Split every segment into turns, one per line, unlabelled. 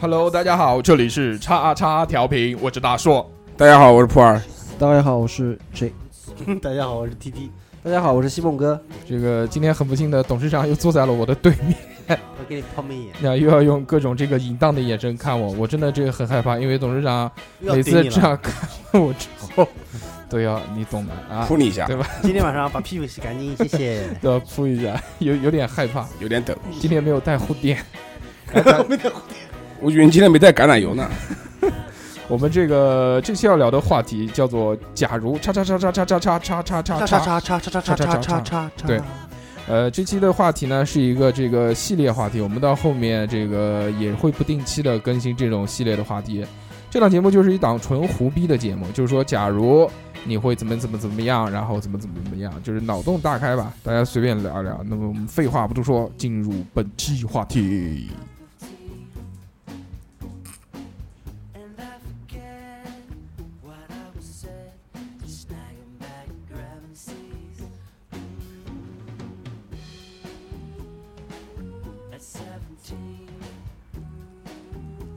Hello，大家好，这里是叉叉调频，我是大硕。
大家好，我是普洱。
大家好，我是 J。
大家好，我是 TT。
大家好，我是西凤哥。
这个今天很不幸的，董事长又坐在了我的对面。
我给你抛媚眼，
那又要用各种这个淫荡的眼神看我，我真的这个很害怕，因为董事长每次这样看我之后，都要你懂的啊，
扑你一下，
对吧？
今天晚上把屁股洗干净，谢谢。
都要扑一下，有有点害怕，
有点抖。
今天没有带护垫，
没带护垫。
我以为你今天没带橄榄油呢。
我们这个这期要聊的话题叫做“假如叉叉叉叉叉叉叉叉叉
叉叉叉
叉
叉叉叉叉叉”。
对，呃，这期的话题呢是一个这个系列话题，我们到后面这个也会不定期的更新这种系列的话题。这档节目就是一档纯胡逼的节目，就是说，假如你会怎么怎么怎么样，然后怎么怎么怎么样，就是脑洞大开吧，大家随便聊一聊。那么我们废话不多说，进入本期话题。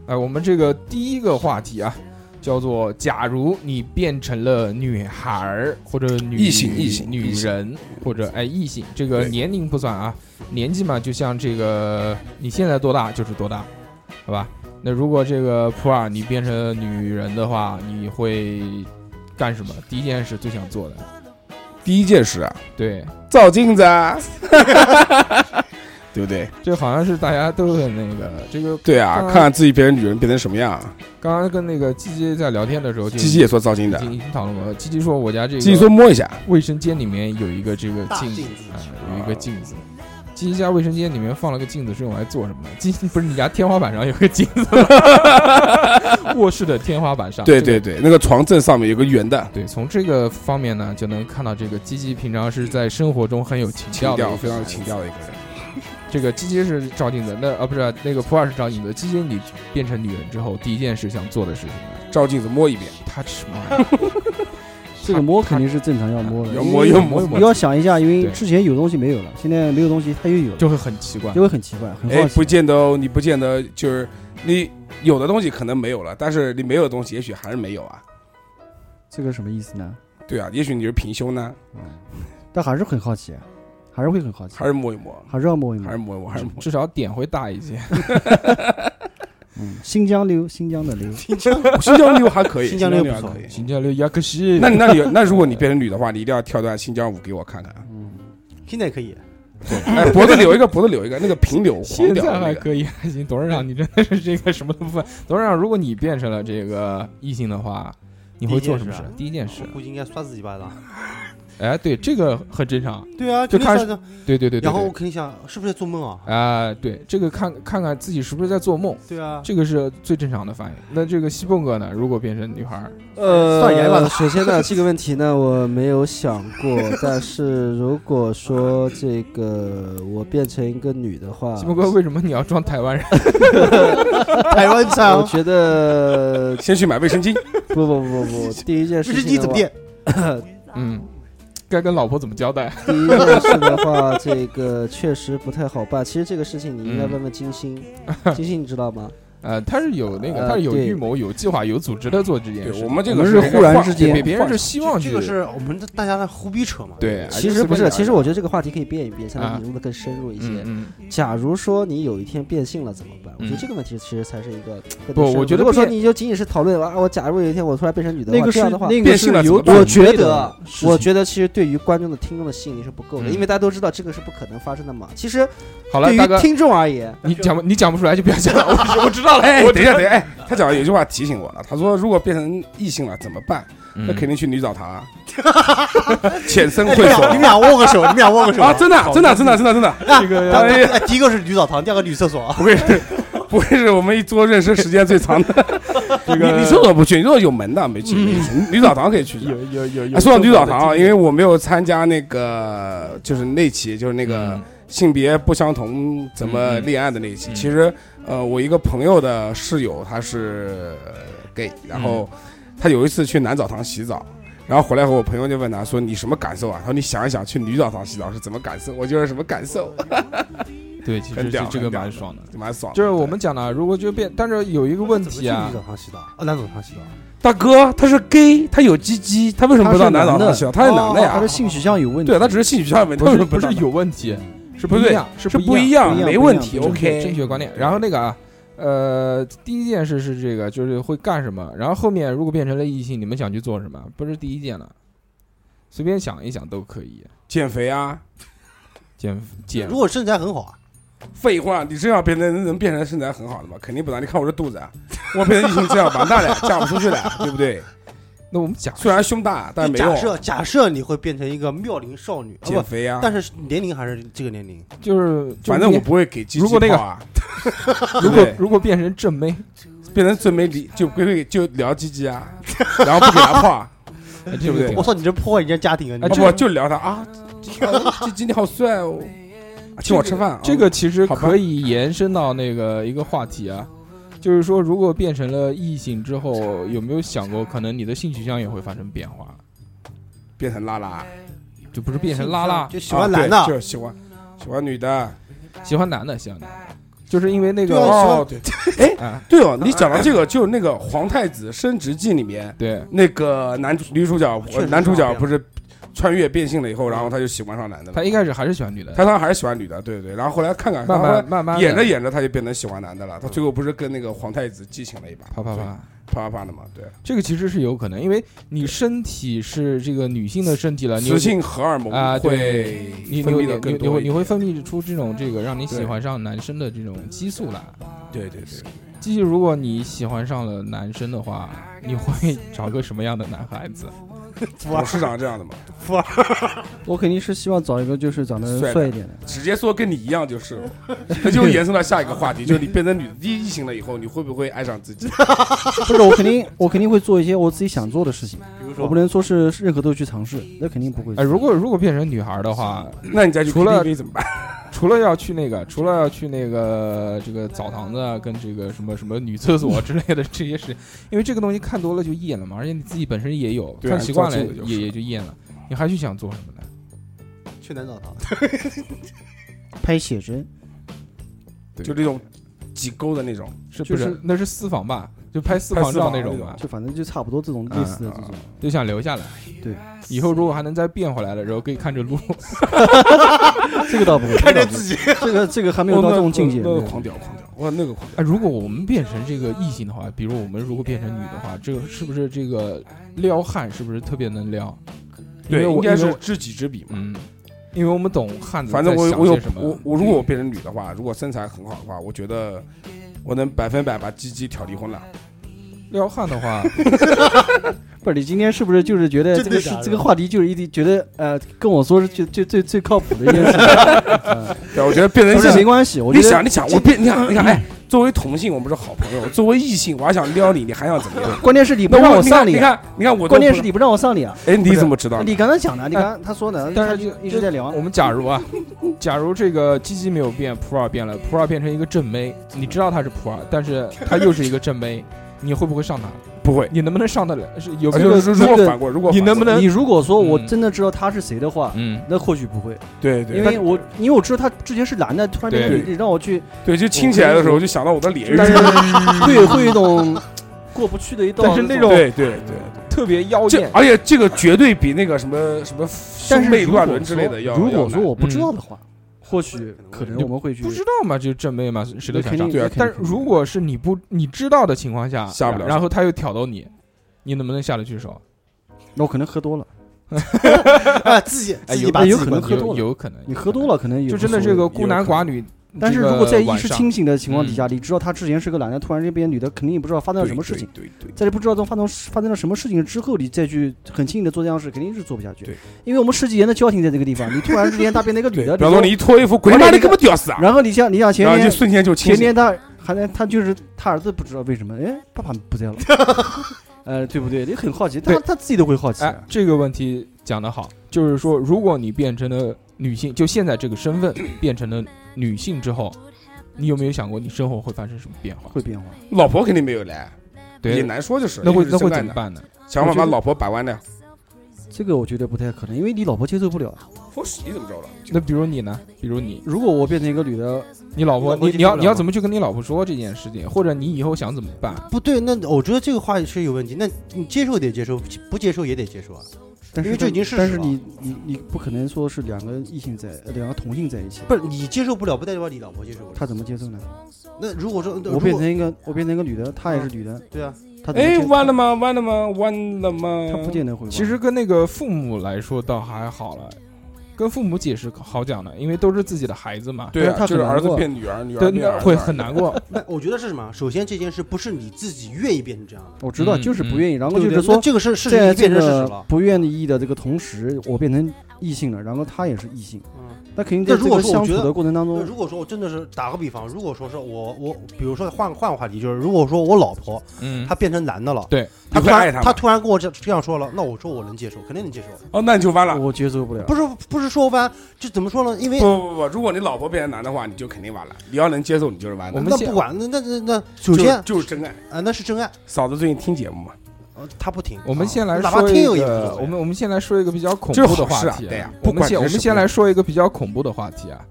哎，我们这个第一个话题啊，叫做“假如你变成了女孩儿或者女
异性异性
女人或者哎异性，这个年龄不算啊，年纪嘛，就像这个你现在多大就是多大，好吧？那如果这个普洱你变成女人的话，你会干什么？第一件事最想做的？
第一件事啊，
对，
照镜子啊。 对不对？
这好像是大家都很那个，这个
对啊，看看自己变成女人变成什么样。
刚刚跟那个鸡鸡在聊天的时候，
鸡鸡也说照镜子，
已经讨论过。鸡鸡说我家这个，
鸡鸡说摸一下，
卫生间里面有一个这个
镜
子，
镜子
啊、有一个镜子。鸡鸡家卫生间里面放了个镜子，是用来做什么的？鸡不是你家天花板上有个镜子， 卧室的天花板上。
对对对，那个床正上面有个圆的。
对，从这个方面呢，就能看到这个鸡鸡平常是在生活中很有情
情
调
调，非常有情调的一个人。
这个鸡鸡是照镜子，那啊不是、啊、那个普洱是照镜子。鸡鸡你变成女人之后，第一件事想做的事情，
照镜子摸一遍。
他吃 妈，
这个摸肯定是正常要摸的，
要摸要摸
你要想一下，因为之前有东西没有了，现在没有东西它又有了，
就会很奇怪，
就会很奇怪，很好奇。啊
哎，不见得哦，你不见得就是你有的东西可能没有了，但是你没有的东西也许还是没有啊。
这个什么意思呢？
对啊，也许你是平胸呢，嗯、
但还是很好奇、啊。还是会很好奇，
还是摸一摸，
还是要
嗯
摸一摸，
还是摸一摸，还是摸，
至少点会大一些。
嗯，新疆溜，新疆的溜，
新疆
新疆溜还可以，
新疆溜
还可以，
新疆溜亚克西。
那你那你那如果你变成女的话，你一定要跳段新疆舞给我看看。
嗯，现在可以。
哎，脖子留一个，脖子留一个，那个平柳黄
现在 还
可
以，还行。董事长，你真的是这个什么都不问。董事长，如果你变成了这个异性的话，你会做什么事？第一件事，
估计应该摔自己一 巴掌。
哎，对，这个很正常。
对啊，
就看，对对对。
然后我肯定想，是不是在做梦啊？
啊，对，这个看看看自己是不是在做梦。
对啊，
这个是最正常的反应。那这个西蹦哥呢？如果变成女孩，
呃，
首先呢，这个问题呢，我没有想过。但是如果说这个我变成一个女的话，
西蹦哥为什么你要装台湾人？
台湾腔。
我觉得
先去买卫生巾。
不不不不，第一件事情
卫生巾怎么变？
嗯。该跟老婆怎么交代？
第一件事的话，这个确实不太好办。其实这个事情你应该
嗯
问问金星， 金星你知道吗？
呃，他是有那个，
呃
他是有
对
预谋、有计划、有组织的做这件
对
事。
我们这
我
个
们
是
是
一个
忽然
话
之间
别别人是希
嗯
望
这
去
个是我们这大家在胡逼扯嘛？
对，哎
其实不是，其实我觉得这个话题可以变一变，才
啊
能引入的更深入一些。
嗯
假如说你有一天变性了怎么办？我觉得
嗯
这个问题其实才是一个更
不
深入
我觉得
如果说
变
你就仅仅是讨论了啊，我假如有一天我突然变成女的话，
那个
这
是
样的话，
那个
变
是
性了怎
有
么办
准
我觉
备的
得
事情
我觉得其实对于观众的听众的吸引力是不够的，
嗯
因为大家都知道这个是不可能发生的嘛。其实
嗯，好了，
对
大哥
于，听众而言，
你讲不你讲不出来就不要讲了，我我知道了。
哎，
我
等一下，等一下，哎，他讲有句话提醒我了，他说如果变成异性了怎么办？那
嗯
肯定去女澡堂啊，浅僧
哎
会
你们 俩你们
所
俩握个手，你们俩握个手
啊，真的，真的，真的，真的，真的，
这个
当然哎第一个是女澡堂，第二个女厕所啊。
不会是，不会是我们一桌认识时间最长 的。嗯
这
你
个
你厕所不去，你厕所有门的，没去，没去女澡堂可以去。
有有有有。
哎，说到女澡堂啊，因为我没有参加那个，就是那期，就是那个
嗯
性别不相同怎么恋爱的那一期。
嗯嗯
其实，呃，我一个朋友的室友他是呃 gay，然后他有一次去男澡堂洗澡。然后回来后，我朋友就问他说：“你什么感受啊？”他说：“你想一想，去女澡堂洗澡是怎么感受？我就是什么感受，
对，其实
很屌
这这个
很屌
蛮爽的。
蛮爽。”
就是我们讲了，如果就变，但是有一个问题
去
啊
女，澡堂洗澡啊，男澡堂洗澡。
大哥，他是 gay，他有鸡鸡，他为什么不到男澡堂洗澡？他是男的
哦他
呀
的，性取向有问题。
对他只是性取向问题，
不
他为什
是
么
不
到
是有问题，是
不
一
对
样，是
是
不
不一
一样。
样，
不一样
没
不一
问
样
题
不一样
，OK，
正确观念。然后那个啊，呃，第一件事是这个，就是会干什么。然后后面如果变成了异性，你们想去做什么？不是第一件了，随便想一想都可以。
减肥啊，
减减
如，果身材很好啊，
废话，你这样变成能变成身材很好的吗？肯定不能，你看我这肚子，啊，我变成异性这样完蛋了，嫁不出去了，对不对？
那我们讲
虽然胸大，但是没
假
用。
设假设你会变成一个妙龄少女，啊
减
不，
肥啊，
但是年龄还是这个年龄。
就是，就
反
是
正我
变
不会给鸡鸡
如果那个
泡啊，
如
对
果如果变成正妹，
变成最美里就不会就聊鸡鸡啊，然后不给他泡啊，
哎
对
这
不
个
对
挺
我
好
操，你这破坏人家家庭啊！
哎
啊
你
这
不就聊他啊，鸡鸡你好帅哦，啊请我吃饭啊。
这个其实
好吧
可以延伸到那个一个话题啊，就是说，如果变成了异性之后，有没有想过，可能你的性取向也会发生变化？
变成拉拉，
就不是哎变成拉拉，
就喜欢
啊
男
对
的，
就喜欢喜欢女的。
喜欢男的，喜欢男的，就是因为那个
对啊
哦，对，哎，
啊，
对哦，你讲到这个，就是那个《皇太子升职记》里面
对，
那个男主女主角
确，实
男主角
是
不是穿越变性了以后，然后他就喜欢上男的
他
了。
一开始还是喜欢女的，
他他还是喜欢女的，对对。然后后来看看，
慢
他后
慢
来
慢慢地
演着演着他就变成喜欢男的了。他最后不是跟那个皇太子激情了一把，
啪啪啪，
啪啪啪的嘛？对，
这个其实是有可能，因为你身体是这个女性的身体了，呃你有
雌性荷尔蒙
啊对
会
你你
分
会
泌
你
的
你
更
你
多
会
一
你会
点，
分泌出这种这个让你喜
对
欢上男生的这种激素来。
对对对。
继续，如果你喜欢上了男生的话，你会找个什么样的男孩 子？
董事长这样的嘛，
我肯定是希望找一个就是长得
帅的
帅一点的。
直接说跟你一样就是了，那就延伸到下一个话题，就是你变成女的异性了以后，你会不会爱上自己？
不是，我肯定 我肯定会做一些我自己想做的事情，
比如
我
说
不能说是任何都去尝试，那肯定不会。
哎，如果如果变成女孩的话，
那你再去
除了
KTV 怎么办？
除了要去那个，除了要去那个这个澡堂子啊，跟这个什么什么女厕所之类的这些事，因为这个东西看多了就厌了嘛，而且你自己本身也有，
对啊
看习惯了
造就的就是
也也就厌了，你还去想做什么呢？
去男澡堂，
拍写真，
对
就这种挤沟的那种，
是不
就是是
那是私房吧？就拍私
拍
房
私
照
房
那
那
种
种
嘛，
就反正就差不多这种
嗯
类似的这种。
就想留下来。
对，
以后如果还能再变回来的时候，可以看着录。
这个倒不会，
看着自己，
这个这个还没
哦
有到
那
这种境界。
那那
对
狂屌狂屌，哇，那个狂屌，
哎，如果我们变成这个异性的话，比如我们如果变成女的话，这个是不是这个撩汉是不是特别能撩？因为
对，
我
应该
因
是
为我
知己知彼嘛。
嗯，因为我们懂汉子
反正
在
我
想
我有
些什么
我我如果我变成女的话，如果身材很好的话，我觉得我能百分百把鸡鸡挑离婚了。
撩汉的话，
不是你今天是不是就是觉得
真
这
的
个
假的
这个话题就是一定觉得呃跟我说是最最最最靠谱的一件事，嗯
对，我觉得变成
不是
异
没
性，
关系，我觉
你
得
想你想我变你想你想哎，作为同性我们是好朋友，作为异性我还想撩你，你还想怎么样？
关键是你不
那
让我
你
上
看
你啊
你，
啊
看你看我都
关键
不
是你不让我上你啊！
哎，你怎么知道的？
你刚才讲的，你刚他说的，
但是
他
就
一直在聊
我，们假如啊，假如这个鸡鸡没有变，普洱变了，普洱变成一个正妹，你知道她是普洱，但是她又是一个正妹，你会不会上他？
不会。
你能不能上得来？是有
啊
没
就
有？
是如果
这个
反过，如果
你
反
能不
过
能
你如果说我
嗯
真的知道他是谁的话，
嗯，
那或许不会，
对对，
因
但
为我因为我知道他之前是男的，突然变成
对
女的，让我去，
对就亲起来的时候，就想到我的脸。
但是会会有一种过不去的一道。
但是那种
对对对，
特别妖
这
艳，
而且这个绝对比那个什么什么
但
兄
是
妹
如果
乱伦之类的要
说如
要
果说
难
我不知
嗯
道的话，或许可能我们会去
不知道嘛，就是正妹嘛，谁都想
肯定
上。
对啊
但是如果是你不你知道的情况下，
下不了手
然后他又挑逗你，你能不能下得去手？
那哦我可能喝多了，
啊，自己
哎
自己
有
把
哎有
自己
可能
灌
喝
醉
多
有
了
有可能，
你喝多了可能也
就
无
真的
所
是个
谓
孤男寡女。
但是
这个
如果在意
晚
识
上嗯
清醒的情况底下，你知道他之前是个男的，突然间变女的，肯定也不知道发生了
对
什么事情。
对对
在这不知道中发生发生了什么事情之后，你再去很轻易的做这样的事，肯定是做不下去。
对，
因为我们十几年的交情在这个地方，你突然之间他变成一个
对
女
对，
的，
比方说你一脱衣服，滚他
而且
妈的
那个
根本屌丝啊！
然后你像你像前
然后就
天
瞬间就清
前
醒。
天他还能他就是他儿子不知道为什么，哎，爸爸不 在了，呃，对不对？你很好奇，他
对
他自己都会好奇。啊
哎，这个问题讲得好，就是说，如果你变成了女性，就现在这个身份变成了女性之后，你有没有想过你生活会发生什么变化？
会变化，
老婆肯定没有来，也
对，
难说就是。
那会
一直
那会
在
怎么
呢？
办呢？
想办法
我觉
把
得
老婆摆弯的。
这个我觉得不太可能，因为你老婆接受不了。啊
我是你怎么着了？
那比如你呢？比如你，
如果我变成一个女的，
你老婆，
老婆
你
接
你
受
要
不
你要
了
怎么去跟你老婆说这件事情，或者你以后想怎么办？
不对，那我觉得这个话是有问题。那你接受得接受，不接受也得接受啊。
但是
因为这已经事实
但是
了
你你你不可能说是两个异性在呃两个同性在一起，
不是你接受不了，不代表你老婆接受不了。
他怎么接受呢？
那如果说如
我
果
变成一个我变成一个女的，她也是女的，
对啊，
她怎么
哎
接，受
弯了吗？弯了吗？弯了吗？
她不见得会弯。
嗯其实跟那个父母来说倒还好了，跟父母解释好讲的，因为都是自己的孩子嘛。
对啊，
他很
就是
难
儿子
过
变女儿，女儿
对，
变儿
那
子，
会很难过。
那我觉得是什么？首先这件事不是你自己愿意变成这样的，
我知道
嗯
就是
嗯
不愿意，然后
对不
就
对
是
那
说
这个事事情
在
已经
这
变成事实
个
了。
不愿意的这个同时，我变成异性了，然后她也是异性，
嗯，
那肯定在
那如
这
果
个
说我
相
觉
处
得
的过程当
那
中，
如果说我真的是打个比方，如果说是我我，比如说换换个话题，就是如果说我老婆
嗯
她，变成男的了，
对，
她
你
突
会爱
然
她吗
她突然跟我这这样说了，那我说我能接受，肯定能接受。
哦，那你就弯了。
我接受不了。
不是不是说弯，就怎么说呢？因为
不不不不，如果你老婆变成男的话，你就肯定完了。你要能接受，你就是完
我
的。
们
那
先
不管那那那那，首
就
先
是就是真爱。
啊，那是真爱，
嫂子最近听节目嘛，
呃他不听。
我们
啊
先来
哪怕
说
听
一
有也无
个
所，谓
我们我们先来说一个比较恐
这是
怖的
好事
话
啊
题。
对呀
我
不
们
管
先
是
我们
什么
先
样
来说一个比较恐怖的话题啊，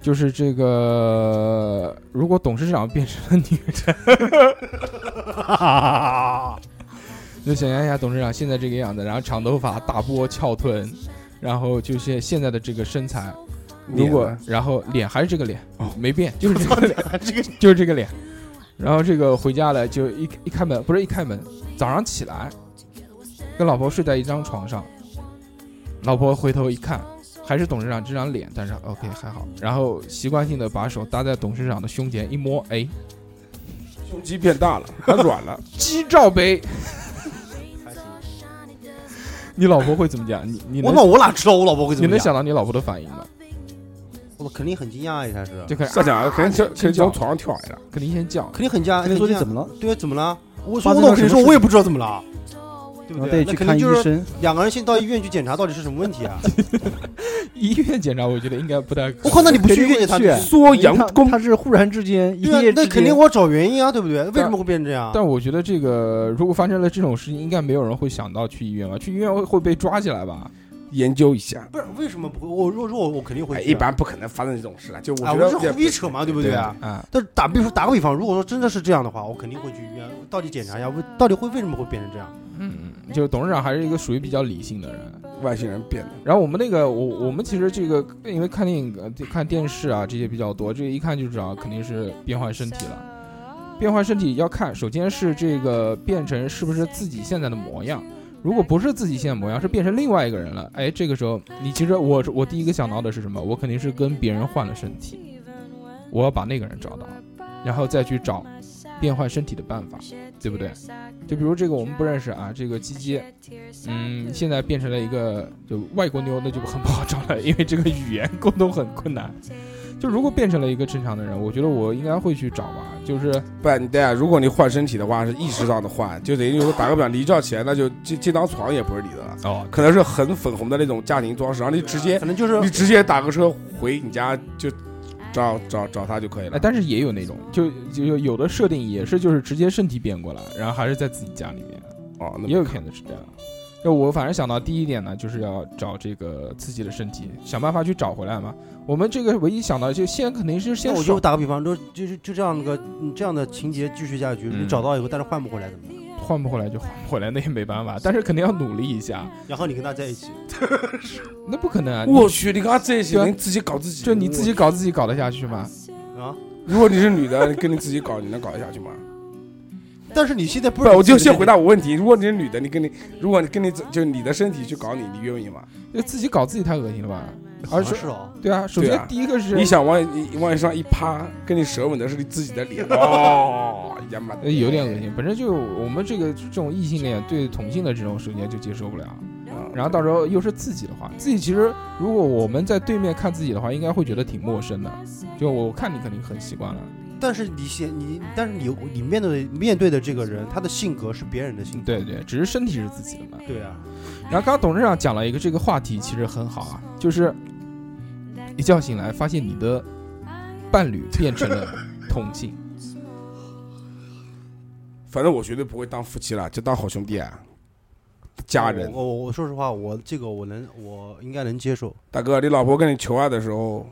就是这个如果董事长变成了女的，就想象一下董事长现在这个样子，然后长头发、大波、翘臀，然后就是现在的这个身材，如果
脸呢
然后脸还是这个脸
哦，
没变，就是这个脸，就是这个脸。 然后这个回家了，就一一开门，不是一开门，早上起来，跟老婆睡在一张床上，老婆回头一看，还是董事长这张脸，但是 OK 还好。然后习惯性的把手搭在董事长的胸前一摸，哎，
胸肌变大 了，还软了，
鸡罩杯，
还行
你老婆会怎么讲？你你
我
能
那我哪知道我老婆会怎
你
么
能
想？
想到你老婆的反应吗？
我肯定很惊讶呀，他是，
就开始啊
这讲肯定
啊
就肯定
叫
从床上跳下来了。
肯定先叫，
肯定很惊讶。
肯定说你怎
么？
么了，
对，啊怎么了？我说
发生
我
了
老肯定
什
说，
么事
我也不知道怎么了，对
然
不
后
对？那
带去
肯定
看医
就是
生，
两个人先到医院去检查到底是什么问题啊！
医院检查，我觉得应该不太可能。
我靠，那你不去医院检
肯定
查
会去？
缩阳功
他是忽然之间一
对啊
夜，
那
之
肯定
间
我要找原因啊，对不对？为什么会变成这样？
但我觉得这个如果发生了这种事情，应该没有人会想到去医院吧？去医院会会被抓起来吧？
研究一下，
不是为什么不会？我如果说我我肯定会
哎，
去啊。
一般不可能发生这种事了。就我
啊，
觉
我
得
是胡逼扯嘛，对不对啊？
啊，
但是打比如说打个比方，如果说真的是这样的话，我肯定会去医院，到底检查一下，为到底会为什么会变成这样？
嗯，就是董事长还是一个属于比较理性的人。
外星人变的，
然后我们那个，我我们其实这个，因为看电影、呃看电视啊这些比较多，这一看就知道肯定是变换身体了。变换身体要看，首先是这个变成是不是自己现在的模样。如果不是自己现在模样，是变成另外一个人了，哎，这个时候你其实我我第一个想到的是什么？我肯定是跟别人换了身体，我要把那个人找到，然后再去找变换身体的办法，对不对？就比如这个我们不认识啊，这个鸡鸡，嗯，现在变成了一个就外国妞，那就很不好找了，因为这个语言沟通很困难。就如果变成了一个正常的人，我觉得我应该会去找吧，就是
不然你对啊，如果你换身体的话，是意识上的换，就等于说打个比方，你一觉起来，那就这这张床也不是你的了，
哦，
可能是
呃
很粉红的那种家庭装饰，然后你直接
可能就是
你直接打个车回你家就找找找他就可以
哎，
了。
但是也有那种，就就有有的设定也是，就是直接身体变过来，然后还是在自己家里面，
哦，那
也有可能是这样。就我反正想到第一点呢，就是要找这个自己的身体，想办法去找回来嘛。我们这个唯一想到就先肯定是
那
先
我
爽
就打个比方，就就是就这样那个嗯这样的情节继续下去，
嗯
你找到以后，但是换不回来怎么办？
换不回来就换不回来，那也没办法，但是啊肯定要努力一下，
然后你跟他在一起，
那不可能啊！你
我去，你跟他在一起
对啊
能自己搞自己？
就你自己搞自己搞得下去吗？
啊！
如果你是女的，你 跟你自己搞，你能搞得下去吗？
但是你现在不
不
是
是，我就
自己
先
的
回答我问题。如果你是女的，你跟你，如果你跟你就你的身体去搞你，你愿意吗？
就自己搞自己太恶心了吧？
好
而
像
是
是哦，
对啊，首
对
先
啊
第一个是
你想往你往你身上一趴，跟你舌吻的是你自己的 脸，哦，呀妈的，
呃有点恶心，本身就我们这个这种异性恋对同性的这种首先就接受不了，
啊。
然后到时候又是自己的话，自己其实如果我们在对面看自己的话，应该会觉得挺陌生的。就我看你肯定很习惯了，
但是你现你，但是你你面对的面对的这个人，他的性格是别人的性格，
对对，只是身体是自己的嘛。
对啊，
然后刚刚董事长讲了一个这个话题，其实很好啊，就是一觉醒来发现你的伴侣变成了同性，
反正我绝对不会当夫妻了，就当好兄弟啊，家人。
我我我说实话，我这个我能，我应该能接受。
大哥，你老婆跟你求爱的时候，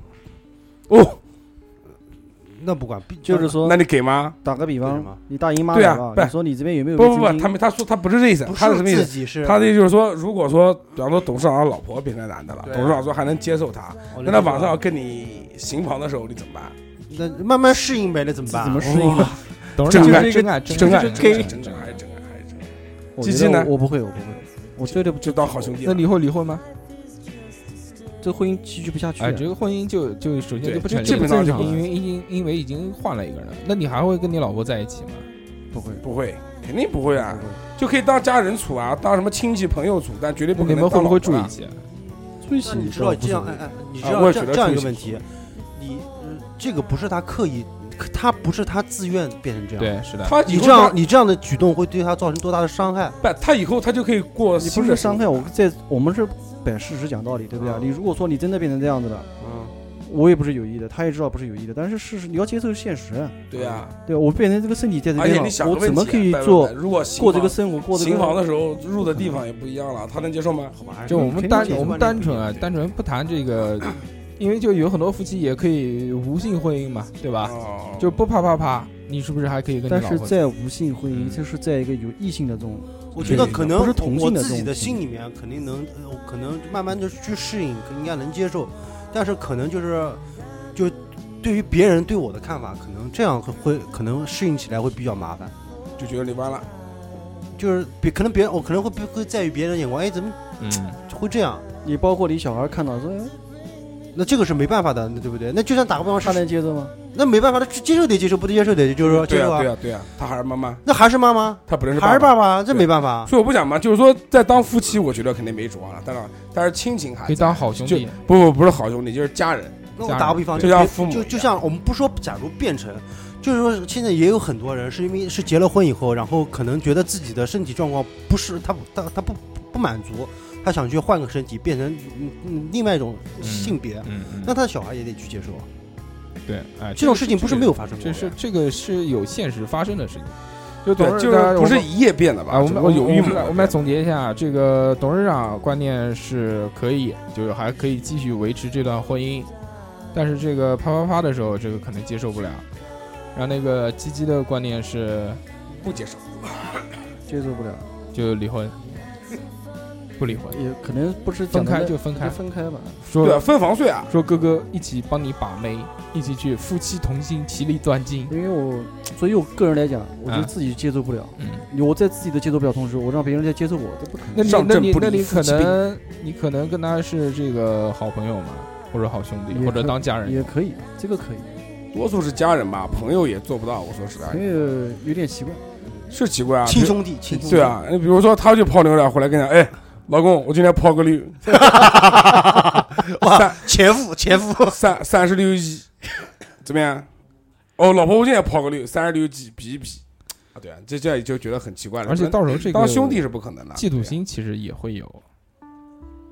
哦，
那不管，毕
就是说
那，你给吗？
打个比
为什
方
么，
你大姨妈
对啊
来了，
不是
你说你这边有没有
不
卫
不
生
不，
巾
他没他说他不是这意思，
不
他是什么意
自
思？
己是
他的意思就是说，如果说，比方说董事长的老婆变成男的了，
对啊
董事长说还能接受他，
我能
那他
接受
晚上要跟你行房的时候，你怎么办？
那慢慢适应呗，那怎么办？啊
怎么适应的？
董事
真
长
爱
真爱真
真爱，
真
真爱，真爱，真爱，真爱，
我
鸡
觉
鸡
得
呢
我我不会，我不会，我绝对不，
就当好兄弟啊
那
了。
离婚离婚吗？
这婚姻继续不下去啊
哎，。这个婚姻就就首先
对
就不
就
成立
基
了，
本上就不
因为因因为已经换了一个人了，那你还会跟你老婆在一起吗？
不会，
不会，肯定不会啊
不会，
就可以当家人处啊，当什么亲戚朋友处，但绝对不可
你
能
们
当
会不
老
会住
婆啊
一起？
最
那
起
你知道这样，哎哎，你知
啊我
道
也
这
觉得
样
这
这样一个
个
问题，你呃这个不是他刻意，他不是他自愿变成这样。，
对，是的。
他以
你
后
这样你这样的举动会对他造成多大的伤害？
他不，他以后他就可以过
你不
新
是
的生
伤
活
害我，在我们是摆事实讲道理，对不对啊？
嗯
你如果说你真的变成这样子了，
嗯，
我也不是有意的，他也知道不是有意的，但是事实你要接受现实啊，
对啊，
对吧我变成这个身体在这
而且
边了
你想，个
我
问题啊，
怎么可以
拜拜
做
拜如果行
过这个
房
生活，过这
行房
个？
的时候入的地方也不一样了，他能接受吗？
好吧，
就我们单
肯定
我们单纯啊，单纯不谈这个，因为就有很多夫妻也可以无性婚姻嘛，对吧？
哦
啊就不啪啪啪，你是不是还可以跟你
但
老
是
婆？
在无性婚
嗯
姻，就是在一个有异性的这种，
我觉得
对
可能
不是同
我
性的
自己
这种
的心里面肯定能，呃我可能慢慢的去适应，应该能接受，但是可能就是，就对于别人对我的看法，可能这样会可能适应起来会比较麻烦，
就觉得你完了，
就是别可能别人我可能会不会在意别人的眼光，哎，怎么
嗯，
会这样？
你包括你小孩看到说，哎
那这个是没办法的，对不对？那就算打个比方
他
是，
能接受吗？
那没办法，他接受得接受，不得接受得就是说接
对
受
啊对啊对啊，他还是妈妈，
那还是妈妈，
他本身是
还是
爸
爸爸，这
对
没办法。
所以我不讲嘛，就是说在当夫妻，我觉得肯定没指望了，当然，但是亲情还
可以当好兄弟啊
就。不不不是好兄弟，就是家人，
那我
家人
打个比方，
就像父母
就
一
就
样
像我们不说，假如变成，就是说现在也有很多人是因为是结了婚以后，然后可能觉得自己的身体状况不是他他他不不满足，他想去换个身体，变成嗯嗯另外一种性别，
嗯，嗯
那他的小孩也得去接受啊。
对，哎，
这种事情不是没有发生过
这
的，
是这个是有现实发生的事情。就
对
董，事
就
长
是不
我
是
们
一夜变的吧？
啊，我们
只不过有预
我
谋
们来我们来总结一下，这个董事长观念是可以，就是还可以继续维持这段婚姻，但是这个啪啪啪的时候，这个可能接受不了。然后那个鸡鸡的观念是
不接受，
接受不了，
就离婚，不离婚，
也可能不是
分
讲
开
的
就分
就
开，
分开吧。
对啊，
说
分房睡啊，
说哥哥一起帮你把妹，一起去夫妻同心，其利断金。
因为我，所以我个人来讲，我觉
啊
得自己接受不了。
嗯，
我在自己的接受不了同时，我让别人在接受我，这不可能。
那你
上
那
阵
你
不
那
离
你
夫
可
妻病
能你可能跟他是这个好朋友嘛，或者好兄弟，
也
或者
可
当家人
也可以，这个可以，
多数是家人吧，朋友也做不到。我说实在
啊
因，
嗯
为有点奇怪。
是奇怪啊，
亲兄弟，亲兄弟。
对， 啊，你比如说他去泡妞了，回来跟你讲，哎，老公，我今天泡个绿，
哇
三，
前夫前夫，
三三十六计，怎么样？哦，老婆，我今天也泡个绿，三十六计比一比啊，对啊，这这就觉得很奇怪了。
而且到时候这个
当兄弟是不可能的，
嫉妒
对啊
心其实也会有，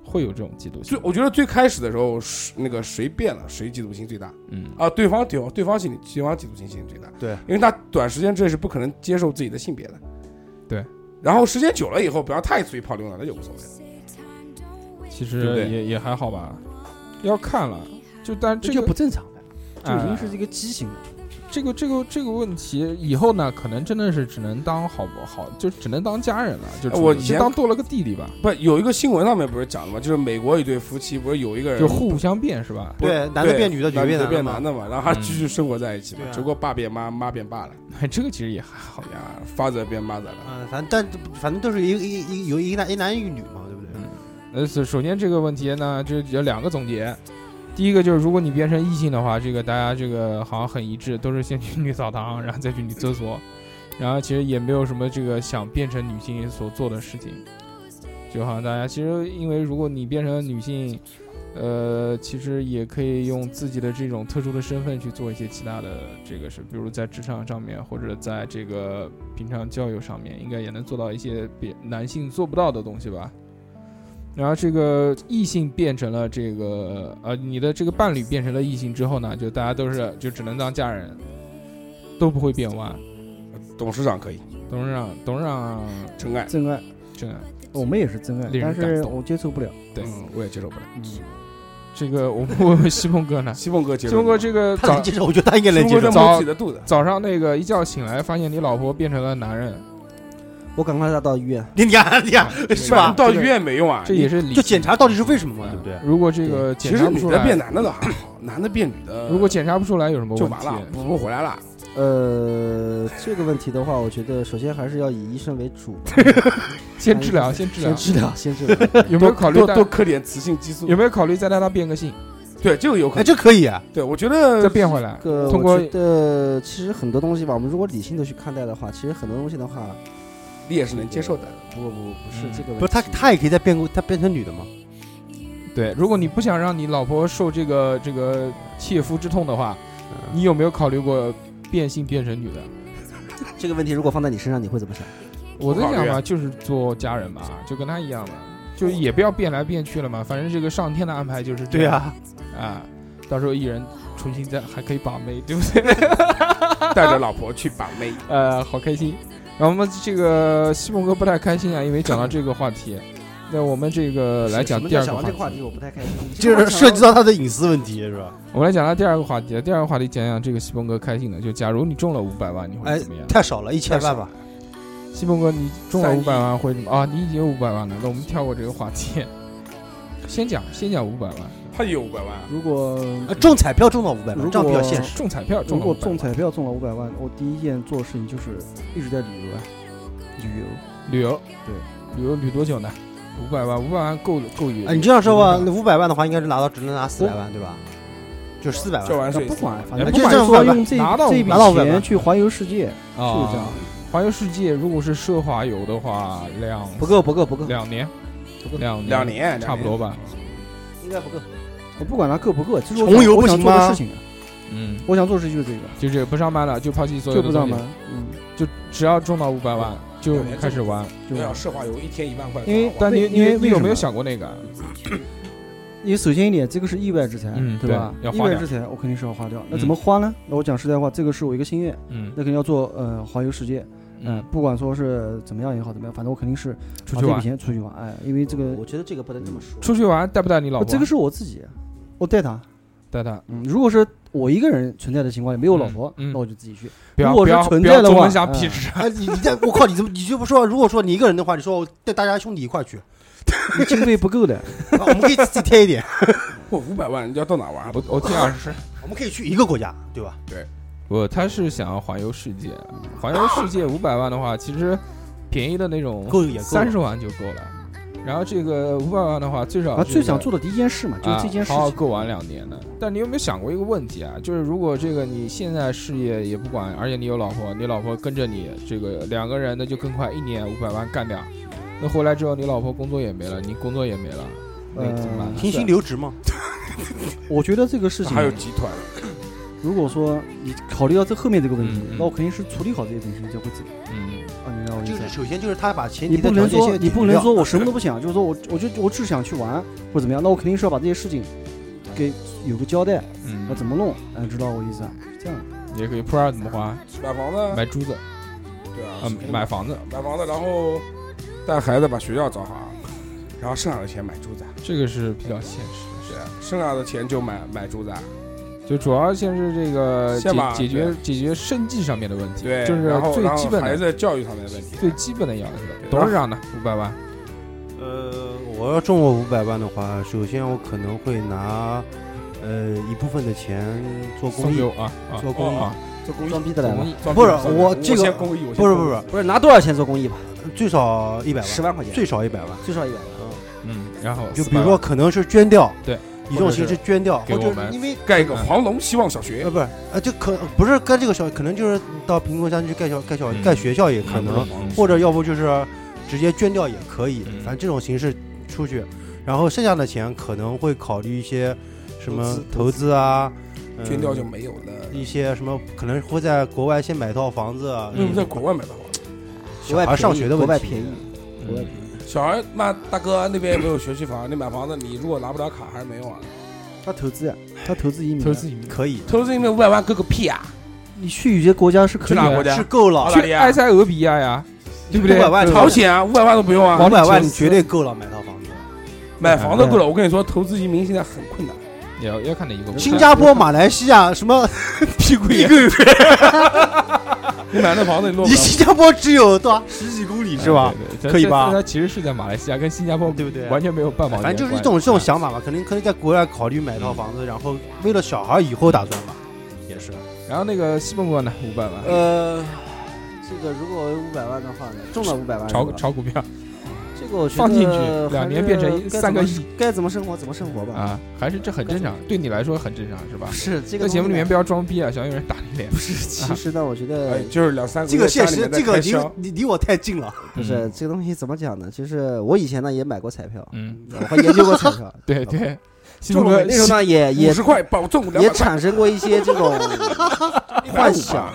会有这种嫉妒心
最。我觉得最开始的时候，谁那个谁变了，谁嫉妒心最大
嗯，
啊？对方对方对方心里对方嫉妒心心最大，
对，
因为他短时间之内是不可能接受自己的性别的，
对。
然后时间久了以后，不要太出去泡妞了，那就无所谓了。
其
对不
实
对
也也还好吧，要看了。就但
这
这
就
个
不正常了，这已
哎
嗯
经是一个畸形了。
这个这个这个问题，以后呢，可能真的是只能当好不好，就只能当家人了，就
哎我以
就
前
当多了个弟弟吧，
不，有一个新闻上面不是讲了吗？就是美国一对夫妻，不是有一个人
就互相变是吧？
不是
对男的变女的女的
男
变男
的
的
变
嘛嗯
男的嘛，然后还继续生活在一起嘛
对，啊
只不过爸变妈，妈变爸了，
这个其实也还好
哎。呀，father 变 mother 了，
嗯，反正但反正都是一一一有一男一男一女嘛，对不对？
呃，首首先这个问题呢，就有两个总结。第一个就是，如果你变成异性的话，这个大家这个好像很一致，都是先去女澡堂，然后再去女厕所，然后其实也没有什么这个想变成女性所做的事情，就好像大家其实因为如果你变成女性，呃，其实也可以用自己的这种特殊的身份去做一些其他的这个事，比如在职场上面或者在这个平常交友上面，应该也能做到一些别男性做不到的东西吧。然后这个异性变成了这个呃，你的这个伴侣变成了异性之后呢，就大家都是就只能当家人，都不会变弯。
董事长可以，
董事长，董事长，
真爱，
真爱，
这个
我们也是真爱
令，人
但
感
是
动
我接受不了。
对
嗯，我也接受不了。
这个我们问问西风哥 呢？
西凤哥接
西
受
风
不了，
哥这个
他能
早
接受，我觉得他应该能
西凤
接
哥
受
在。摸自己的肚子，
早上那个一觉醒来，发现你老婆变成了男人，
我赶快带到医院。
你看，你看，
嗯
是
不然
吧
你？到医院没用啊，
这也是理嗯
就检查到底是为什么嘛，对不对？
如果这个
其
检
实
查不
女
出
的变
来，呃
男的倒还好，男的变女的，
如果检查不出来有什么
就
问
完
题？
了，补不回来了。
呃，这个问题的话，我觉得首先还是要以医生为主，
先治疗，先治疗
先，治疗，先治 疗。
有没有考虑
多
带
多磕点雌性激素
有？没有考虑再带他变个性，
对，这个有可能。
哎，这可以啊，
对，我觉
再
得
变回来？
个
通过
我觉得其实很多东西吧，我们如果理性的去看待的话，其实很多东西的话，
你也是能接受的。
不不不不是
嗯
这个问题。
不是他，他也可以再变过，他变成女的嘛？
对，如果你不想让你老婆受这个这个切肤之痛的话，
嗯
你有没有考虑过变性变成女的？
这个问题如果放在你身上，你会怎么想？
我的
不考虑
想法就是做家人吧，就跟她一样嘛，就也不要变来变去了嘛，反正这个上天的安排就是这
对
样
啊，
啊。到时候一人重新再还可以把妹，对不对？
带着老婆去把妹，
呃，好开心。然后我们这个西蒙哥不太开心啊，因为讲到这个话题，那我们这个呃来讲
什么
第
叫
二个
想到
话
这
题
个。话题，我不太开心。你
就
这个
是
话题
涉及到他的隐私问题，是吧？
我们来讲到第二个话题，啊第二个话题讲讲这个西蒙哥开心的，就假如你中了五百万，你会
哎
怎么样？
太少了，一千万吧。
西蒙哥，你中了
三
五
亿
百万会怎么啊？你已经有五百万了，那我们跳过这个话题， 先讲先讲五百万，
他也有五百万啊。
如果
啊，中彩票中到五百万，
如
这样比较
果
现实。
中彩票中
如
了
果
500
中彩票中了五百万，我第一件做的事情就是一直在旅游啊，旅游。
旅游，
对，
旅游旅多久呢？五百万，五百万够够旅游。
啊
哎，你这样说吧，
500
那五百万的话，应该是拿到只能拿四百万，对吧？就是四百
交
万。
完
那
税
不管，反
哎
正
不
就
管
是说
是
用这
拿到
这笔
拿到五百万
钱去环游世界，
啊，
是这样
环游世界，如果是奢华游的话，两
不够不够不够，
两年，两年
两年
差不多吧。
应该不够。
我不管它够不够，其实我
穷游不
想我想
行
做
吗
的事情啊，
嗯，
我想做的事情就是这个，
就这个不上班了，就抛弃所有
就
的
不知道
东西
吗？嗯，
就只要中到五百万就
两年
开始玩。
就
要奢华游一天一万块，
因为
但你
为
你
因为
你有没有
为什么
想过那个？
你首先一点，这个是意外之财，
嗯
对吧？
对要
意
花掉
外之财，我肯定是要花掉。那怎么花呢？那我讲实在话，这个是我一个心愿，
嗯
那肯定要做呃环游世界，嗯、
嗯，
不管说是怎么样也好，怎么样，反正我肯定是
出去
把这笔
玩，
钱出去玩，哎，因为这个
我觉得这个不能这么说。
出去玩带不带你老
不
婆？
这个是我自己，我带他。
带她，
嗯，如果是我一个人存在的情况下没有老婆，
嗯嗯
那我就自己去。
不要
如果
不
是
要
存
不
在
要
的
总
话
分享
嗯
屁事。
哎，你你在，我靠，你怎么你就不说？如果说你一个人的话，你说我带大家兄弟一块去，
你经费不够 的，
啊我们可以自己贴一点，
我五百万，你要到哪玩？啊
我我听二十，
我们可以去一个国家，对吧？
我他是想要环游世界，啊环游世界五百万的话，其实便宜的那种
够也够
嗯三十万就够了。然后这个五百万的话，最少
啊，
这
最
个
想做的第一件事嘛，就是这件事
啊、好好
情。
够玩两年的。但你有没有想过一个问题啊？就是如果这个你现在事业也不管，而且你有老婆，你老婆跟着你，这个两个人那就更快，一年五百万干掉。那回来之后，你老婆工作也没了，你工作也没了，那
呃
怎么办呢？
停薪留职嘛，
我觉得这个事情
还有集团，
如果说你考虑到这后面这个问题
嗯嗯，
那我肯定是处理好这些东西就会走。
嗯
啊，你让我意
就
思
是。首先就是他把前
你
提的
不
条
能
件
说
先
你不
定
能
掉
说我什么都不想，就是说我我就我只想去玩或者怎么样，那我肯定是要把这些事情给有个交代，要
嗯，
怎么弄，嗯，知道我意思啊？是这样的，
也可以 Pro 二怎么花？
买房子，啊
买珠子
对啊
啊，，买房子，
买房子，然后带孩子把学校找好，啊然后剩下的钱买住宅，
这个是比较现实
对，啊剩下的钱就买买住宅，
的，就主要先是这个
先把
解解决解决生计上面的问题，
对，
就是
然后
最
然
基
后
本
孩
的
子教育上面的问题，啊
最基本的要求。
对
董事长呢，五百万，
呃，我要中我五百万的话，首先我可能会拿呃一部分的钱做公
送
益
给，我啊啊
做公益，
啊，
做公益，
装逼的来
做
了
公。益，
装
不是
装
我
我
这个
先公益，我先
不是不
公益
是不
不是拿多少钱做公益吧？
是，最少一百
十
万，
万块钱，
最少一百万。
最少一百万。
嗯，然后
就
400
比如
万
说，可能是捐掉，
对，
以这种形式捐掉，
给
或
我
者
们
因为
盖一
嗯
个黄龙希望小学
呃，不是呃，就可不是跟这个小，可能就是到贫困山区盖小盖小
嗯
盖学校也可
嗯
能，
嗯
或者要不就是直接捐掉也可以
嗯，
反正这种形式出去，然后剩下的钱可能会考虑一些什么投资啊，
嗯
呃
捐掉就没有了。
一些什么可能会在国外先买套房子啊，
为什么在国外买的房子？
小
国外
孩
便宜
上学的
国
问
外
题，
便宜，
嗯
国外便宜。
小孩妈大哥那边也没有学区房，你买房子你如果拿不了卡还是没用啊。
他投资呀，他投资移民
投
啊，
资移民，
可以
投资移民五百万够个屁啊！
你去有些国家是可
去
以
哪个
的，
国家
是？够了
澳，大啊利
去
亚
埃塞俄比亚呀，对不对？
500万
朝鲜啊，五百万都不用啊
五，百万
求
你
死
绝对够了买套房子。
买房
嗯
子够了。我跟你说，投资移民现在很困难。
也要要看哪一个国家
新加坡、马来西亚什么？
屁股也，你买那房子你落不
离
了
新加坡只有多少十几公里是吧？？
对对对
可以吧
这这它其实是在马来西亚跟新加坡
对不对
完全没有半毛钱
反
关
正
系，
就是一种这种想法吧，肯定可以在国外考虑买套房子，然后为了小孩以后打算吧，也是。
啊然后那个西蒙哥呢，五百万，
呃，这个如果我有五百万的话呢，中了五百万是
炒
吧，
炒股票
这个我觉得
放进去
还是
两年变成一
该
三个
怎么
亿
该怎么生活怎么生活吧。
啊，还是这很正常，对你来说很正常是吧？
是这
这
个
啊个节目里面
东西
不要装逼啊，小心有人打你脸
呢。不是，其实呢，我觉
哎
得，
就是两三个
这
月
个现
家里
实
面，在
这个
开
离
销
你离我太近了。
不是这个东西怎么讲呢？就是我以前呢也买过彩票，
嗯，，
我还研究过彩票
对
嗯
对，西蒙
中了
哥
那时候呢也
五
也
十块保中两百
也
块，
产生过一些这 种幻想，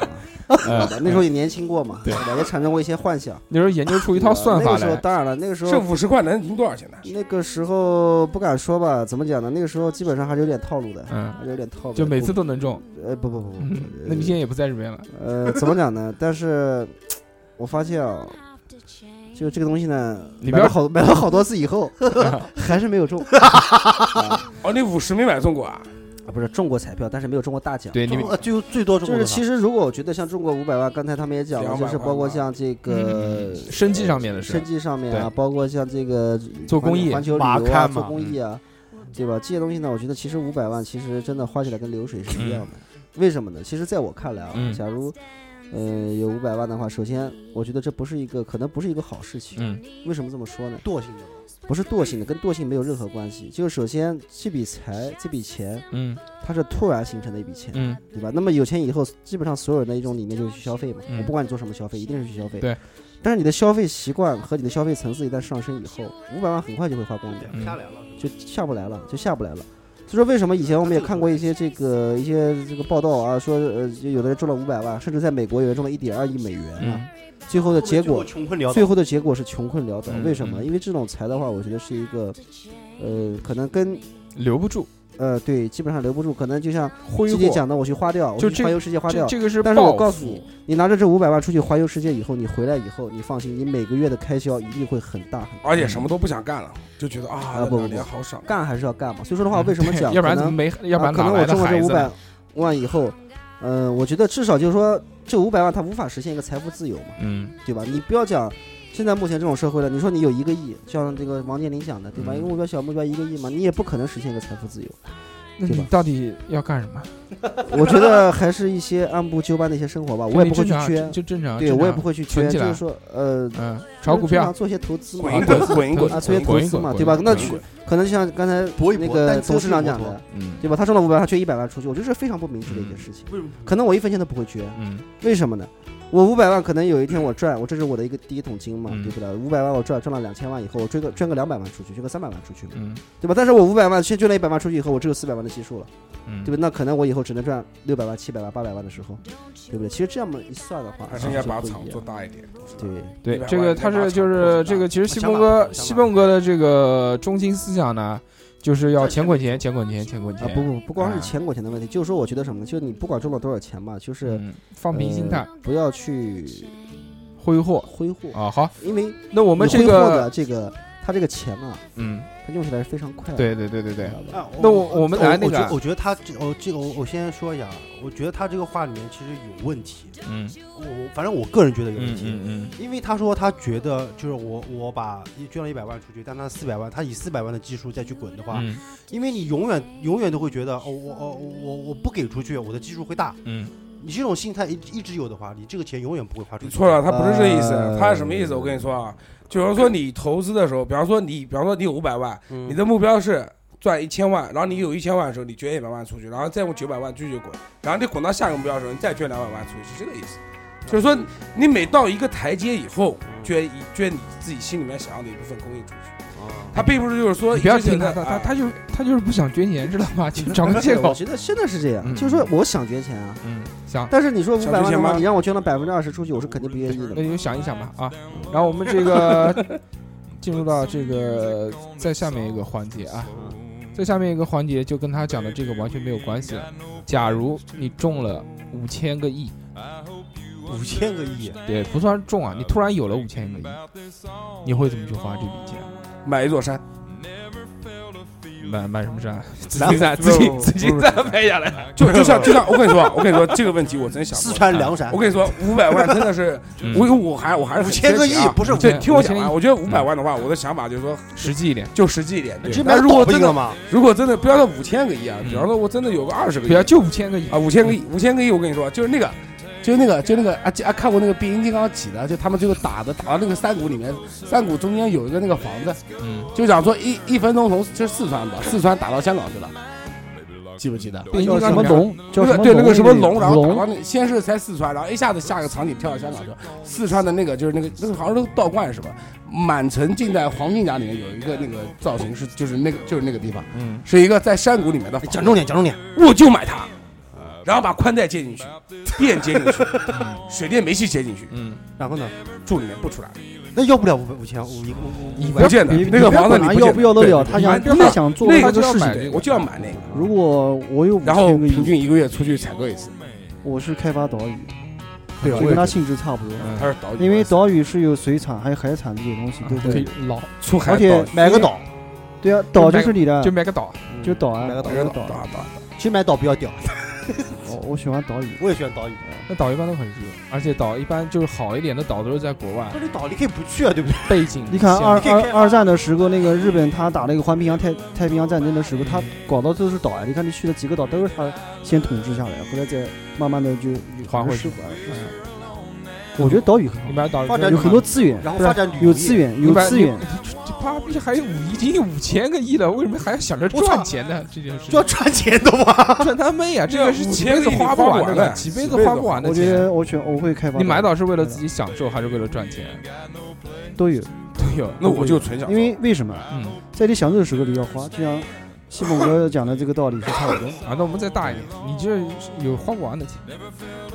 嗯
那时候也年轻过嘛，
对
吧？也产生过一些幻 想。
那时候研究出一套算
那
法
个时候
来，
当然了，那个时
这
候
五十块能赢多少钱呢？
那个时候不敢说吧，怎么讲呢？那个时候基本上还是有点套路的，
嗯
还是有点套路的。
就每次都能中。
不呃不不不不，
嗯那你现在也不在这边了，
呃怎么讲呢？但是我发现啊，就这个东西呢，
你不
买
要
了好买了好多次以 后，还是没有 中啊
哦，你五十没买中过啊？
啊不是中过彩票，但是没有中过大奖。
对你
中 呃最最多中
就
国多
是其
少？
实如果我觉得像中国五百万，刚才他们也讲了，
200
就是包括像这个
嗯生计上面的事
生计上面啊，
对
包括像这个
做公益嗯
环球旅
马
游啊，
看
做
嘛
公益啊，对吧？这些东西呢，我觉得其实五百万其实真的花起来跟流水是一样的。为什么呢？其实在我看来啊，
嗯
假如呃有五百万的话，首先我觉得这不是一个可能不是一个好事情。
嗯
为什么这么说呢？
惰性的，
不是惰性的，跟惰性没有任何关系。就是首先这笔财这笔钱，
嗯
它是突然形成的一笔钱。
嗯
对吧？那么有钱以后，基本上所有人的一种理念就是去消费嘛。
嗯
我不管你做什么消费，一定是去消费。
对。
但是你的消费习惯和你的消费层次一旦上升以后，五百万很快就会花光的，
嗯
下来了。
就下不来了，就下不来了。所以说，为什么以前我们也看过一些这个一些这个报道啊，说呃有的人中了五百万，甚至在美国有人中了一点二亿美元啊，
嗯
最后的结果
穷困潦
最
倒，
后的结果是穷困潦倒。
嗯
为什么？
嗯
因为这种财的话，我觉得是一个呃，可能跟
嗯留不住，
呃对，基本上留不住，可能就像
挥
之前
霍。
讲的，我去花掉，我
就
去
这
环游世界花
这
掉。
这个是，
但是我告诉你，，你拿着这五百万出去环游世界以后，你回来以后，你放心，你每个月的开销一定会很大很大。
而且什么都不想干了，就觉得啊，
啊不不
两年好爽。
干还是要干嘛？所以说的话，为什么
嗯对
讲？
要不然
可
怎么
能
没？要不
啊
然
可
哪
能我
来的
中了
孩
这五
子呢？
百万以后，呃，我觉得至少就是说，这五百万它无法实现一个财富自由嘛，
嗯
对吧？你不要讲。现在目前这种社会了，你说你有一个亿，像这个王健林讲的，对吧？
嗯
一个目标小目标一个亿嘛，你也不可能实现一个财富自由。
那
对
你
吧啊
到底要干什么？
我觉得还是一些按部就班的一些生活吧，我也不
就
会去
你正
缺
常，就正常。
对
正
我也
常
不会去
存
缺，
起
就
来
是说，呃，
嗯，炒股
正常
票，
做一些投资嘛
滚一，滚，滚一滚
啊，做一些投
滚一
资
滚
嘛，
滚
对
一
吧？
滚
那
滚一
去
滚
可能就像刚才
搏一
那
搏
个
单车
董事长
是摩
讲
托
的，
嗯
对吧？他中了五百，他缺一百万出去，我觉得这是非常不明智的一件
嗯
事情。可能我一分钱都不会缺，
嗯
为什么呢？我五百万可能有 一天我赚，我这是我的一个第一桶金嘛，
嗯
对不对？五百万我赚赚了两千万以后，我追个捐个两百万出去，捐个三百万出去嘛，
嗯
对吧？但是我五百万先捐了一百万出去以后，我只有四百万的基数了，
嗯，
对吧？那可能我以后只能赚六百万、七百万、八百万的时候，对不对？其实这样么一算的话，啊
还是应该把
不一样
厂做大一点。
对。
对
100，万
这个他是就是这个，其实西凤哥西凤哥的这个中心思想呢，就是要钱滚钱，钱滚钱，钱滚
啊
钱，
不不不光
啊
是钱滚钱的问题，就是说我觉得什么呢？就是你不管挣了多少钱嘛，就是
嗯，放平心态
呃，不要去
挥霍
挥霍，
啊。好，
因为
那我
我
们这个，
这个他这个钱啊，
嗯，
他用起来是非常快的，
对对对对对
知，道
啊
吧，
那我我们来那
我
个
觉我觉得他这我这个我我先说一下，啊，我觉得他这个话里面其实有问题，
嗯
我我反正我个人觉得有问
嗯
题，
嗯
因为他说他觉得就是我我把捐了一百万出去，但他四百万，他以四百万的基数再去滚的话，
嗯
因为你永远永远都会觉得哦我哦我我不给出去，我的基数会大，
嗯
你这种心态一一直有的话，你这个钱永远不会花出
你
去。
错了，啊他不是这意思，
呃
他是什么意思？我跟你说啊，就是说你投资的时候，比方说你，比方说你有五百万，
嗯，
你的目标是赚一千万，然后你有一千万的时候，你捐一百万出去，然后再用九百万继续滚，然后你滚到下一个目标的时候，你再捐两百万出去，是这个意思。就是说，你每到一个台阶以后，捐一捐你自己心里面想要的一部分供应出去。他并不是就是说
你不要
一直
听
觉
他，
得
他他
哎
他就他就是不想捐钱，知道吗？就找 个借
我
口。
觉得真的是这样，
嗯
就是说我想捐钱啊，
嗯，想，
但是你说五百
想捐
万
钱
的
吗
话，你让我捐了百分之二十出去，我是肯定不愿意的
那。你就想一想吧啊。然后我们这个进入到这个在下面一个环节啊，在下面一个环节就跟他讲的这个完全没有关系了。假如你中了五千个亿，
五千个亿，
对，不算中啊，你突然有了五千个亿，你会怎么去花这笔钱？
买一座山，
买买什么山？ 自
然后
己攒，自己
不
自己
不是
攒买下来。
就就像就像我跟你说啊，我跟你说这个问题我真想
四
过。
川凉山
我，跟你说，五百万真的是，
嗯
我我还我还是
五
很
千个
珍
亿
惜啊
不是五
对
对，听我讲
五千
啊，
亿
我觉得五百万的话，我的想法就是说，
实际一点，
就实际一点。对
这不
但如果
倒闭
真
了
的，
吗？
如果真的不要到五千个亿啊，
嗯
比方说我真的有个二十个
不
亿
要就五千个亿
啊，五千个亿，五千个亿，我跟你说，就是那个。就是那个，就那个啊，啊，看过那个《变形金刚几的，就他们最后打的，打到那个山谷里面，山谷中间有一个那个房子，
嗯，
就讲说一一分钟从就是四川吧，四川打到香港去了，记不记得？
变
叫
形
什
金
么
刚
龙？叫
那
什
个
么
对那个什么
龙
龙，
那
然
个
后
龙
打到那先是才四川，然后一下子下个场景跳到香港去，了。四川的那个就是那个那个好像是道观是吧？满城尽带黄金甲里面有一个那个造型是就是那个就是那个地方，
嗯，
是一个在山谷里面的房
讲重点，讲重点。
我就买它，然后把宽带接进去，电接进去，水电煤气接进去，
嗯，
然后呢？
住里面不出来，
那要不了五百五千五一个
你
不见得
你
那个
你
房子
管他 啊
你
要不要得了？他
想
想他想做
那
这
个
个
就要
事
买
情。
这个，我就要买那个，
如果我有五
然后
千个
平
亿，
均一个月出去采购一次，
我是开发岛屿，
对，啊
就
我也嗯
跟它
觉得
性质差不多。
嗯
它是岛屿，
因为岛屿是有水产还有海产这些东西，
嗯
对不
可以
对？
老
出嗯海
而且
岛
买个岛，
对啊，岛就是你的
就，买个岛，
就岛啊
买个，岛
买
就
个
岛
岛岛岛岛。
其实买岛比较屌，
我我喜欢岛屿，
我也喜欢岛屿。
那岛一般都很热，而且岛一般就是好一点的岛都是在国 外
但，是岛你可以不去啊，对不对？
背景
你看
像
二
你可以开
二
发
二战的时候，那个日本他打那个环平洋太太平洋战争的时候，他搞到都是岛啊。你看你去了几个岛，都是他先统治下来，后来再慢慢的就
还回去哎
去。我觉得岛屿很
你
好，
买岛
发展
有很多资源，
然后
对吧
发展旅游
有
业
资，源，
你
有
把
资源。
这爸逼还有五已经有五千个亿了，为什么还要想着
我操
赚钱呢？这件事
就要赚钱的嘛。
赚他妹呀！这
这
个是几辈
5000
子
啊个亿
花
花不
完
完
的，
的
几
几
辈子
辈
花
子
不完的
我觉
钱。
得我选我会开发。
你买岛是为了自己享受，还是为了赚钱？
啊都有，
都有。
那我就纯享受
因为为什么？
嗯
在你享受的时候你要花，就像西蒙哥讲的这个道理是差不多。
啊，那我们再大一点，你这有花不完的钱，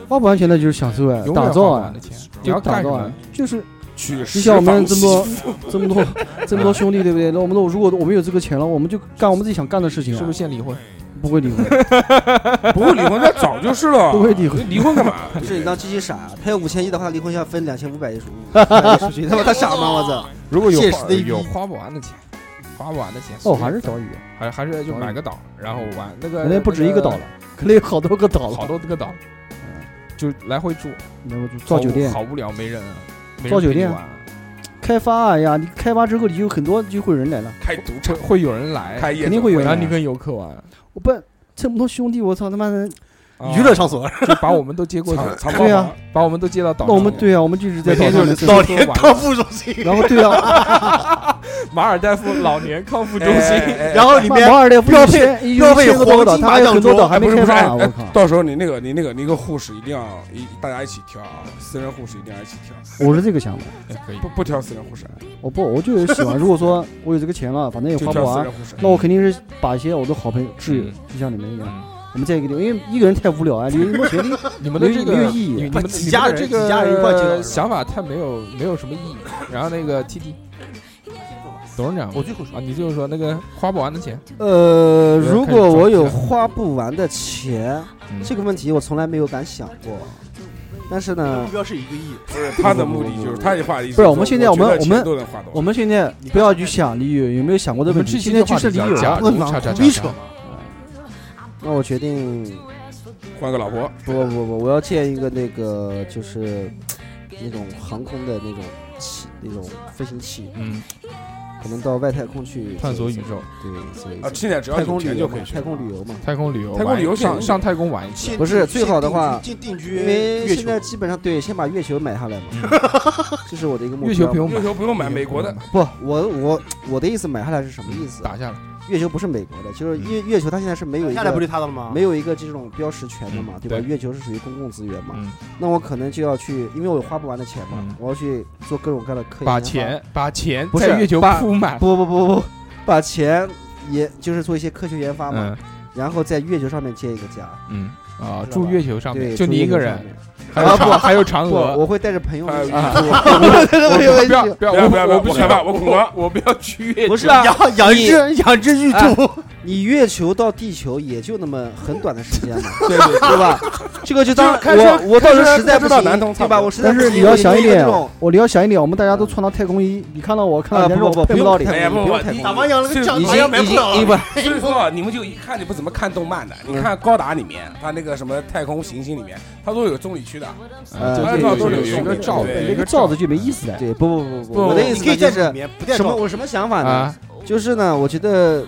花不完全的就是享受啊
永，
打
远
造
花不完
啊
的，钱。你
就
要
打
干什
造
么
啊？，就是
去
你像我们这么多
释
这么多这么多兄弟，对不对？那我们如果我们有这个钱了，我们就干我们自己想干的事情啊，
是不是先离婚？
不会离婚，
放不会离婚，那早就是了。
不会离 婚。
离婚干嘛？
不是你当机器傻啊，他要五千亿的话，离婚要分两千五百 亿出500亿出去，他妈他傻吗？我操！
如果有
现
花
实的意义
有花不完的钱，花不完的钱。
哦，还是岛屿，
还还是就买个岛，然后玩那个。
可能不止一个岛了，可能有好多个岛
好
了。
多
嗯
个岛，就来回住，
那我就造酒店
好，无聊，没人啊，没人
造酒
陪你
店
玩
开发啊呀，你开发之后，你有很多就会有人来了，
开赌
会
场，
会有人来，
开夜
肯定会有
然后
人
你
来。
跟游客玩。
我不这么多兄弟，我操他妈的，
啊
娱乐场所，
就把我们都接过去，
藏藏
对
宝
啊
把我们都接到岛
那
上。
我们对啊，我们就一直在
每天
岛上
就
面
是
做
到
老
年
年康复中心，
然后对啊，
马尔代夫老年康复中
哎
心，
然后里
马
面
马尔代夫
标
一
配
千一
标配
千个多个岛，
黄金
他还有
麻
很
将
多
桌
岛还没
不是
开
不是，
发
哎
啊！我
哎
靠，
到时候你那个你那个你那个护士一定要一大家一起挑啊，私人护士一定要一起挑，
我是这个想法。
可以
不不挑私人护士，
我哦不，我就喜欢。如果说我有这个钱了，反正也
就
花不
挑私
完
人，护士。
那我肯定是把一些我的好朋友、挚
嗯
友，就像你们一样，
嗯
我们在一个地方，因为一个人太无聊啊，你你没有学历，
你们的这个
没有意义
你你
把
们的
几
你
家
们
人
的这
几家人一块接到
个
是吧
想法太没有没有什么意义。然后那个 T T 董事长，
我最后说
啊，，你就是说那个花不完的钱，
呃，
对
如
开始
果我
装
有
起来
花不完的钱，这个问题我从来没有敢想过。但是呢
目，标是一个亿，
不是他的目的就是他的话的意思
不
就是是，
我们现在我们
觉得
我们
钱都能花多少
我们现在不要去想理由，有没有想过
我
这个
们
问题？
这期
现
的
在
话
就是
题
理
叫
由
假
啊，
如
问
叉
法
叉
胡逼
叉
扯
叉，
那我决定
换个老婆，
不不不不，我要建一个那个就是那种航空的那种器，那种飞行器，
嗯，
可能到外太空去
探索宇宙，
对，所以
啊，现在只要
太
有
空
钱
旅
就
游
可以
嘛，
去
太空旅游嘛。
太空旅游玩一，
太空旅游
上
行
上太空玩一圈，
先
不
定
是最好的话
先定居
因为
月
现
球
在基本上对，先把月球买下来嘛， 这是我的一个目
嗯
标。
月球不用买
月，球不用买美国的，
不，我我我的意思买下来是什么意思？
打下来，
月球不是美国的，就是
嗯
月月球它现在是没有一
下来不
个
就他的了吗？
没有一个这种标识权的嘛
嗯，
对吧？
对
月球是属于公共资源嘛，
嗯，
那我可能就要去，因为我有花不完的钱
嗯
嘛，我要去做各种各样的科研。
把，钱把钱
不
在
是
月球
把
铺满，
不不不不不，把钱也就是做一些科学研发嘛，
嗯
然后在月球上面建一个家，
嗯啊，
知道
住
吧
月球上面
对，
就
住
你一
月球
个
上
人，
面。
还有
啊
嫦
不
还有嫦
不，
娥，
我会带着朋友
还有
一
宇
起
宙
啊
不要不要不要
不要不要我
我
我害怕我恐慌
我不要去月球，
不是啊，
养养一
你
只养一只玉
哎
兔，
你月球到地球也就那么很短的时间嘛，
对对
对吧？这个就当
就是开车
我我到时
开车
候实在不
开车到南通
行，
差不多
对吧？我实在
但
不
是
行，
你要想一
我就
点
这种，
我你要想一点，我们大家都穿到太空衣，你看到我看到
啊
别人
不不
我
不
骗
不
到
用
你
太。
哎呀，不
不
不
用
不，
太
你
打麻将那个
已经
酱
已
麻将买不到
经
了。
不
所以说啊你们就一看就不怎么看动漫的。你看高达里面，他那个什么太空行星里面，他都有棕榈区的，
啊
呃
这
这
就
个
有
有
一个
有
罩
对
杯
有
那
一
个
个
罩
罩
子就没意思了。
对，不不不
不
不，我的意
你
思
可以
呢
在
就
这里
是
面不带
什么？
罩
我什么想法呢
啊？，
就是呢，我觉得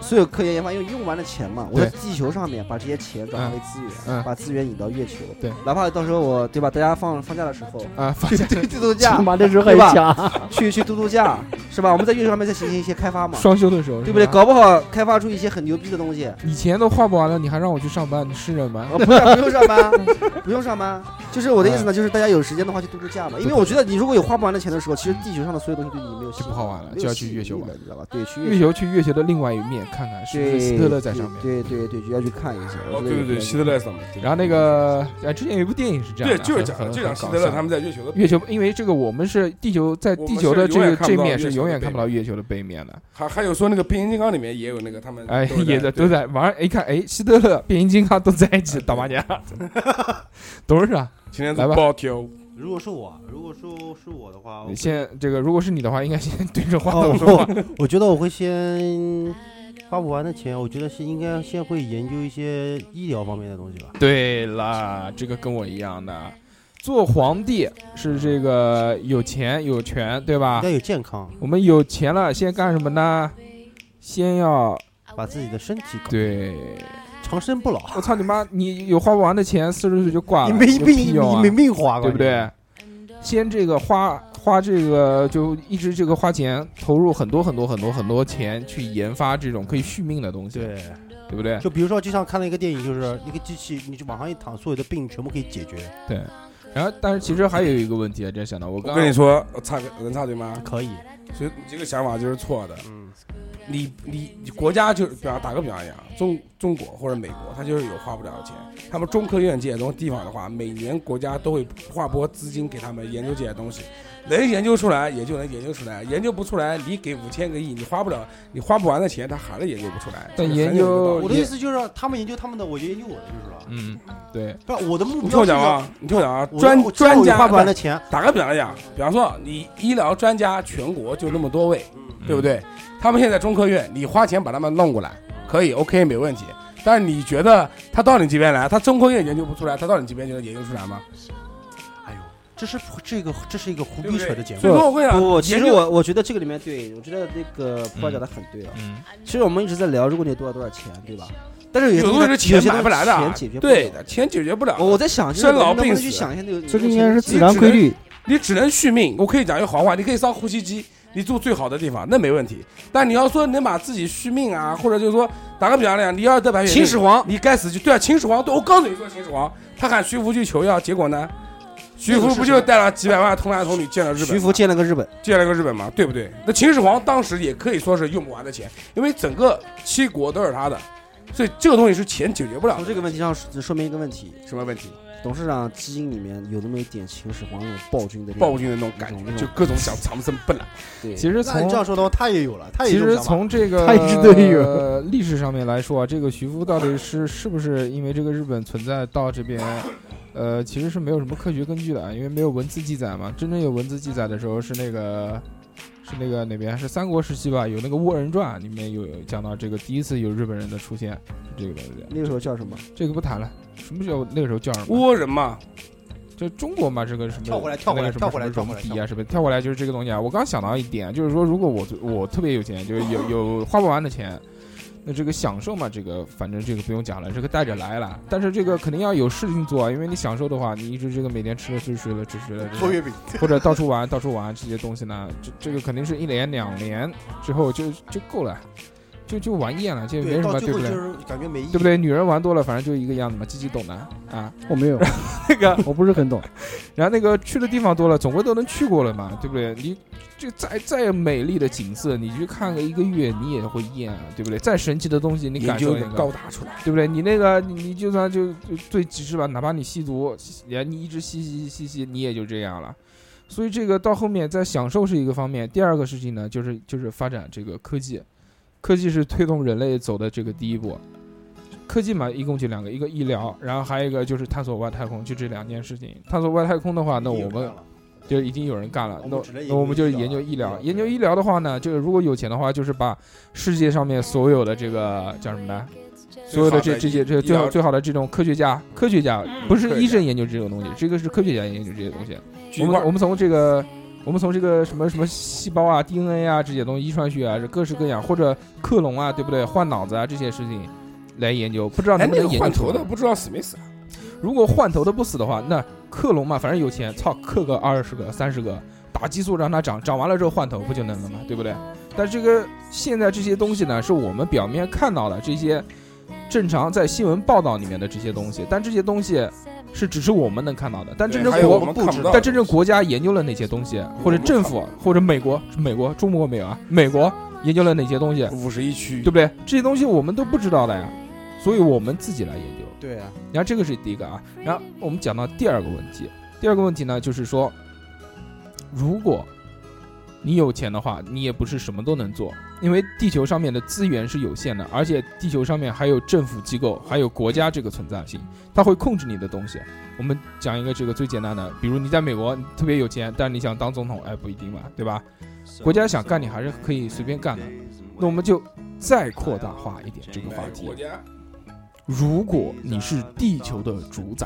所有科研研发，因为用完了钱嘛，我
对
在地球上面把这些钱转化为资
嗯
源，把资源引到月球，
对，
哪怕到时候我对吧，大家放放假的时候
啊，发
去
现
去度度 假
他，妈的人很
对吧
强，
去去度度假，是吧？我们在月球上面再进行一些开发嘛，
双休的时候，
对不对？
是吧
搞不好开发出一些很牛逼的东西，
以前都画不完了，你还让我去上班，你是人吗？
啊，不是啊不用上班， 不用上班。就是我的意思
嗯
呢，就是大家有时间的话去度度假嘛。因为我觉得你如果有花不完的钱的时候，其实地球上的所有东西对你没有吸
就
引
不好玩了
没有
就要
吸
去
引
月球
力
玩
了，你知道吧？对，去
月球
球。
去月球的另外一面看看，是不
对，
是希特勒在上面？
对对对，就要去看一下。
哦
我，觉得
对对
有
对，
可
希特勒什么？
然后那个，哎，之前有一部电影是这样
对，
的，
就是
很
讲
很
就讲
很
希
搞
特勒
笑
他们在月球的，
月球，因为这个我们是地球，在
我
地
们
球的
是
这
永
个
远看不
这
到
面
月球
是
的
永远
背
看不
面
到月球的背面的。
还还有说那个变形金刚里面也有那个他们
哎，也
嗯在
在都在玩，一看，哎，希特勒、变形金刚都在一 起
哎
打麻将，啊董事长，
今天
来吧
包丢，
如果是我，如果说是我的话，我
先这个，如果是你的话，应该先对着 话筒说话。
哦，我我觉得我会先花不完的钱，我觉得是应该先会研究一些医疗方面的东西吧。
对啦，这个跟我一样的，做皇帝是这个有钱有权，对吧
应该？有健康，
我们有钱了，先干什么呢？先要
把自己的身体搞
对，
长生不老。
我操你妈！你有花不完的钱，四十岁就挂
你
了，
没
有
病，
屁
你
用啊
没命花过，
对不对？先这个花花这个就一直这个花钱，投入很多很多很多很多钱去研发这种可以续命的东西，
对？
对不对？
就比如说，就像看了一个电影，就是一个机器，你就往上一躺，所有的病全部可以解决，
对。然后，但是其实还有一个问题啊，这想到我
我
刚
跟你说，我插个能插嘴吗？
可以。
所以你这个想法就是错的。
嗯，
你你你国家就是，比方打个比方讲，中中国或者美国，它就是有花不了的钱。他们中科院这些东地方的话，每年国家都会划拨资金给他们研究这些东西，能研究出来也就能研究出来，研究不出来，你给五千个亿，你花不了，你花不完的钱，他还是研究不出来。
但
这个很
研究
有道理
我的意思就是让他们研究他们的，我就研究我的，就是了。
嗯，对，
不是我的目
你听我
标是
讲
要，
啊，你听我讲啊，
我
专
我知道
专
我有
家
花不完
不
的钱，
打个比方讲，比方说你医疗专家全国就那么多位，
嗯
对不对？他们现在中科院，你花钱把他们弄过来，可以，OK，没问题。但是你觉得他到你这边来，他中科院研究不出来，他到你这边就能研究出来吗？
哎呦，这是这个这是一个胡
对
逼
不
扯
对
的节目
所以，说我跟你
不
讲，
不，其
研
实
究
我我觉得这个里面对，我觉得那个普洱讲的很对了。
嗯，
其实我们一直在聊，如果你有多少多少钱，对吧？但是有些
有
东
东
西
西是钱买不来的
钱解决，不了
对的，钱解决不了。
我我在想，就是
生老
能不
病
能
死
去想一下那个，
这
个
个应该是
钱
自然规律。
你只能续命。我可以讲句好话，你可以上呼吸机，你住最好的地方，那没问题。但你要说能把自己续命啊，或者就是说，打个比方来讲，你要是得白血病，
秦始 皇
你该死就对啊，秦始皇，对我告诉你说秦始皇，他喊徐福去求药，结果呢，徐福不就带了几百万童男童女见了日本吗，
徐福建了个日本，
建了个日本嘛，对不对？那秦始皇当时也可以说是用不完的钱，因为整个七国都是他的，所以这个东西是钱解决不了
从
的。
这个问题上只说明一个问题：
啊什么问题？
董事长基因里面有那么一点秦始皇那种暴君的力量
暴君的那种感
那
嗯
觉，就
种
各种想长生不老。
对，
其实
那你
从
这样说的话，他也有了，他也
其
有这
实
种想法
从这个
他一直都有
呃 历史上面来说啊，这个徐福到底是是不是因为这个日本存在到这边，呃，其实是没有什么科学根据的啊，因为没有文字记载嘛。真正有文字记载的时候是那个。是那个哪边？啊是三国时期吧？有那个《倭人传》里面有有讲到这个第一次有日本人的出现，是这个东西。
那个时候叫什么？
这个不谈了。什么叫那个时候叫什么？
倭人嘛，
就中国嘛，这个什么
跳过来跳过来
那个什么
跳过来
什
跳
么
过来
什么笔啊，什么跳过来就是这个东西啊。我刚想到一点，就是说如果我我特别 有钱，就是有有花不完的钱，那这个享受嘛，这个反正这个不用讲了，这个带着来了。但是这个肯定要有事情做啊，因为你享受的话，你一直这个每天吃了睡睡了吃睡了，
做月饼，
或者到处玩到处玩这些东西呢，这这个肯定是一年两年之后就就够了，就就玩厌了，这也没
对，
什
到
么
最
对
后
不对
就？是感觉没意义，
对不对？女人玩多了，反正就一个样子嘛，鸡鸡懂的啊。
我没有，
那个，
我不是很懂。
然后那个去的地方多了，总归都能去过了嘛，对不对？你这再再美丽的景色，你去看个一个月，你也会厌啊，对不对？再神奇的东西，你
研
感受
究
一
一个
个，
高达出来。
对不对？你那个你你就算就就最极致吧，哪怕你吸毒，也你一直吸吸吸吸，你也就这样了。所以这个到后面在享受是一个方面，第二个事情呢，就是就是发展这个科技，科技是推动人类走的这个第一步。科技嘛，一共就两个，一个医疗，然后还有一个就是探索外太空，就这两件事情。探索外太空的话，那我们就已经有人干了，
我
那
们只能研
那
究
我们就是
医疗
研究
了
医疗。
对
研究医疗的话呢，就是如果有钱的话，就是把世界上面所有的这个叫什么呢？所有的这这些这最好最好的这种科学家，科学家不
科
是
学
医
家
生研究这种东西，这个是科学家研究这些东西。
菊
我
花
们我们从这个，我们从这个什么什么细胞啊、DNA 啊这些东西、遗传学啊，这各式各样，或者克隆啊，对不对？换脑子啊这些事情来研究，不知道
哎，
能不
那个
能研究
换
出
头
来
的。不知道死没死啊？
如果换头的不死的话，那克隆嘛，反正有钱，操，克个二十个、三十个，打激素让它长，长完了之后换头不就能了嘛，对不对？但这个现在这些东西呢，是我们表面看到的这些正常在新闻报道里面的这些东西，但这些东西是只是我们能看到的，但真正
还有
国
我们看不到的
但真正国家研究了哪些东西，或者政府，或者美国，美国中国没有啊？美国研究了哪些东西，
五十一区
对不对？这些东西我们都不知道的呀，所以我们自己来研究。
对啊，
然后这个是第一个啊，然后我们讲到第二个问题，第二个问题呢，就是说，如果你有钱的话，你也不是什么都能做，因为地球上面的资源是有限的，而且地球上面还有政府机构，还有国家这个存在性，它会控制你的东西。我们讲一个这个最简单的，比如你在美国你特别有钱，但你想当总统，哎，不一定嘛，对吧？国家想干你还是可以随便干的。那我们就再扩大化一点这个话题
国，家
如果你是地球的主宰，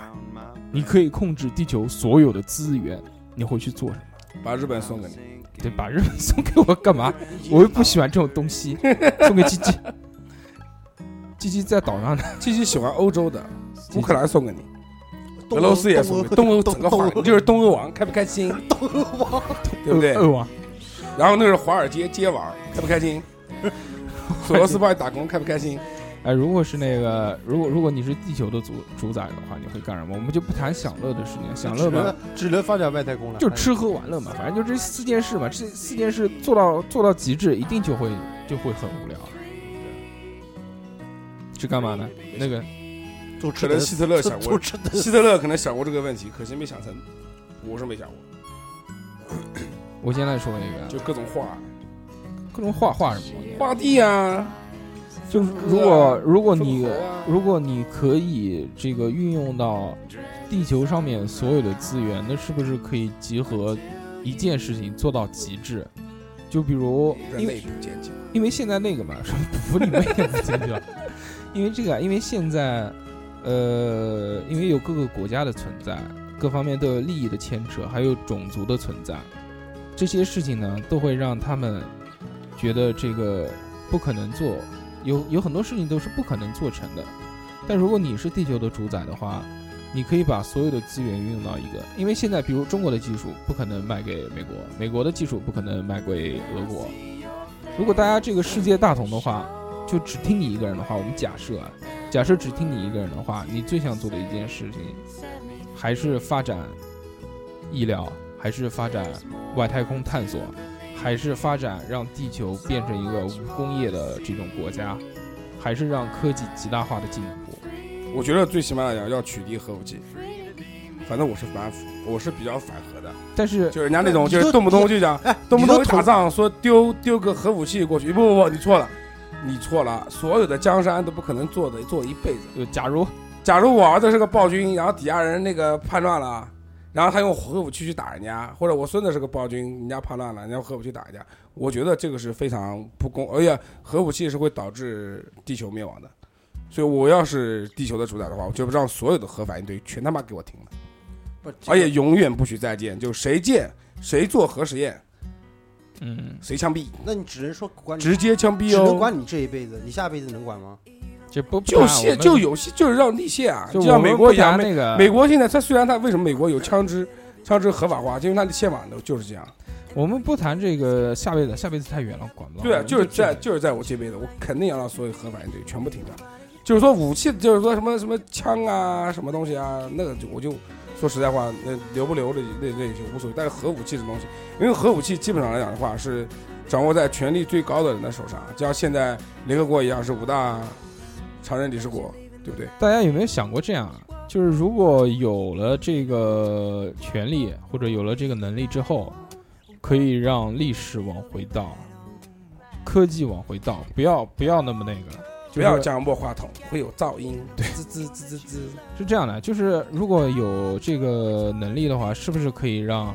你可以控制地球所有的资源，你会去做什么？
把日本送给你，
对，把日本送给我 干嘛？我又不喜欢这种东西，送给鸡鸡。鸡鸡在岛上呢，
继续喜欢欧洲的，
鸡
乌克兰送给你，
东
俄
欧
罗斯也送给你，东欧整个华，你就是东欧王，开不开心？东 欧王，对不对？
饿王
然后那是华尔街街王，开不开心？索罗斯帮你打工，开不开心？
哎，如果是那个，如果如果你是地球的主主宰的话，你会干什么？我们就不谈享乐的事情，享乐
只
嘛，
能只能发展外太空了，哎
就吃喝玩乐嘛，反正就这四件事嘛，这四件事做到做到极致，一定就会就会很无聊了。去干嘛呢？那个
就
可
吃
能
的
希特勒想
就
过，
吃的
希特勒可能想过这个问题，可惜没想成。我是没想过，
我先来说一个，
就各种画，
各种画画什么的。
画地啊，
就是如果如果你
生活啊
如果你可以这个运用到地球上面所有的资源，那是不是可以集合一件事情做到极致？就比如
人
因
类
为
不见解，
因为现在那个嘛， 什么普里妹不进去了，因为这个啊，因为现在呃，因为有各个国家的存在，各方面都有利益的牵扯，还有种族的存在，这些事情呢，都会让他们觉得这个不可能做，有有很多事情都是不可能做成的。但如果你是地球的主宰的话，你可以把所有的资源运用到一个，因为现在比如中国的技术不可能卖给美国，美国的技术不可能卖给俄国。如果大家这个世界大同的话，就只听你一个人的话，我们假设啊，假设只听你一个人的话，你最想做的一件事情，还是发展医疗，还是发展外太空探索，还是发展让地球变成一个无工业的这种国家，还是让科技极大化的进步？
我觉得最起码来讲要取缔核武器，反正我是反，我是比较反核的，
但是
就人家那种
你
就是
就
动不动就讲，
哎，
动不
你
动
都
打
统
仗说丢丢个核武器过去，不不不，你错了，你错了，所有的江山都不可能做的做一辈子。
呃，假如
假如我儿子是个暴君，然后底下人那个叛乱了，然后他用核武器去打人家，或者我孙子是个暴君，人家叛乱了，人家用核武器打人家，我觉得这个是非常不公，而且核武器是会导致地球灭亡的。所以我要是地球的主宰的话，我就让所有的核反应堆全他妈给我停了，
不这个
而且永远不许再见，就谁见谁做核实验，
嗯，
谁枪毙，
那你只能说管你，
直接枪毙
只能
哦。
管你这一辈子，你下辈子能管吗？
这不不
就
管啊我
卸
们
就有些就是让立宪啊，
就我
像美
们不
国一样，
谈
美
那个
美国现在，它虽然它为什么美国有枪支，枪支合法化，就因为它的宪法都就是这样。
我们不谈这个下辈子，下辈子太远了，管不了。
对啊，就是在
这
就是在我这辈子，我肯定要让所有合法反对全部停掉。就是说武器，就是说什么什么枪啊，什么东西啊，那个就我就说实在话，那留不留的那那也就无所谓。但是核武器这东西，因为核武器基本上来讲的话是掌握在权力最高的人的手上，就像现在联合国一样是五大常任理事国，对不对？
大家有没有想过这样啊？就是如果有了这个权利或者有了这个能力之后，可以让历史往回倒，科技往回倒，不要不要那么那个，
不要讲握话筒，会有噪音。对，滋滋滋滋滋。
是这样的，就是如果有这个能力的话，是不是可以让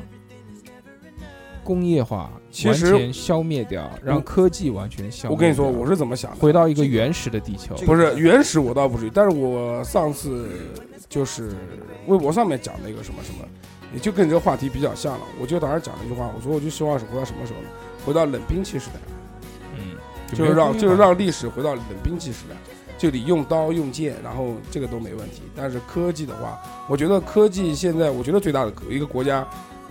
工业化
其
完
实
全消灭掉，让科技完全消灭
我跟你说，
掉
我是怎么想的。
回到一个原始的地球，
不是原始我倒不至于，但是我上次就是微博上面讲了一个什么什么，也就跟这个话题比较像了。我就当时讲了一句话，我说我就希望是回到什么时候呢？回到冷兵器时代，
嗯，
就
没
是
有
让
工业
就是
化
让历史回到冷兵器时代，就你用刀用剑，然后这个都没问题。但是科技的话，我觉得科技现在，我觉得最大的一个国家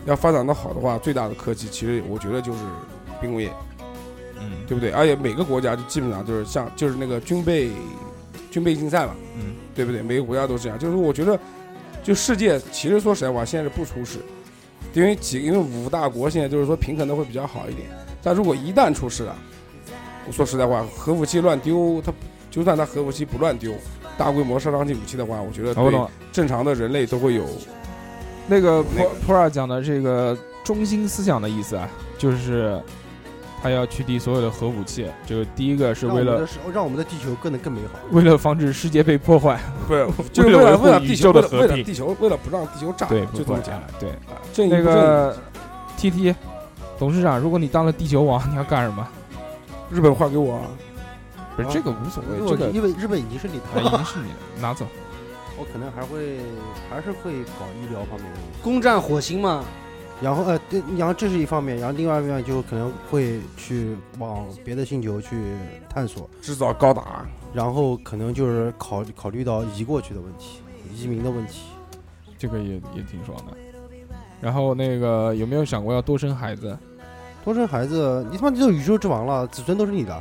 要发展的好的话，最大的科技其实我觉得就是兵工业。
嗯
对不对？而且每个国家就基本上就是像就是那个军备军备竞赛嘛，
嗯，
对不对？每个国家都是这样。就是我觉得，就世界其实说实在话，现在是不出事，因为几因为五大国现在就是说平衡的会比较好一点。但如果一旦出事了，我说实在话，核武器乱丢，它就算它核武器不乱丢，大规模杀伤性武器的话，我觉得
啊我懂
对
了
正常的人类都会有
那个
那
普
个
普尔讲的这个中心思想的意思啊，就是他要取缔所有的核武器。这个第一个是
让
为
我们的
了
是让我们的地球更得更美好。
为了防止世界被破坏，
不是， 就是
为了
为了
维护
为了地
宇
球
宙
为
的
了
和
为了
平
地球为了不让地球炸，
对，
就这
破
么
坏
简单。
对，
啊正义
那
不正义
个 T T 董事长，如果你当了地球王，你要干什么？
日本话给我啊。
不是
啊
这个无所谓，
因
这
为
个
因为日本已经是你台
哎已
了，
经是你的，拿走。
我可能还会还是会搞医疗方面的东西，攻占火星嘛。然后呃，对然后这是一方面，然后另外一方面就可能会去往别的星球去探索，
制造高啊达，
然后可能就是考考虑到移过去的问题、移民的问题。
这个也也挺爽的。然后那个有没有想过要多生孩子？
多生孩子，你他妈就是宇宙之王了，子孙都是你的。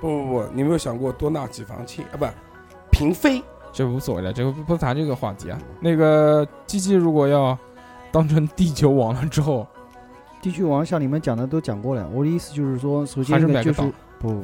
不不不，你有没有想过多纳几房妾啊？不，嫔妃。
这无所谓了，这个不不谈这个话题啊。那个鸡鸡如果要当成地球王了之后，
地区王像你们讲的都讲过了，我的意思就是说，首先
还
一
是
个
买
就
个
是
岛。
不，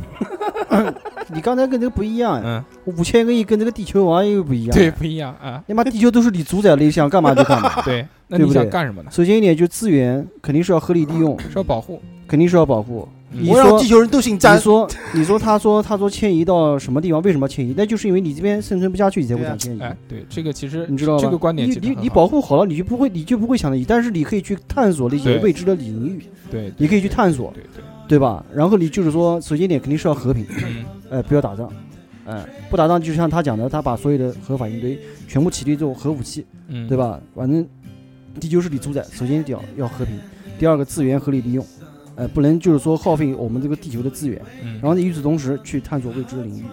你刚才跟这个不一样呀，
嗯，
五千个亿跟这个地球王又不一样。
对，，不一样 啊。
你妈地球都是你主宰了，你想干嘛就干 嘛。
对， 那
对
你
不
想
对嗯
干什么呢？
首先一点就是资源肯定是要合理利用，
是要保护，
肯定是要保护。
嗯
你
我让
说
地球人都姓
你
詹。
说，你说，他说，他说迁移到什么地方？为什么要迁移？那就是因为你这边生存不下去，你才会
对啊
想迁移，
哎，对，这个其实
你知道吧？
这个观点
你
其实
你
很
你
好
保护好了，你就不会，你就不会想迁移，但是你可以去探索那些
对
未知的领域，
对，
你可以去
对
探索
对对，
对吧？然后你就是说，首先一点肯定是要和平，
嗯
哎，不要打仗，哎，不打仗，就像他讲的，他把所有的核反应堆全部起立做核武器，
嗯，
对？吧？反正地球治理主宰，首先要要和平，第二个资源合理利用，呃，不能就是说耗费我们这个地球的资源，
嗯
然后与此同时去探索未知的领域。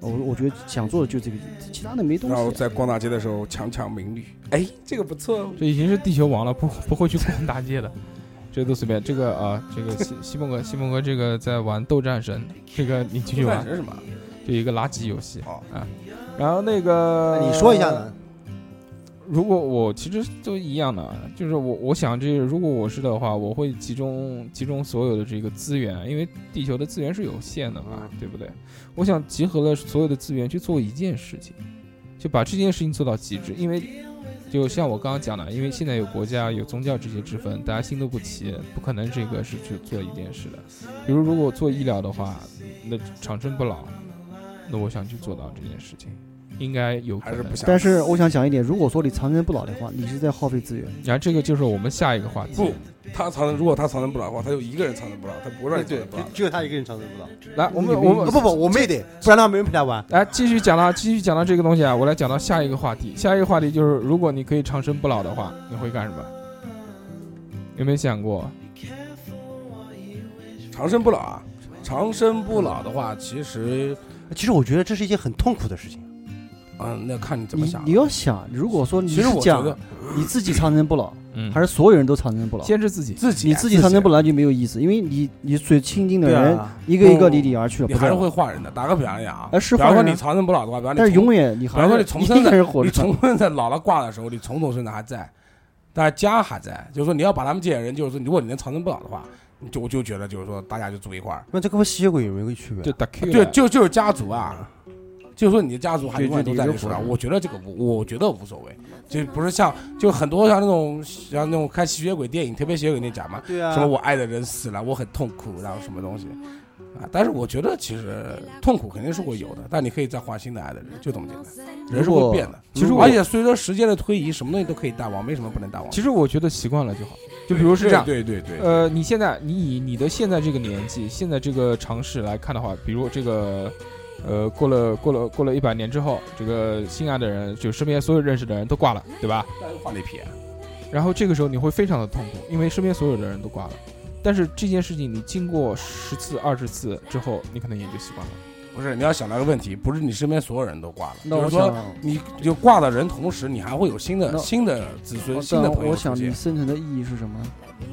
我我觉得想做的就这个，其他的没东
然后
西。啊
在逛大街的时候强抢民女，哎，这个不错哦。
这已经是地球王了，不不会去逛大街的，这都随便。这个啊，这个西西蒙哥，西蒙哥这个在玩斗战神，这个你继续玩，
是什么？
这一个垃圾游戏
哦
啊。然后那个
你说一下呢？
如果我其实都一样的，啊就是我我想这如果我是的话，我会集中集中所有的这个资源，因为地球的资源是有限的嘛，对不对？我想集合了所有的资源去做一件事情，就把这件事情做到极致，因为。就像我刚刚讲的，因为现在有国家有宗教这些之分，大家心都不齐，不可能这个是去做一件事的。比如，如果做医疗的话，那长生不老，那我想去做到这件事情，应该有可
还是
能
不。想？
但是我想讲一点，如果说你长生不老的话，你是在耗费资源。
然后这个就是我们下一个话题。
不，他藏，如果他藏生不老的话，他就一个人藏生不老，他不会让你藏
对
生不老。，
只有他一个人长生不老。
来，我们我
啊
们
不不，我们也得，不然的话没人陪他玩。
来继续讲到继续讲到这个东西啊，我来讲到下一个话题。下一个话题就是，如果你可以长生不老的话，你会干什么？有没有想过？
长生不老啊，长生不老的话，其实，
其实我觉得这是一件很痛苦的事情。
嗯，那看你怎么
你
想
你。要想，如果说你
其实
是
我觉
讲
得
你自己长生不老，
嗯
还是所有人都长生不老，
限制自己。
自己
你自己长生不老就没有意思，因为你你最亲近的
对
人
啊，
一个一个离
不
你而去了，
你
不
还
在
是
了
会换人的。打个比方讲啊，
呃是
比方
换
说
人
你
啊
长生不老的话，比方你
但是
从
永远你还
比方说
是
你重生
一个
的
人活
你
着，
重孙在老了挂的时候，你重重孙子还在，但是家还在，就是说你要把他们这些人，就是说如果你能长生不老的话，你就我就觉得就是说大家就住一块儿，
那这跟吸血鬼有没有区别？
就打 Q
啊
啊
对，
了
就就是家族啊，就是说你的家族还
对
永远
就
都
你
在
就
你手
不
上，
是
我觉得这个无，我觉得无所谓，就不是像就很多像那种像那种看吸血鬼电影，特别吸血鬼那讲嘛，
对啊
什么我爱的人死了，我很痛苦，然后什么东西。啊，但是我觉得其实痛苦肯定是会有的，但你可以再换新的爱的人，就这么简单。人是
如
会
果
变的，
其实我
而且随着时间的推移，什么东西都可以淡忘，没什么不能淡忘。
其
实
实我觉得习惯了就好。就比如是这样，
对对对，
呃，你现在你以你的现在这个年纪，现在这个尝试来看的话，比如这个，呃，过了过了过了一百年之后，这个心爱的人，就身边所有认识的人都挂了，对吧？
画那撇，
然后这个时候你会非常的痛苦，因为身边所有的人都挂了。但是这件事情你经过十次、二十次之后，你可能也就习惯了。
不是你要想到个问题，不是你身边所有人都挂了，
那
就
我
是说
想。
你就挂的人，同时你还会有新的
那
新的子孙、
我
新的
哦但
朋友
我
出
想你
现，
生存的意义是什么？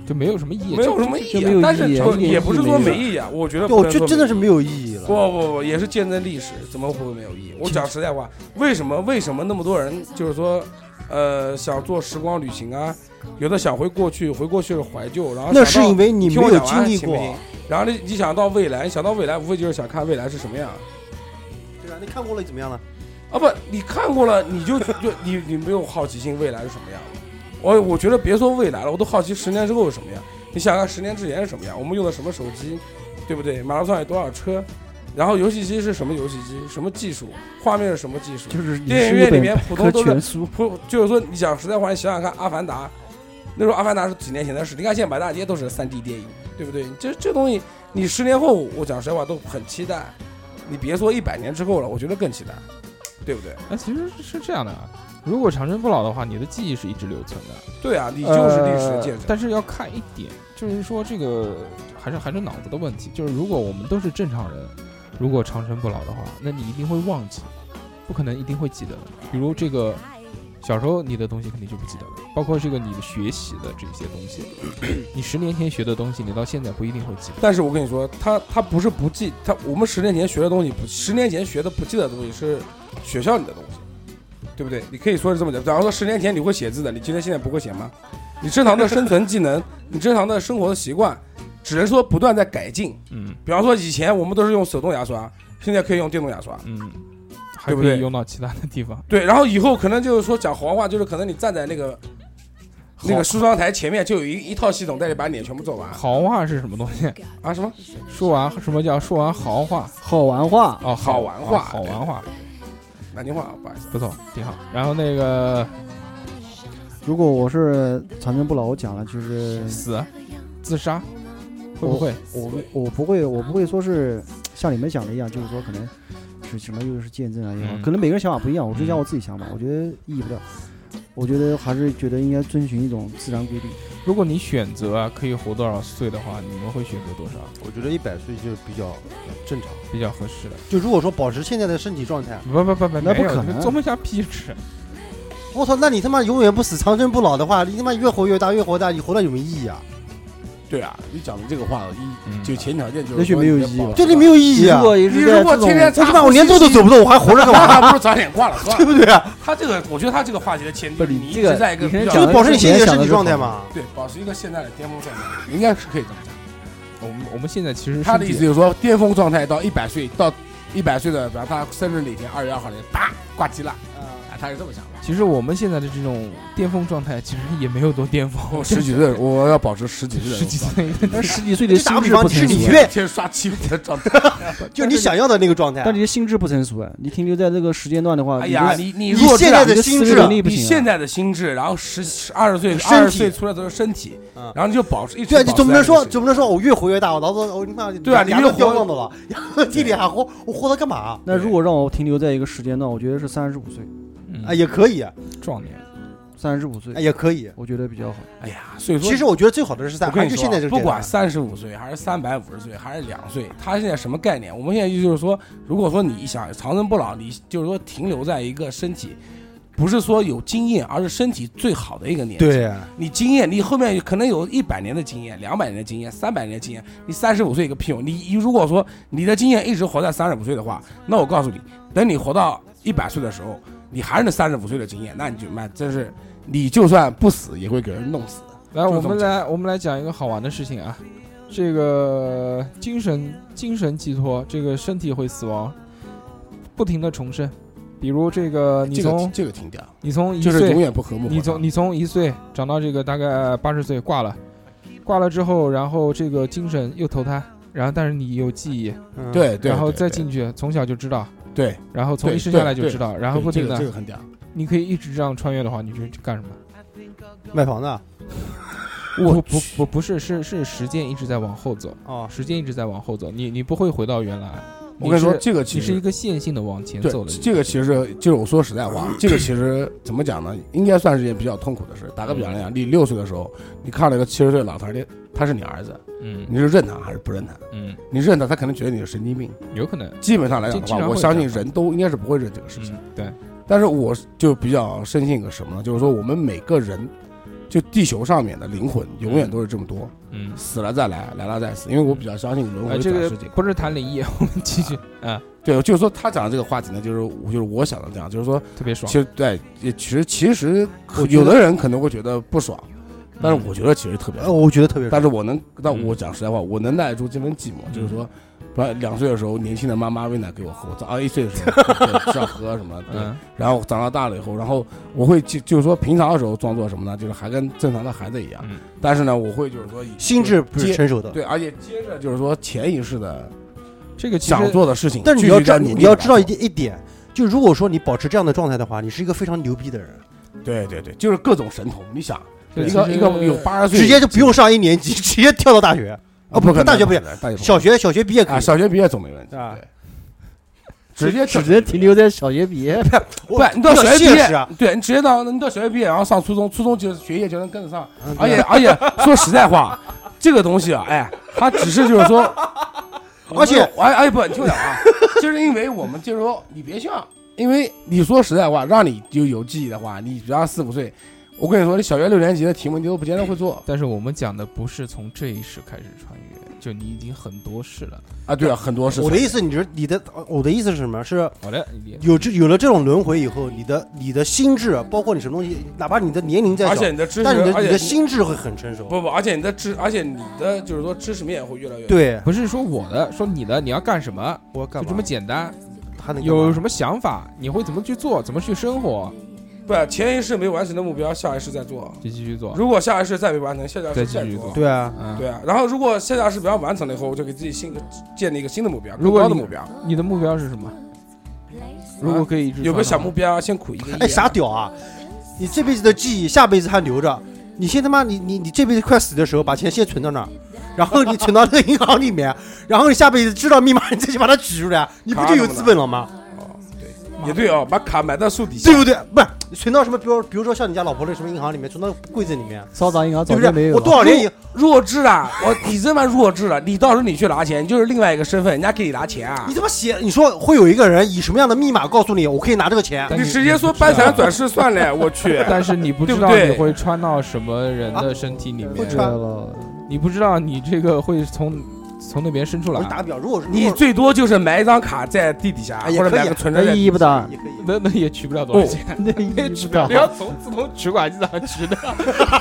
就没有什么意义。
没有什么意
就
义
没有
啊。但是
意义啊
就
一点
也不
意义
是说
没有
没意义啊，我觉得
对
不
我
能
觉
说
得真的
没
是没有意义
意义
了。
不不不，也是见证历史，怎么会没有意义？我讲实在话，为什么为什么那么多人就是说，呃，想做时光旅行啊，有的想回过去，回过去了怀旧，然后
那是
想到
因为你
听
没
我
有
讲完
经历
行不行
过。
然后你你想到未来，想到未来，无非就是想看未来是什么样。
对啊，你看过了怎么样了？
啊不，你看过了，你就就你你没有好奇心未来是什么样的。我我觉得别说未来了，我都好奇十年之后是什么样。你想想十年之前是什么样？我们用的什么手机，对不对？马路上有多少车？然后游戏机是什么游戏机？什么技术？画面是什么技术？
就是你
电影
是
院
一
里
本
面普
百
通
科
都是
全书，
不，就是说你讲实在话，你想想看，《阿凡达》，那时候《阿凡达》是几年前的事，你看现在满大街都是三 D 电影，对不对？这这东西，你十年后，我讲实在话都很期待。你别说一百年之后了，我觉得更期待，对不对？
那哎其实是这样的啊，如果长生不老的话，你的记忆是一直留存的，
对啊，你就是历史的见
呃
证。
但是要看一点，就是说这个还是还是脑子的问题。就是如果我们都是正常人，如果长生不老的话，那你一定会忘记，不可能一定会记得的。比如这个小时候你的东西肯定就不记得了，包括这个你的学习的这些东西，你十年前学的东西，你到现在不一定会记得。
但是我跟你说，他他不是不记，他我们十年前学的东西不，十年前学的不记得的东西是学校里的东西，对不对？你可以说是这么讲。假如说十年前你会写字的，你今天现在不会写吗？你正常的生存技能， 你正常的生活的习惯，只能说不断在改进。
嗯
比方说以前我们都是用手动牙刷，现在可以用电动牙刷。
嗯，还
对不
可以
对
用到其他的地方。
对，然后以后可能就是说讲黄话，就是可能你站在那个那个梳妆台前面，就有一一套系统带你把脸全部做完
行话是什么东西？
啊？什么？
说完什么叫说完行话？
好玩话。
哦，
好玩话
好玩话，
南京话，不好意思。
不错，挺好。然后那个
如果我是长生不老，我讲了就是
死、自杀，会不会？
我我不会，我不会说是像你们讲的一样，就是说可能是什么又是见证啊也好，
嗯
可能每个人想法不一样。我就
嗯
讲我自己想法，我觉得意义不大。我觉得还是觉得应该遵循一种自然规律。
如果你选择啊，可以活多少岁的话，你们会选择多少
我觉得一百岁就是比较正常。
比较合适的？
就如果说保持现在的身体状态，啊
不不不不，
那
没
不
有
可
你们
能
装不下屁吃。
我操，那你他妈永远不死、长生不老的话，你他妈越活越大，越活大，你活到有没有意义啊？
对啊，你讲的这个话，
嗯
一就前条件就是
也许
说
没有
你的
意义
保
了
对你没有意义啊！我
你如果天天
他妈我连路都走不动，我还活着 干嘛？
那不如早点挂了算
对
了。
不 对啊？
他这个，我觉得他这个话题的前提，就
不
是你
你
一
这个
直在一个
你先
比较
就
讲
是
的
保持你现在的
想
身
的
体
是
状态
好
嘛。
对保持一个现在的巅峰状态，应该是可以这么讲。
我们我们现在其实
他的意
身体
思就是说，巅峰状态到一百岁，到一百岁的，比方他生日哪天，二月二号那天，啪挂机了，啊，他是这么想的。
其实我们现在的这种巅峰状态，其实也没有多巅峰，
我哦 十几岁，我要保持十几岁的
十几岁，
但十几岁的
打个
心
比
智
方
不
你去
成
你
熟
去
啊，
天天刷七五的状态。
就你想要的那个状态啊。
但你的心智不成熟啊，你停留在这个时间段的话，
哎
你
呀，
这
你你
你
弱智啊
现在
你
的
的
心
思
智
维
啊
能，力不
你
行啊
现在的心智，然后十二十岁
身体
二十岁出来的时候身体
嗯，
然后你就保持一直
对
保
啊，你
持
总不能
在这个
说
水
总不能说哦我越活越大，我老子我他妈
对啊你
牙
越
都掉
活
光头了，然后地里还活，我活它干嘛啊？
那如果让我停留在一个时间段，我觉得是三十五岁，
啊，
哎
嗯，
也可以，啊，哎
壮年，
三十五岁，
也可以。啊
我觉得比较好。
哎呀，所以说
其实我觉得最好的是三，
我跟你
还是
说啊，
现在这个
不
阶段
管三十五岁还是三百五十岁还是两岁，他现在什么概念？我们现在就是说，如果说你想长生不老，你就是说停留在一个身体，不是说有经验，而是身体最好的一个年纪。
对啊，
你经验，你后面可能有一百年的经验、两百年的经验、三百年的经验，你三十五岁一个屁用！你你如果说你的经验一直活在三十五岁的话，那我告诉你，等你活到一百岁的时候，你还是那三十五岁的经验，那你就妈真是，你就算不死也会给人弄死。
来，
就这
我
么
们
讲
来，我们来讲一个好玩的事情啊，这个精神精神寄托，这个身体会死亡，不停的重生，比如这个你
这个
从
这个挺屌。
你从一
就是永
岁，
远不和睦。
你从你从一岁长到这个大概八十岁挂了，挂了之后，然后这个精神又投胎，然后但是你有记忆，
嗯，
对对，
然后
对
再
对
进去，从小就知道，
对，
然后从
对
一生下来
对
就知道，然后
对
不
这
停
个这
的，
个很屌。
你可以一直这样穿越的话，你就去干什么？
买房子啊
不不不不是是是时间一直在往后走。
哦，
时间一直在往后走，你你不会回到原来。
我跟你说，
是
这个其
你是一
实
个线性的往前
对
走的人。
这个其实就是我说实在 话，这个其实怎么讲呢？应该算是一件比较痛苦的事。打个比方来讲，你六岁的时候，你看了一个七十岁的老头儿，你他是你儿子，
嗯
你是认他还是不认他？
嗯，
你认他，他可能觉得你是神经病。
有可能。
基本上来讲的
经经
话，
常
我
会
相
这
信
样
人都应该是不会认这个事情。
嗯，对，
但是我就比较深信一个什么呢？就是说我们每个人，就地球上面的灵魂永远都是这么多，
嗯，
死了再来，来了再死，因为我比较相信轮
呃，
回
这
转
个
世这个。
不是谈灵异，我们继续啊，
对，就是说他讲的这个话题呢，就是我就是我想的这样，就是说，
特别爽
其。实对，也其实其实
我觉
有
得
的人可能会觉得不爽，但是
嗯
我觉得其实特别
呃，
爽。
我觉得特别
但是我能，但
嗯
我讲实在话，我能耐住这份寂寞，就是说，不然两岁的时候，年轻的妈妈喂奶给我喝，我早啊一岁的时候知道喝什么，对，
嗯
然后长到大了以后，然后我会就就是说平常的时候装作什么呢？就是还跟正常的孩子一样
嗯，
但是呢，我会就是说以
心智不是
接
成熟的。
对，而且接着就是说潜意识的
这个其实
想做的事情，
但是你
继
要
续
知道，
在努力
你要
地
知道
把它
一点一点，就如果说你保持这样的状态的话，你是一个非常牛逼的人，
对对对，就是各种神童。你想，
对
一个
其实
一个有八十岁，
直接就不用上一年级， 直接跳到大学，
啊，
不
可能
大学不
可
行
能大学不
小学小学毕业
可能
可
啊，
以。
小学毕业总没问题
啊
对直接
只能停留在小学毕
啊
业，
不
我，
你到
比
小
较
学毕
现
业
实啊，
对你直接到你到小学毕业，然后上初中，初中就是学业就能跟得上，
嗯
而
对
且而且说实在话，这个东西啊，哎，它只是就是说，
而且
哎哎不，你听我讲啊，就是因为我们就是说你别像，因为你说实在话，让你就有记忆的话，你比方四五岁，我跟你说，你小学六年级的题目你都不见得会做
但是我们讲的不是从这一世开始穿越，就你已经很多世了。
啊，对啊，很多事情
我的意思，你是你的，我的意思是什么？是
好的，你
有这有了这种轮回以后，你的你的心智，包括你什么东西，哪怕你的年龄再
而
小
且，你的知识，
但你的
而
你
且
的心智会很成熟。
不不，而且你的知，而且你的就是说知识面会越来越
对，
不是说我的，说你的，你要干什么，
我干
就
嘛？
这么简单。
他能干嘛
有什么想法，你会怎么去做，怎么去生活，
不前一世没完成的目标，下一世再做。
就继续做。
如果下一世再没完成，下下
再
世
继
再
续
做
做。
对啊，
嗯，
对啊，然后如果下下世标完成了以后，我就给自己新的建立一个新的目标，
如果
更高的
你
目标。啊
你的目标是什么？如果可以一直
有个
穿
小
的话
目标，先苦一个亿啊。
哎，傻屌啊！你这辈子的记忆，下辈子还留着。你先他妈，你你你这辈子快死的时候，把钱先存到那儿， 然后你存到那个银行里面， 然后你下辈子知道密码，你再去把它取出来，你不就有资本了吗？
哦？对，也对哦，把卡埋到树底下
对。不对？不是，存到什么，比如比如说像你家老婆的什么银行里面，存到柜子里面，
骚脏银行
对
啊早
不
就没
对？
有
我
了。
多少年以
弱智
啊
了，我你这么弱智了，你到时候你去拿钱，你就是另外一个身份，人家给你拿钱啊
你。他妈写，你说会有一个人以什么样的密码告诉你，我可以拿这个钱？
但
你
是
直接说
不知道
搬船转世算了，我去。
但是你不啊
对
知
不
道
对
你会穿到什么人的身体里
不
面
知，道了，
你不知道你这个会从从那边伸出
我
来，
打个比方，如果是
你最多就是买一张卡在地底下，
哎也
或者
可以
买个存折
那
在
意义不啊大，
也可以，
那那也取不了多少钱，
那意义不大
你。要从自动取款机上取的。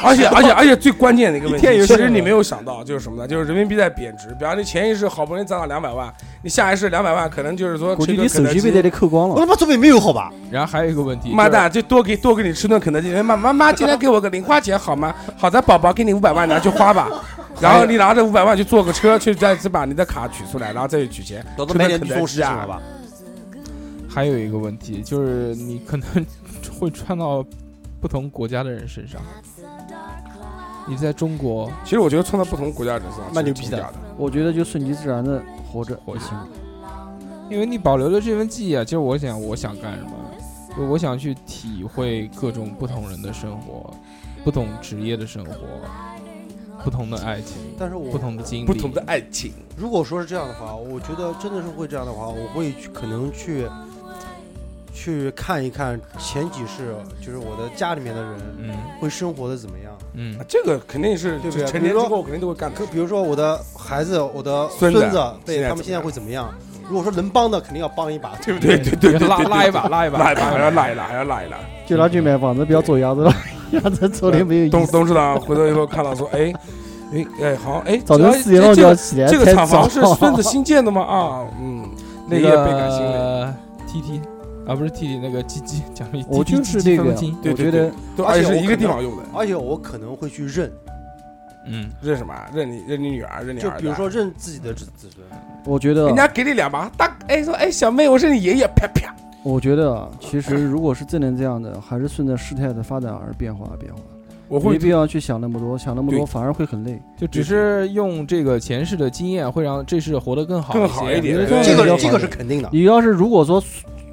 而且而且而且最关键的一个问
一天
题，
有
其
限
实
了
你没有想到就是什么呢？就是人民币在贬值。比方你前一世好不容易攒到两百万，你下一世两百万可能就是说
估
吃
计
一
你
顿肯
手
德
机被那
基。
里扣光
我
了。
他妈做备没有好吧？
然后还有一个问题，
妈蛋，就多给多给你吃顿肯德基。妈妈妈，今天给我个零花钱好吗？好的，宝宝，给你五百万，拿去花吧。然后你拿着五百万去坐个车，去再去把你的卡取出来，然后再去取钱。
老子
吃顿
买点
肯
地
德
松
基
石行
啊
了！吧？
就是还有一个问题就是你可能会穿到不同国家的人身上。你在中国，
其实我觉得穿到不同国家人身上其
蛮
实
牛逼
挺
的
屌的。
我觉得就顺其自然的活着
活
就
着
行了。
因为你保留了这份记忆啊，就是我想我想干什么，就我想去体会各种不同人的生活，不同职业的生活，不同的爱情，
但是
不
我
同的经历，
不同的爱情，
如果说是这样的话，我觉得真的是会这样的话，我会去可能去去看一看前几世，就是我的家里面的人
嗯
会生活的怎么样。
嗯
啊，这个肯定是
对不
就
对
成
比
年
如
之
说
后肯定都会干的。
可比如说我的孩子、我的
孙子
孙子，
现
对
在
他们
怎么
现在
样
会怎么样？如果说能帮的，肯定要帮一把，对不对？
对对对对对，
拉
对
拉一把，，拉一把，
拉一把，还要拉一拉，还要拉一拉。
就拿去买房子，不要走鸭子 了，鸭子走的没有意
董
思。
董事长啊回头以后看到说，哎，哎哎，好，哎，
早晨
这
四点钟就要
这
起来
这个
才
厂
早
房是孙子 新建的吗？啊，嗯，
那
你也倍感欣慰。
个 T T 啊，不是 T T 那个鸡鸡，讲了一
我
鸡鸡
就
鸡
是这
分
个
不清
对
我
对
觉
对
得，
都
而
而
且
且是
我
一个
可能
地方用的，
而且我可能会去认，
嗯，
认什么啊？认你认你女儿，认你
就
儿子啊。
比如说认自己的子子孙。
我觉得
人，家给你两把，大哎说哎小妹，我是你爷爷，啪啪。
我觉得啊，其实如果是真能这样的，还是顺着事态的发展而变化变化，
我
没
会
必要去想那么多，想那么
对
多反而会很累。
就只是用这个前世的经验，会让这世活得更好
更好
一
一
些
点。
对
这
比较
个
好
这个是肯
啊
定的，
你要是如果说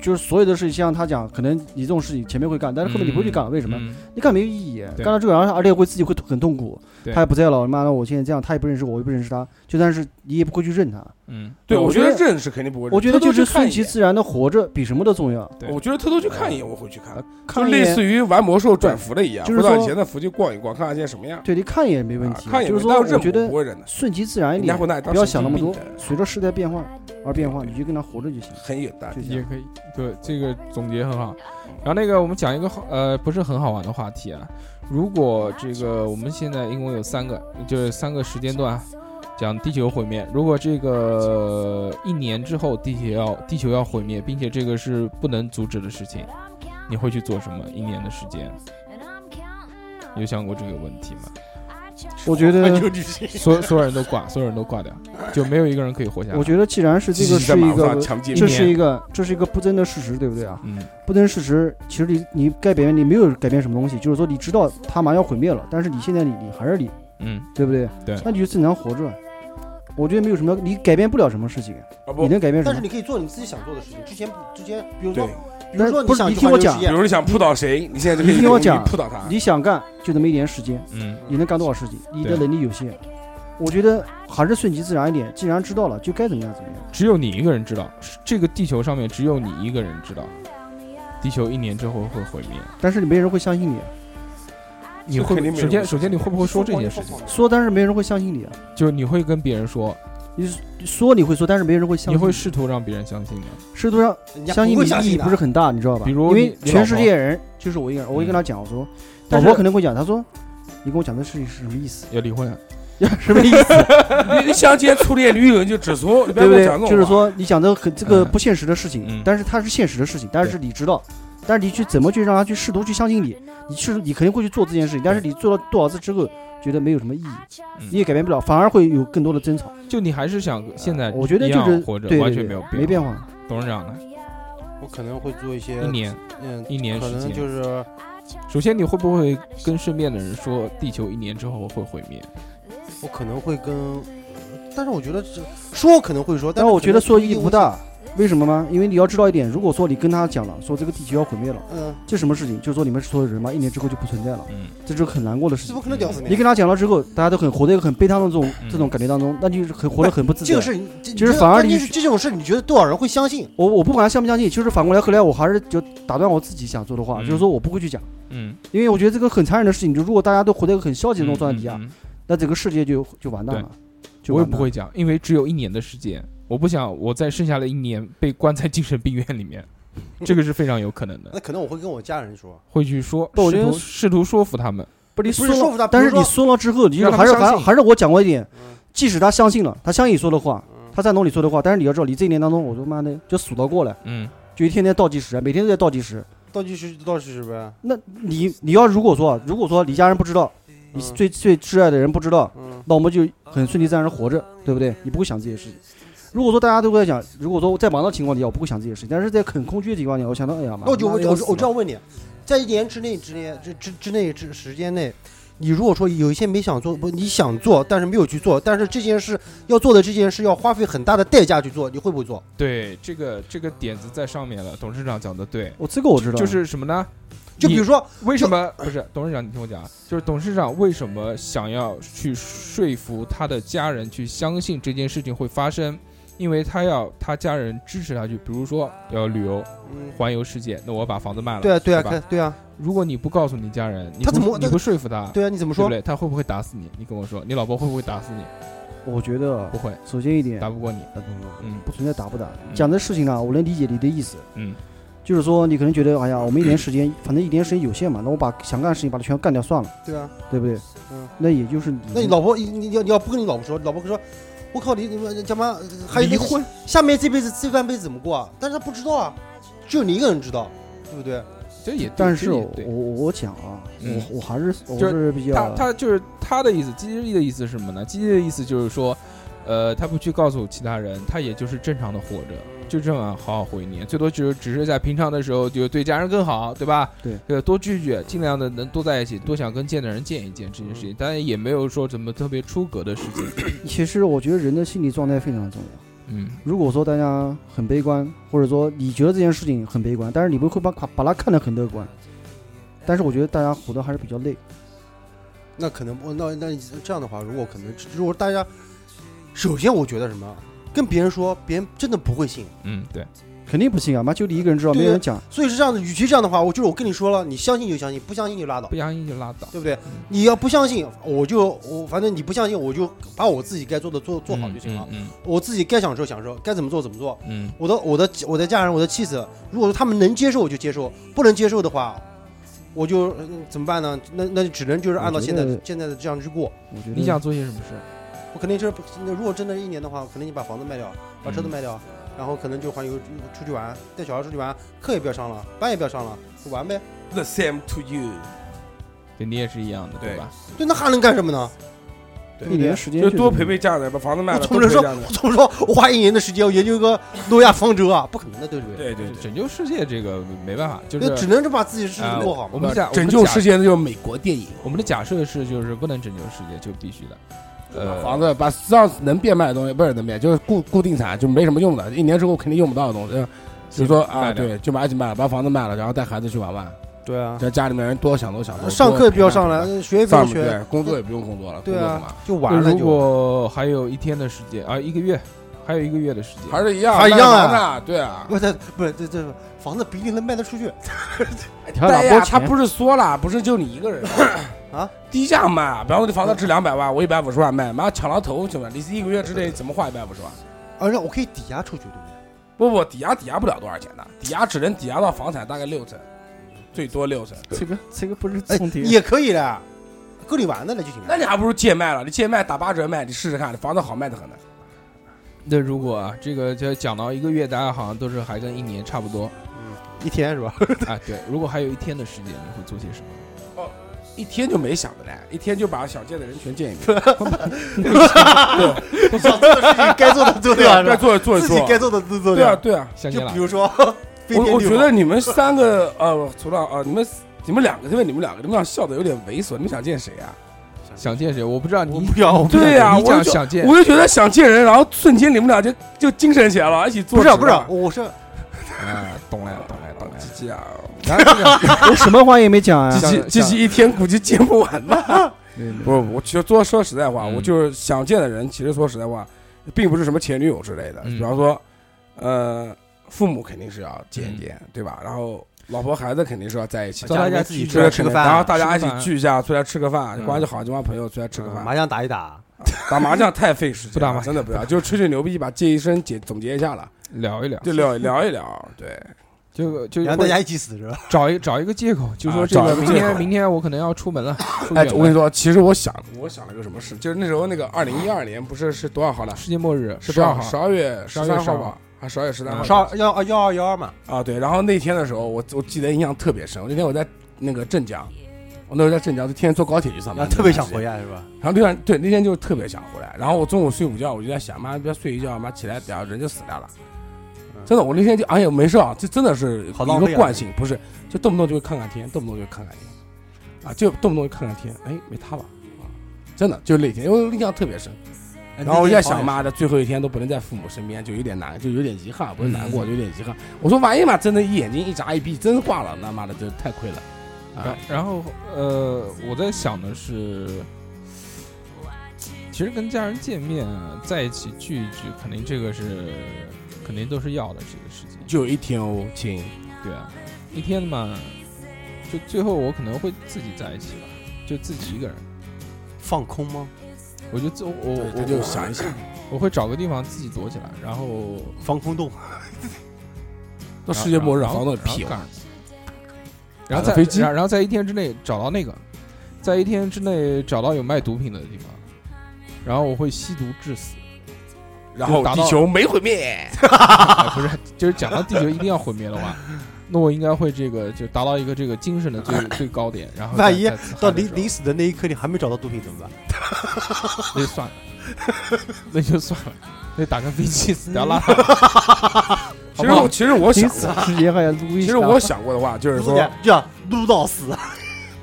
就是所有的事情像他讲，可能你这种事情前面会干，但是后面你不会去干，为什么？
嗯
你干没有意义，
对
干到这个，然后而且会自己会很痛苦。
对
他也不在了，妈的，我现在这样，他也不认识我，我也不认识他，就算是你也不会去认他。
嗯，
对，
我
我觉
觉
得
得
认是肯定不会认。
我觉得
偷偷
就
去
是
看
顺
一
其
眼。
自然的活着比什么都重要。
对
我觉得偷偷去看一眼，我会去看，就
呃看一
类
眼
似于玩魔兽转服的一样，
就是
回到
说
以前的服去逛一逛，看看现在什么样。
对你看一眼没问
啊
题，
看一眼
就
没
是
但
说我
认
觉得
不会认的，
顺其自然一
人家
点
会，拿你当
不要
神
想那
经
么
病的，
多随着时代变化而变化，你就跟他活着就行。
很有道理。
就这
也
样，
可以，对这个总结很好。然后那个我们讲一个好呃不是很好玩的话题啊，如果这个我们现在一共有三个，就是三个时间段啊。讲地球毁灭，如果这个一年之后地球要地球要毁灭，并且这个是不能阻止的事情，你会去做什么？一年的时间，有想过这个问题吗？
我 觉得，
所有所有人都挂，所有人都挂掉，就没有一个人可以活下来。
我觉得既然是这
鸡
个
鸡在
是一
马路上
个，
强奸
这
一
是
年
一个这是一个不争的事实，对不对啊？
嗯，
不争事实，其实你你改变你没有改变什么东西，就是说你知道他马上要毁灭了，但是你现在你你还是你，
嗯
对不对？
对
那你就正常活着。我觉得没有什么，你改变不了什么事情，
啊
你
不，
能改变什
但是
么？
你可以做你自己想做的事情。之前之前，比如
对
说，，比如
但是
说你
不是
想
你
去
听
环
我
球
讲
实
比
验，
如你想扑倒谁，你现在就可以
你听我
用力
讲
扑倒他。
你想干就那么一点时间，
嗯，
你能干多少事情？你的
对
能力有限。我觉得还是顺其自然一点，既然知道了，就该怎么样怎么样。
只有你一个人知道，是这个地球上面只有你一个人知道，地球一年之后会毁灭。
但是你没人会相信你，啊
你会
肯定没人
首先
会
首先你会不会说这件事情？
说但是没人会相信你，啊
就是你会跟别人说，
说你会说，但是没人会相信
你
你。
会试图让别人相信吗？
试图让
人家
相信
不会
你的
相
意义
信的
不是很大，你知道吧？
比如
因
你
为
你老
全世
婆
界人就是我一个人，我会跟他讲，我说，老
但
婆
是
可能会讲，他说，你跟我讲这事情是什么意 思？
要离婚啊？
什么意思？
你相见初恋女友就指出，你不要
对
跟
不
我
对
讲这种？
就是
话，
说，你讲的很这个
嗯
不现实的事情，
嗯
但是它是现实的事情，但是你知道，但是你去怎么去让他去试图去相信你，你去你肯定会去做这件事情，但是你做了多少次之后，觉得没有什么意义，
嗯
你也改变不了，反而会有更多的争吵。
就你还是想现在
我觉得
呃一
就
样
是
活着
对
完
对
全
对
没有，
没变
变。
化。啊
董事长呢？
我可能会做一些
一年
嗯，
一年
可
时
能就
间，
是
首先你会不会跟身边的人说地球一年之后会毁灭？
我可能会跟，但是我觉得这说可能会说，
但
是
我觉
可
得
能不
说
一
意义
定
不
会
大，为什么吗？因为你要知道一点，如果说你跟他讲了，说这个地球要毁灭了，
嗯，
这什么事情？就是说你们所有人嘛，一年之后就不存在了，
嗯
这就是很难过的事
怎
情
么。可能屌死
你
你？
跟他讲了之后，大家都很活在一个很悲伤的这种、
嗯
这种感觉当中，那就是很活得很不自在。
这个事你，这
其实反而
你觉得关键
你
是这种事，你觉得多少人会相信？
我我不管他相不相信，就是反过来后来我还是就打断我自己想说的话，
嗯
就是说我不会去讲，
嗯，
因为我觉得这个很残忍的事情，就如果大家都活在一个很消极的这种状态底下，
嗯，嗯
那整个世界就就完蛋了。就
我也
完蛋
不会讲，因为只有一年的时间，我不想我在剩下的一年被关在精神病院 里面，这个是非常有可能的，
那可能我会跟我家人说，
会去说
不我
试
觉
图
得
试图说服他们，
不是你
不
说
是
了，
说服他
但是
比如
你
说
说了之后，你就
让他
还
们
是
相
还
信
还是我讲过一点
嗯，
即使他相信了，他相信说的话，他赞同你说的话，但是你要知道，你这一年当中，我他妈的就数到过了，
嗯
就一天天倒计时，啊每天都在倒计时。
倒计时倒计时呗。
那你你要如果说啊如果说你家人不知道，你
嗯
最最挚爱的人不知道，
嗯
那我们就很顺其自然的活着，对不对？你不会想这些事情。如果说大家都在讲，如果说在忙的情况底下，我不会想这些事情，但是在很空虚的情况底下，我想到，哎呀妈，
那我就
妈
我
的
就
要
我
死
就
了
我就要问你，在一年之内之内之之之内之时间内，你如果说有一些没想做，不你想做但是没有去做，但是这件事要做的这件事要花费很大的代价去做，你会不会做？
对，这个这个点子在上面了。董事长讲的对，
我这个我知道，
就是什么呢？
就比如说，
为什么不是董事长？你听我讲啊，就是董事长为什么想要去说服他的家人去相信这件事情会发生？因为他要他家人支持他去，比如说要旅游
嗯，
环游世界，那我把房子卖了。
对啊对啊，
吧
可对啊
如果你不告诉你家人，你
他
不
怎么
你不说服他，
对啊，你怎么
对
说？
不对？他会不会打死你？你跟我说，你老婆会不会打死你？
我觉得啊
不会，
首先一点，
打不过你。
呃不不不
嗯
不存在打不打
嗯。
讲的事情啊，我能理解你的意思。
嗯，
就是说你可能觉得，哎呀，我们一年时间，反正一年时间有限嘛，那我把想干的事情把它全干掉算了，
对啊，
对不对？
嗯，
那也就是你。
那你老婆，你你要你要不跟你老婆说，老婆会说，我靠你你们他妈还有
离
那个
婚，
下面这辈子这半辈子怎么过啊？但是他不知道啊，只有你一个人知道，对不对？
这也对
但
这
是
也
我
对
我我讲啊，
嗯
我我还是我
就
还
是
是比较
他他就是他的意思，基地的意思是什么呢？基地的意思就是说，呃，他不去告诉其他人，他也就是正常的活着，就这样好好过一年，最多就是只是在平常的时候就对家人更好，对吧？
对，
呃，多聚聚，尽量的能多在一起，多想跟见的人见一见这件事
嗯
情，当然也没有说怎么特别出格的事情。
其实我觉得人的心理状态非常重要。
嗯，
如果说大家很悲观，或者说你觉得这件事情很悲观，但是你们会把把它看得很乐观，但是我觉得大家活得还是比较累。
那可能不，那那这样的话，如果可能，如果大家，首先我觉得什么，跟别人说，别人真的不会信。
嗯，对，
肯定不信啊！妈，就你一个人知道，
对
没
啊
有人讲。
所以是这样的，与其这样的话，我就是我跟你说了，你相信就相信，不相信就拉倒，
不相信就拉倒。
对不对？你要不相信，我就我反正你不相信，我就把我自己该做的做做好就行了。
嗯
我自己该享受享受，该怎么做怎么做。
嗯
我的我的我的家人，我的妻子，如果说他们能接受，我就接受；不能接受的话，我就、嗯怎么办呢？那那就只能就是按照
我觉
现在的
得
现在的这样去过。
我觉得
你想做些什么事？
我肯定就是不那如果真的一年的话，我肯定就把房子卖掉，把
嗯
车子卖掉，然后可能就环游出去玩，带小孩出去玩，课也不要上了，班也不要上了，就玩呗。
The same to you，
对你也是一样的，
对
吧？
对，那还能干什么呢？对
一
不
啊
对
年？时间
就
确
多
实
陪陪家人，把房子卖
我
了，
总
多
不能
陪
说，
家人
我。总说我花一年的时间我研究一个诺亚方舟啊， 不可能的，对不对？
对对对，
拯救世界这个没办法，就是
那只能是把自己的事
啊
情做好嘛。
我们讲
拯救
世
世界那就是美国电影，
我们的假设是，就是不能拯救世界就必须的，呃，
房子把上能变卖的东西不是能变，就是固固定产，就没什么用的，一年之后肯定用不到的东西。呃就是说啊，
卖掉
对，就把而且卖了，把房子卖了，然后带孩子去玩玩，
对啊，
在家里面人多享受享受。
上课也不要上了
了，，
学也不
上
用
不
学，
对，工作也不用工作了，
对
工作干
啊
嘛，
就玩了
如
就。
果还有一天的时间啊，一个月，还有一个月的时间，
还是一样，
还一样啊
卖房子，对啊。
不是不是这这房子不一定能卖得出去，
还拿
对
包
呀，他
钱
不是说了，不是就你一个人
啊？
低价卖啊，比方说你房子值两百万，我一百五十万卖，妈抢到头，兄弟，你一个月之内怎么花一百五十万？
而且我可以抵押出去，对不对？
不不，抵押抵押不了多少钱的，抵押只能抵押到房产大概六成，最多六成。
这个这个不是
哎
重叠，
也可以的，够你玩的了就行
那
了。
你还不如贱卖了，你贱卖打八折卖，你试试看，你房子好卖的很的。
那如果啊，这个就讲到一个月，大家好像都是还跟一年差不多
一天是吧？
啊。对，如果还有一天的时间，你会做些什么？
一天就没想的嘞，一天就把想见的人全见一 遍，
想做的事情该 做的做掉，
该
啊是吧
做的做一
自己
做。
该做的都做
对啊
掉。
对啊，
相
就
见了
比，如说， 飞
我
天
我
地
觉
网
得你们三个呃，除了啊、呃，你们你们两个，特别你们两个，你们俩笑的有点猥琐，你们想见谁啊？
想见谁？我不知道
我
你
不要，我不要
对呀
你
我
讲
就
想见，
我就觉得想见人，然后瞬间你们俩就就精神起来了，一起做
不
事了。
是不是，啊我是
啊，懂了懂了懂了。
鸡鸡啊，
然后这个
我什么话也没讲啊呀、
鸡
想
鸡鸡鸡一天估计见不完 吧？
对对
啊不，我其实说说实在话，
嗯
我就是想见的人，其实说实在话，并不是什么前女友之类的。
嗯
比方说，呃，父母肯定是要
嗯
见一见，对吧？然后老婆孩子肯定是要在一起
走
的，
家
到
里
家
面自己
聚
出来吃
肯
个
定然后
饭，
大家一
吃个
起
饭
聚一下，出来吃个饭，
嗯
关系好这帮朋友出来吃个饭。
麻将打一打，
打麻将太费时间了，
不打麻
真
将
啊 的不要，就是吹吹牛逼吧，借一声解总结一下了，
聊一聊，
就 聊聊一聊，对，
就就
然后大家一起死是吧？
找一找一个借口，就
啊
说这
找
个
一个
明
借
天
口
明天我可能要出门了。出
哎
远，
我跟你
门
说，其实我想，我想了个什么事，就是那时候那个二零一二年不是是多少号了？
世界末日
是
十
多少
二
号？十
号，
二月十
12
三
月
号
12
吧
号，
还是十二月十三号？
十二幺幺二幺嘛，
啊，对。然后那天的时候，我我记得印象特别深。我那天我在那个镇江，我那时候在镇江，就天天坐高铁去上
然
班，
后啊特别想回
来。
来是吧？
然后那天对那天就特别想回来。然后我中午睡午觉，我就在想，妈不要睡一觉，妈起来等下人就死掉了。真的，我那天就哎呀没事啊，这真的是
好
一
浪费
个
啊
惯性，不是就动不动就会看看天，动不动就看看天，啊，就动不动就看看天，哎，没他吧，啊，真的就那天，因为我印象特别深。
哎
然后我就在想，，
那天好
妈的，最后一天都不能在父母身边，就有点难，就有点遗憾，不是难过，就有点遗憾。我说万一嘛，真的，一眼睛一眨一闭，真挂了，那妈的，这太亏了。
然
啊，
然后呃，我在想的是，其实跟家人见面啊在一起聚一聚，肯定这个是肯定都是要的这个事情。
就一天哦，亲，
对啊，一天嘛，就最后我可能会自己在一起吧，就自己一个人。
也放空吗？
我就自我我
他
我
就想一想，
我会找个地方自己躲起来，然后
防空洞，啊
到世界末日
然后
防的
然后
屁
干
了。
然后
打
在
个飞机
然然后在一天之内找到那个，在一天之内找到有卖毒品的地方，然后我会吸毒致死。
然后地球没毁灭，
哎不是，就是讲到地球一定要毁灭的话，那我应该会这个就达到一个这个精神的最
啊
最高点，然后再
万一
再自嗨
到
的时
临
候
临死的那一刻，你还没找到毒品怎么办？
那就算了，那就算了，那打个飞机死掉拉倒
嗯
了。
其实我其实我
临
想
死
过，
之前还要撸一
其
下。
实我想过的话， 就是
撸
说，
点这样撸到死，啊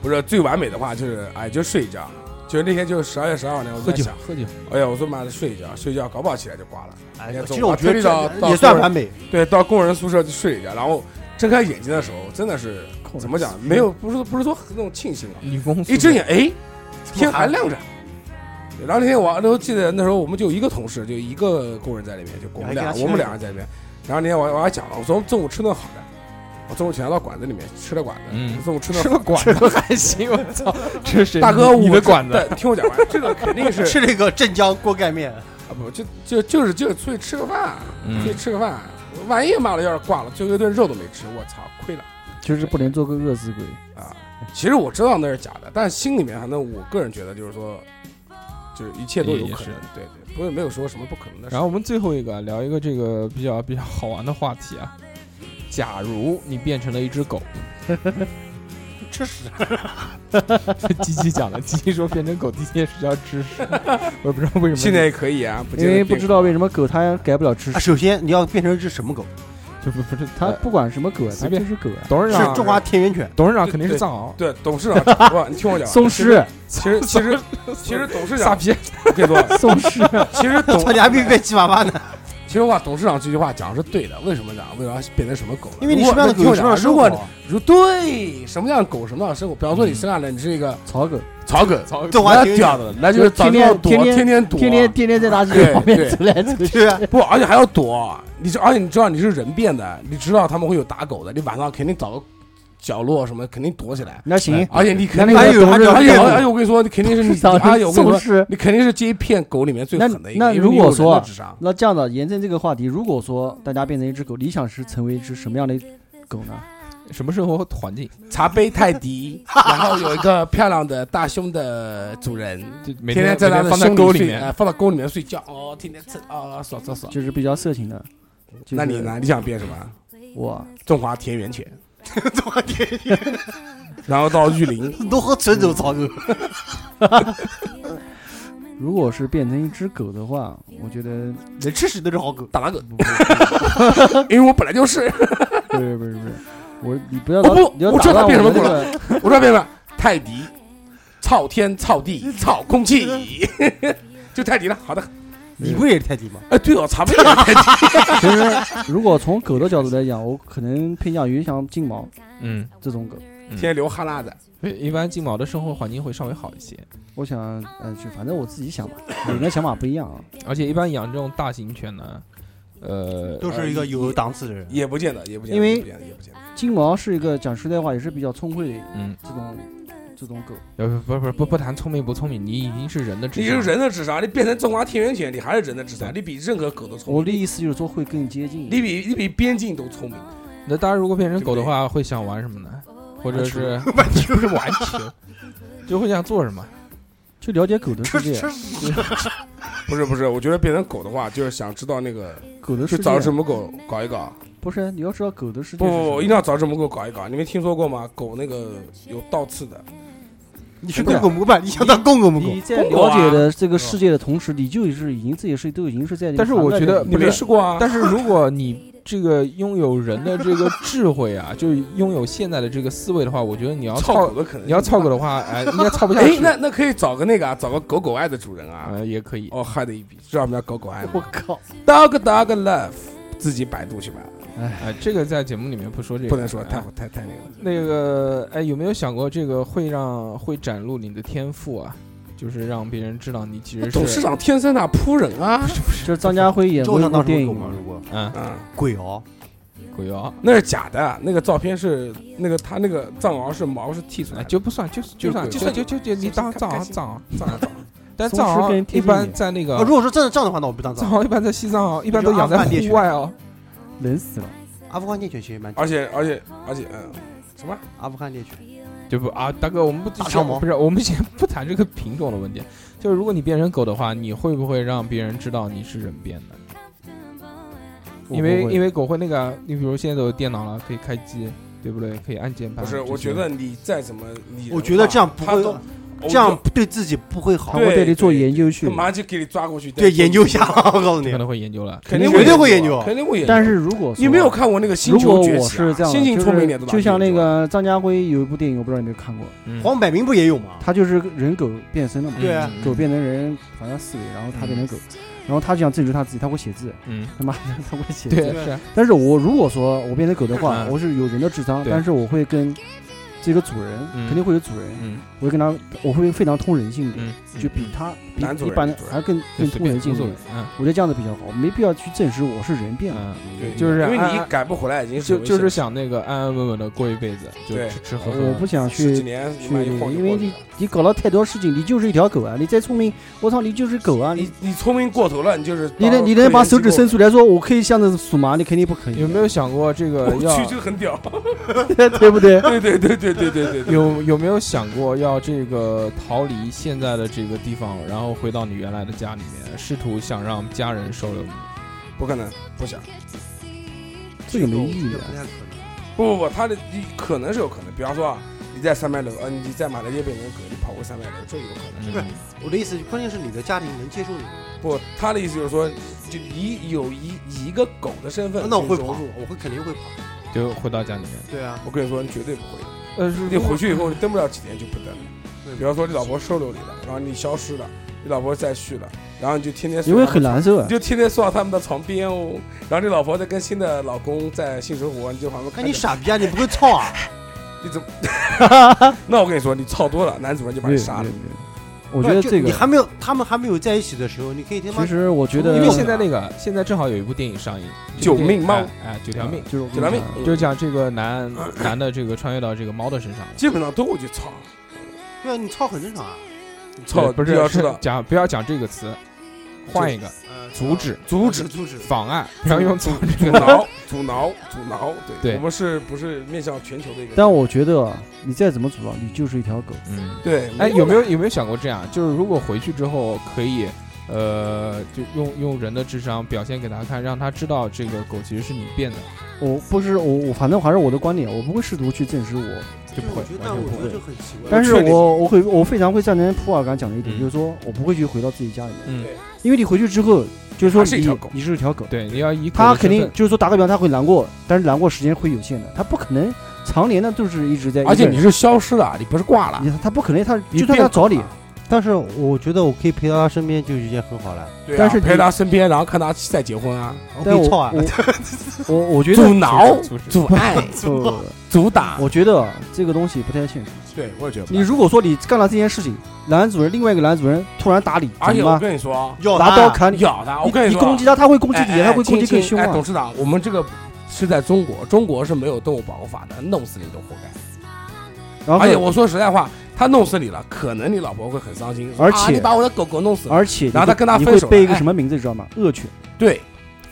不是最完美的话，就是哎，就睡一觉。就是那天就是十二月十二号那天，我
喝
在
酒
想，
喝酒，
哎呀，我说妈的睡一觉，睡一觉搞不好起来就挂了。
哎
呀
其实我觉得
这到
这
到
也算完美。
对，到工人宿舍去睡一觉，然后睁开眼睛的时候，真的是怎么讲？没有，不是不是说那种庆幸啊，
女工
一睁眼，哎，天还亮着。对然后那天我都记得那时候我们就有一个同事，就一个工人在里面，就我们
你还
俩
给他
我们
吃
俩人在里面。然后那天我我还讲了，我中中午吃顿好的，我中午请他到馆子里面吃了馆子，
嗯
中午吃顿
吃
好
个管子还行，我操， 这是谁？
大哥，
你
我
的管子，
对听我讲完，这个肯定是
吃了一个镇江锅盖面，
啊不就就就是就是出去吃个饭，
嗯
出去吃个饭，万一妈的要是挂了，最后一顿肉都没吃，我操，亏了。
就是不能做个饿死鬼。
啊，其实我知道那是假的，但心里面反正我个人觉得就是说，就是一切都有可
也是
能，对对，不是没有说什么不可能的事。
然后我们最后一个啊聊一个这个比较比较好玩的话题啊，假如你变成了一只狗，
吃屎！
鸡鸡讲的，鸡鸡说变成狗第一件事叫吃屎，我也不知道为什么。
现在也可以啊，不
因
见得
为
变
不知道为什么狗它改不了吃
啊
屎，
首先你要变成一只什么狗？
就不不是他
它
呃
不管什么狗啊，它
随便
就是狗啊。
董事
是啊
长，
中华田园犬。
董事长肯定是藏獒，
对董事长，不，你听我讲，啊
松 狮，
其实其实其实董事
萨
长，
皮，
我跟你说，
松狮，
其 实董
操，你还没变鸡娃娃 呢？
其实话董事长这句话讲的是对的，为什么讲？为什么要变成什么狗呢？
因为你什么样的狗，
如果
有什么样的
啊如
生
果
活？
如对什么样的狗，什么样的生活，比方说你生下来你是一个
草狗，
嗯草狗，
草狗
中华
那
田园
屌
犬，
的，那就是早
天天
上躲，
天天
天天躲，啊
天天天天在大街
对
旁边
对
走来走去。
对啊，
不，而且还要躲。你知，而且你知道你是人变的，你知道他们会有打狗的，你晚上肯定找个角落什么，肯定躲起来。
那行，
哎
而且你肯定，
那
而
那
且
个董事
而
长
且而且我跟你说，你肯定是你，而且我跟你
松
说，
狮。
你肯定是这一片狗里面最狠的一个。
那那
因为
如
你
果
有人
说
的智商，
那这样的，延伸这个话题，如果说大家变成一只狗，理想是成为一只什么样的狗呢？
什么生活环境？
茶杯泰迪，然后有一个漂亮的大胸的主人，
就每
天天在
在
他的
放在
胸
沟
里
里
睡
面
哎，放到沟里面睡觉，哦，天天吃，哦，爽爽爽。
就是比较色情的。就是
那你呢？你想变什么？
我
中华田园犬，
中华田园犬，
然后到玉林，
都和纯种草狗。
如果是变成一只狗的话，我觉得
能吃屎那是好狗。
打哪个？ 因为我本来就是。
不是不是不是，我你不要
我
老
不
你要
我
打
知道它
断
变
我
什么
的这
狗
个
我说变吧，泰迪、操天操地操空气， 就泰迪了。好的，
你不也是泰迪吗？
哎，对哦，草莓也是泰迪。
其实如果从狗的角度来讲，我可能偏向于像金毛
嗯，
这种狗。
天流哈喇子，
所以一般金毛的生活环境会稍微好一些，
我想，嗯，就反正我自己想吧，每个人想法不一样啊。
而且一般养这种大型犬呢，呃，
都是一个有档次的 人。
也不见得，也不见得，
因为
也不见得也不见得。
金毛是一个讲实在话也是比较聪慧的
嗯，
这种这种狗，
呃，不不不不谈聪明不聪明，你已经是人的智
你
商
是
了，
人的智商，你变成中华田园犬，你还是人的智商，你比任何狗都聪
我
明，
的意思就是说会更接近一点。
你比你比边境都聪明。
那大家如果变成狗的话，会想玩什么呢？或者是 不是玩球，就会想做什么？
去了解狗的世
啊
界，
不是不是，我觉得变成狗的话，就是想知道那个
狗的
去
世
找
界
只母狗搞一搞。
不是你要知道狗的世界
不
是
不不，一定
什么。
要找只母狗搞一搞。你没听说过吗？狗那个有倒刺的，
你去公狗母吧，你想当公狗母狗？
你在了解
啊
的这个世界的同时，你就是已经自己是都已经是在这个
但是我觉得
涵盖里
你
面
呃不
没
是
试过啊？
但是如果你这个拥有人的这个智慧啊，就拥有现在的这个思维的话，我觉得你要
操
操
狗的可能
你要操狗的话，哎，应该操不下
哎
去，。
那那可以找个那个啊，找个狗狗爱的主人啊。
呃也可以，
哦，害的一笔，知道我们叫狗狗爱吗
我靠，
？Dog Dog Love，自己百度去吧，
哎，这个在节目里面不说这个，
不能说
哎
太太太那个了。
那个，哎，有没有想过这个会让会展露你的天赋啊？就是让别人知道你其实
董事
是
长天生的扑人 啊，
就是张家辉演过
周
一
想
部
当
电
什么
影
狗吗？
嘛
如果
嗯
啊，
鬼哦，
狗妖，啊
那是假的，啊那个照片是那个他那个藏獒是毛是剃出来
哎，
的，啊
就不算，就就算，
就
就
算
就就就你当藏
开
獒啊
心
藏獒，
藏獒 藏獒。
但
松
藏
狮跟
獒一
天
般
津
在那
啊，
个
如果是真的这样的话，那我不当
藏
藏獒。
獒一般在西藏哦，一般
就
都养
阿富
在
汗猎
户
犬
外哦。
冷死了。
阿富汗猎犬其实蛮，
而且而且而且，嗯，什么？
啊
阿富汗猎犬
就不啊，大哥，我们不
大长毛
不是，我们先不谈这个品种的问题。就是如果你变成狗的话，你会不会让别人知道你是人变的？因为因
为
为狗会那个，你比如现在都有电脑了，可以开机，对不对？可以按键盘
不
这些。
是，我觉得你再怎么你，
我觉得这样不
他
会
都，
这样对自己不会好
他。会带你做
对
研究去
他，马上就给你抓过去，
对，研究一下，我告诉你
可，能会研究了。
肯定
绝对会研究
肯定会研究。
但是如果说
你没有看过那个《星
如果
球崛起》啊
我是这样的，
星星聪明点
就
都打
是就像那
星球
个张家辉有一部电影，我不知道你有没有看过，
嗯
黄百鸣不也有吗？
他就是人狗变身了嘛，
对啊
嗯
狗变成人好像思维，然后他变成狗，然后他就想证实他自己，他会写字，
嗯，
他妈的他会写
对
字。
是啊
但是我如果说我变成狗的话，
嗯
我是有人的智商，
对
但是我会跟这个主人
嗯
肯定会有主人，
嗯
我会跟他，我会非常通人性一点，
嗯，嗯
就比他比
男主
比
人
般的
女主人
还更
就
更
随
通
便
人性
无
一
所谓
点。，
嗯
我觉得这样子比较好，没必要去证实我是人变了。
嗯，
对
就是
因为
啊
按
你
按
改不回来，已经
就就是
危险
想那个安安稳稳的过一辈子，就
对
吃吃喝喝。
我不想
十几
去
年，你
去
妈一
那个，
晃就
因为
过去
你
了
你搞了太多事情，你就是一条狗啊！你再聪明，我操，你就是狗啊！你
你你聪明过头了，你就是
你能你能把手指伸出来说我可以像这数吗？你肯定不可以，啊
有 没有想过这
我
个要
去，这个很 屌。
对不对？
对对对对对对对对。
有有没有想过要这个逃离现在的这个地方，然后回到你原来的家里面，试图想让家人收留你？
不可能，不想。
这个没意义啊。
不不不，他的你可能是有可能，比方说啊，你在三百楼，呃，你在马来街变成狗，你跑过三百楼，这有可能。
嗯，
我的意思，关键是你的家庭能接受你吗，
不，他的意思就是说，就以有一以一个狗的身份，
那我会跑，我会肯定会跑。
就回到家里面。
啊对啊，
我跟你说，你绝对不会。
呃，是
你回去以后，你蹬不了几天就不蹬了。
对
比方说，你老婆收留你了，然后你消失了，你老婆再续了，然后你就天天
因为很难受啊
你，就天天睡到他们的床边哦，然后你老婆在跟新的老公在性生活，你就旁边
那
看着
你傻逼啊，你不会操啊？
你怎么？那我跟你说，你操多了，男主人就把
对
你
对
杀了
对。。我觉得
就
这
你
个，
还没有，他们还没有在一起的时候，你可以他妈
其实我觉得，
因为现在那个现在正好有一部电影上映，
救
这个电
命
影
猫
哎哎，九条命，
啊就是我
九条命
跟你，
就是讲这个男男的这个穿越到这个猫的身上了。
基本上都会去操。
对啊，你操很正常啊。
操，
不是
你要
是
知道
讲不要讲这个词，换一个
呃
阻止
阻止、
阻止，
妨碍，不要用
阻
阻这
阻
个。
挠、阻挠、阻挠。对，
对
我们是不是面向全球的一个？
但我觉得啊你再怎么阻挠，你就是一条狗。
嗯，
对，
哎，有没
有
有有没有想过这样？就是如果回去之后可以，呃，就用用人的智商表现给他看，让他知道这个狗其实是你变的，
我不是我，我反正还是我的观点，我不会试图去证实我。
就不会
我觉得，
完
但
全
我
不
觉得。
会
这很奇怪。
但是
确定
我我会我非常会赞成普尔刚讲的一点，
嗯
就是说我不会去回到自己家里面，
嗯，
因为你回去之后，就是说
还是一条
你
狗
你是一条狗，
对，你要以狗的
他肯
身
定
份
就是说打个比方，他会难过，但是难过时间会有限的，他不可能常年呢就是一直在一个
而
人，
且你是消失了，你不是挂了。
你他不可啊能，他
你
就算他
变
找你
了，
但是我觉得我可以陪到他身边就已经很好了，
对啊
但是你
陪他身边，然后看他再结婚啊，
我可
但
以
我
操啊，
我我我觉
阻
得
挠、
阻止
阻碍、
呃，
阻挡。
我觉得啊这个东西不太现实。
对，我也觉得不
你
太。
如果说你干了这件事情，男主人另外一个男主人突然打你，
而
怎
且
么
我
办？
跟你说，
要
拿刀砍你，
咬他，我跟
你
说，
攻击他，他会攻击你，
哎
他会攻击
哎哎
更凶
亲亲哎
啊
董。事长，我们这个是在中国，中国是没有动物保护法的，弄死你都活该。
然后
而且哎我说实在话，他弄死你了，可能你老婆会很伤心，说
而且
啊你把我的狗狗弄死了。
而且你
然后他
会
跟他
你
分
会
手
背
了
一个
哎
什么名字，你知道吗？恶犬，
对，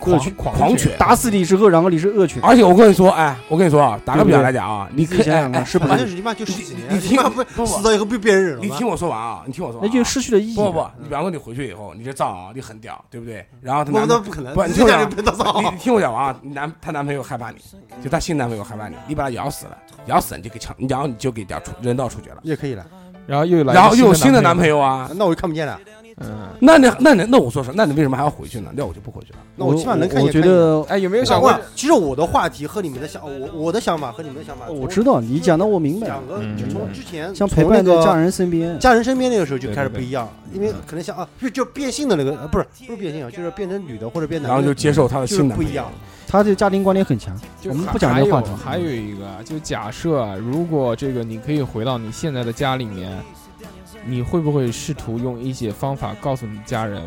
恶
狂
犬，
狂犬。
打死你之后，然后你是恶犬，
而且我跟你说，哎，我跟你说啊，打个比方来讲啊，
你
你
自
可
己
以
想
哎
想看，
哎，
是不
反
是？
正你妈就十几
你
年，
你
你妈不
不不
死到以后被别人惹了
你听我说完啊，你听我说
那
完啊，
就失去了意义。
不不不，你比方说你回去以后，你这藏獒你很屌，对不对？然后他
我
男
那不可能，
不
你
你听
这
我
俩
讲
人，到
你
早
你。听我讲完啊，你男她男朋友害怕你，就她新男朋友害怕你，你把他咬死了，咬死了你就给枪，然后你就给掉处人道处决了，
也可以了，
然后又来，
然后又有新的男朋友啊，
那我就看不见了。
嗯，
那你那你那我说是，那你为什么还要回去呢？那我就不回去了。
那我起码能看
我
见
觉得，
哎，有没有
我想
想过
问，其实我的话题和你们的想，我我的想法和你们的想法，
我知道你讲的我明白了
两，个
嗯
就从之前
像
从
陪伴
那
在
个
家人身边，
家人身边那个时候就开始
对对
不
对
一样，因为可能像啊，就就变性的那个，呃不是不是变性啊，就是变成女的或者变男
然后
的，
就接受她的
就是
新男
不
朋
一
友
样。。
他对家庭观念很强。
就
我们
还
不讲这个话题
还有还有一个啊，就假设啊如果这个你可以回到你现在的家里面，你会不会试图用一些方法告诉你家人，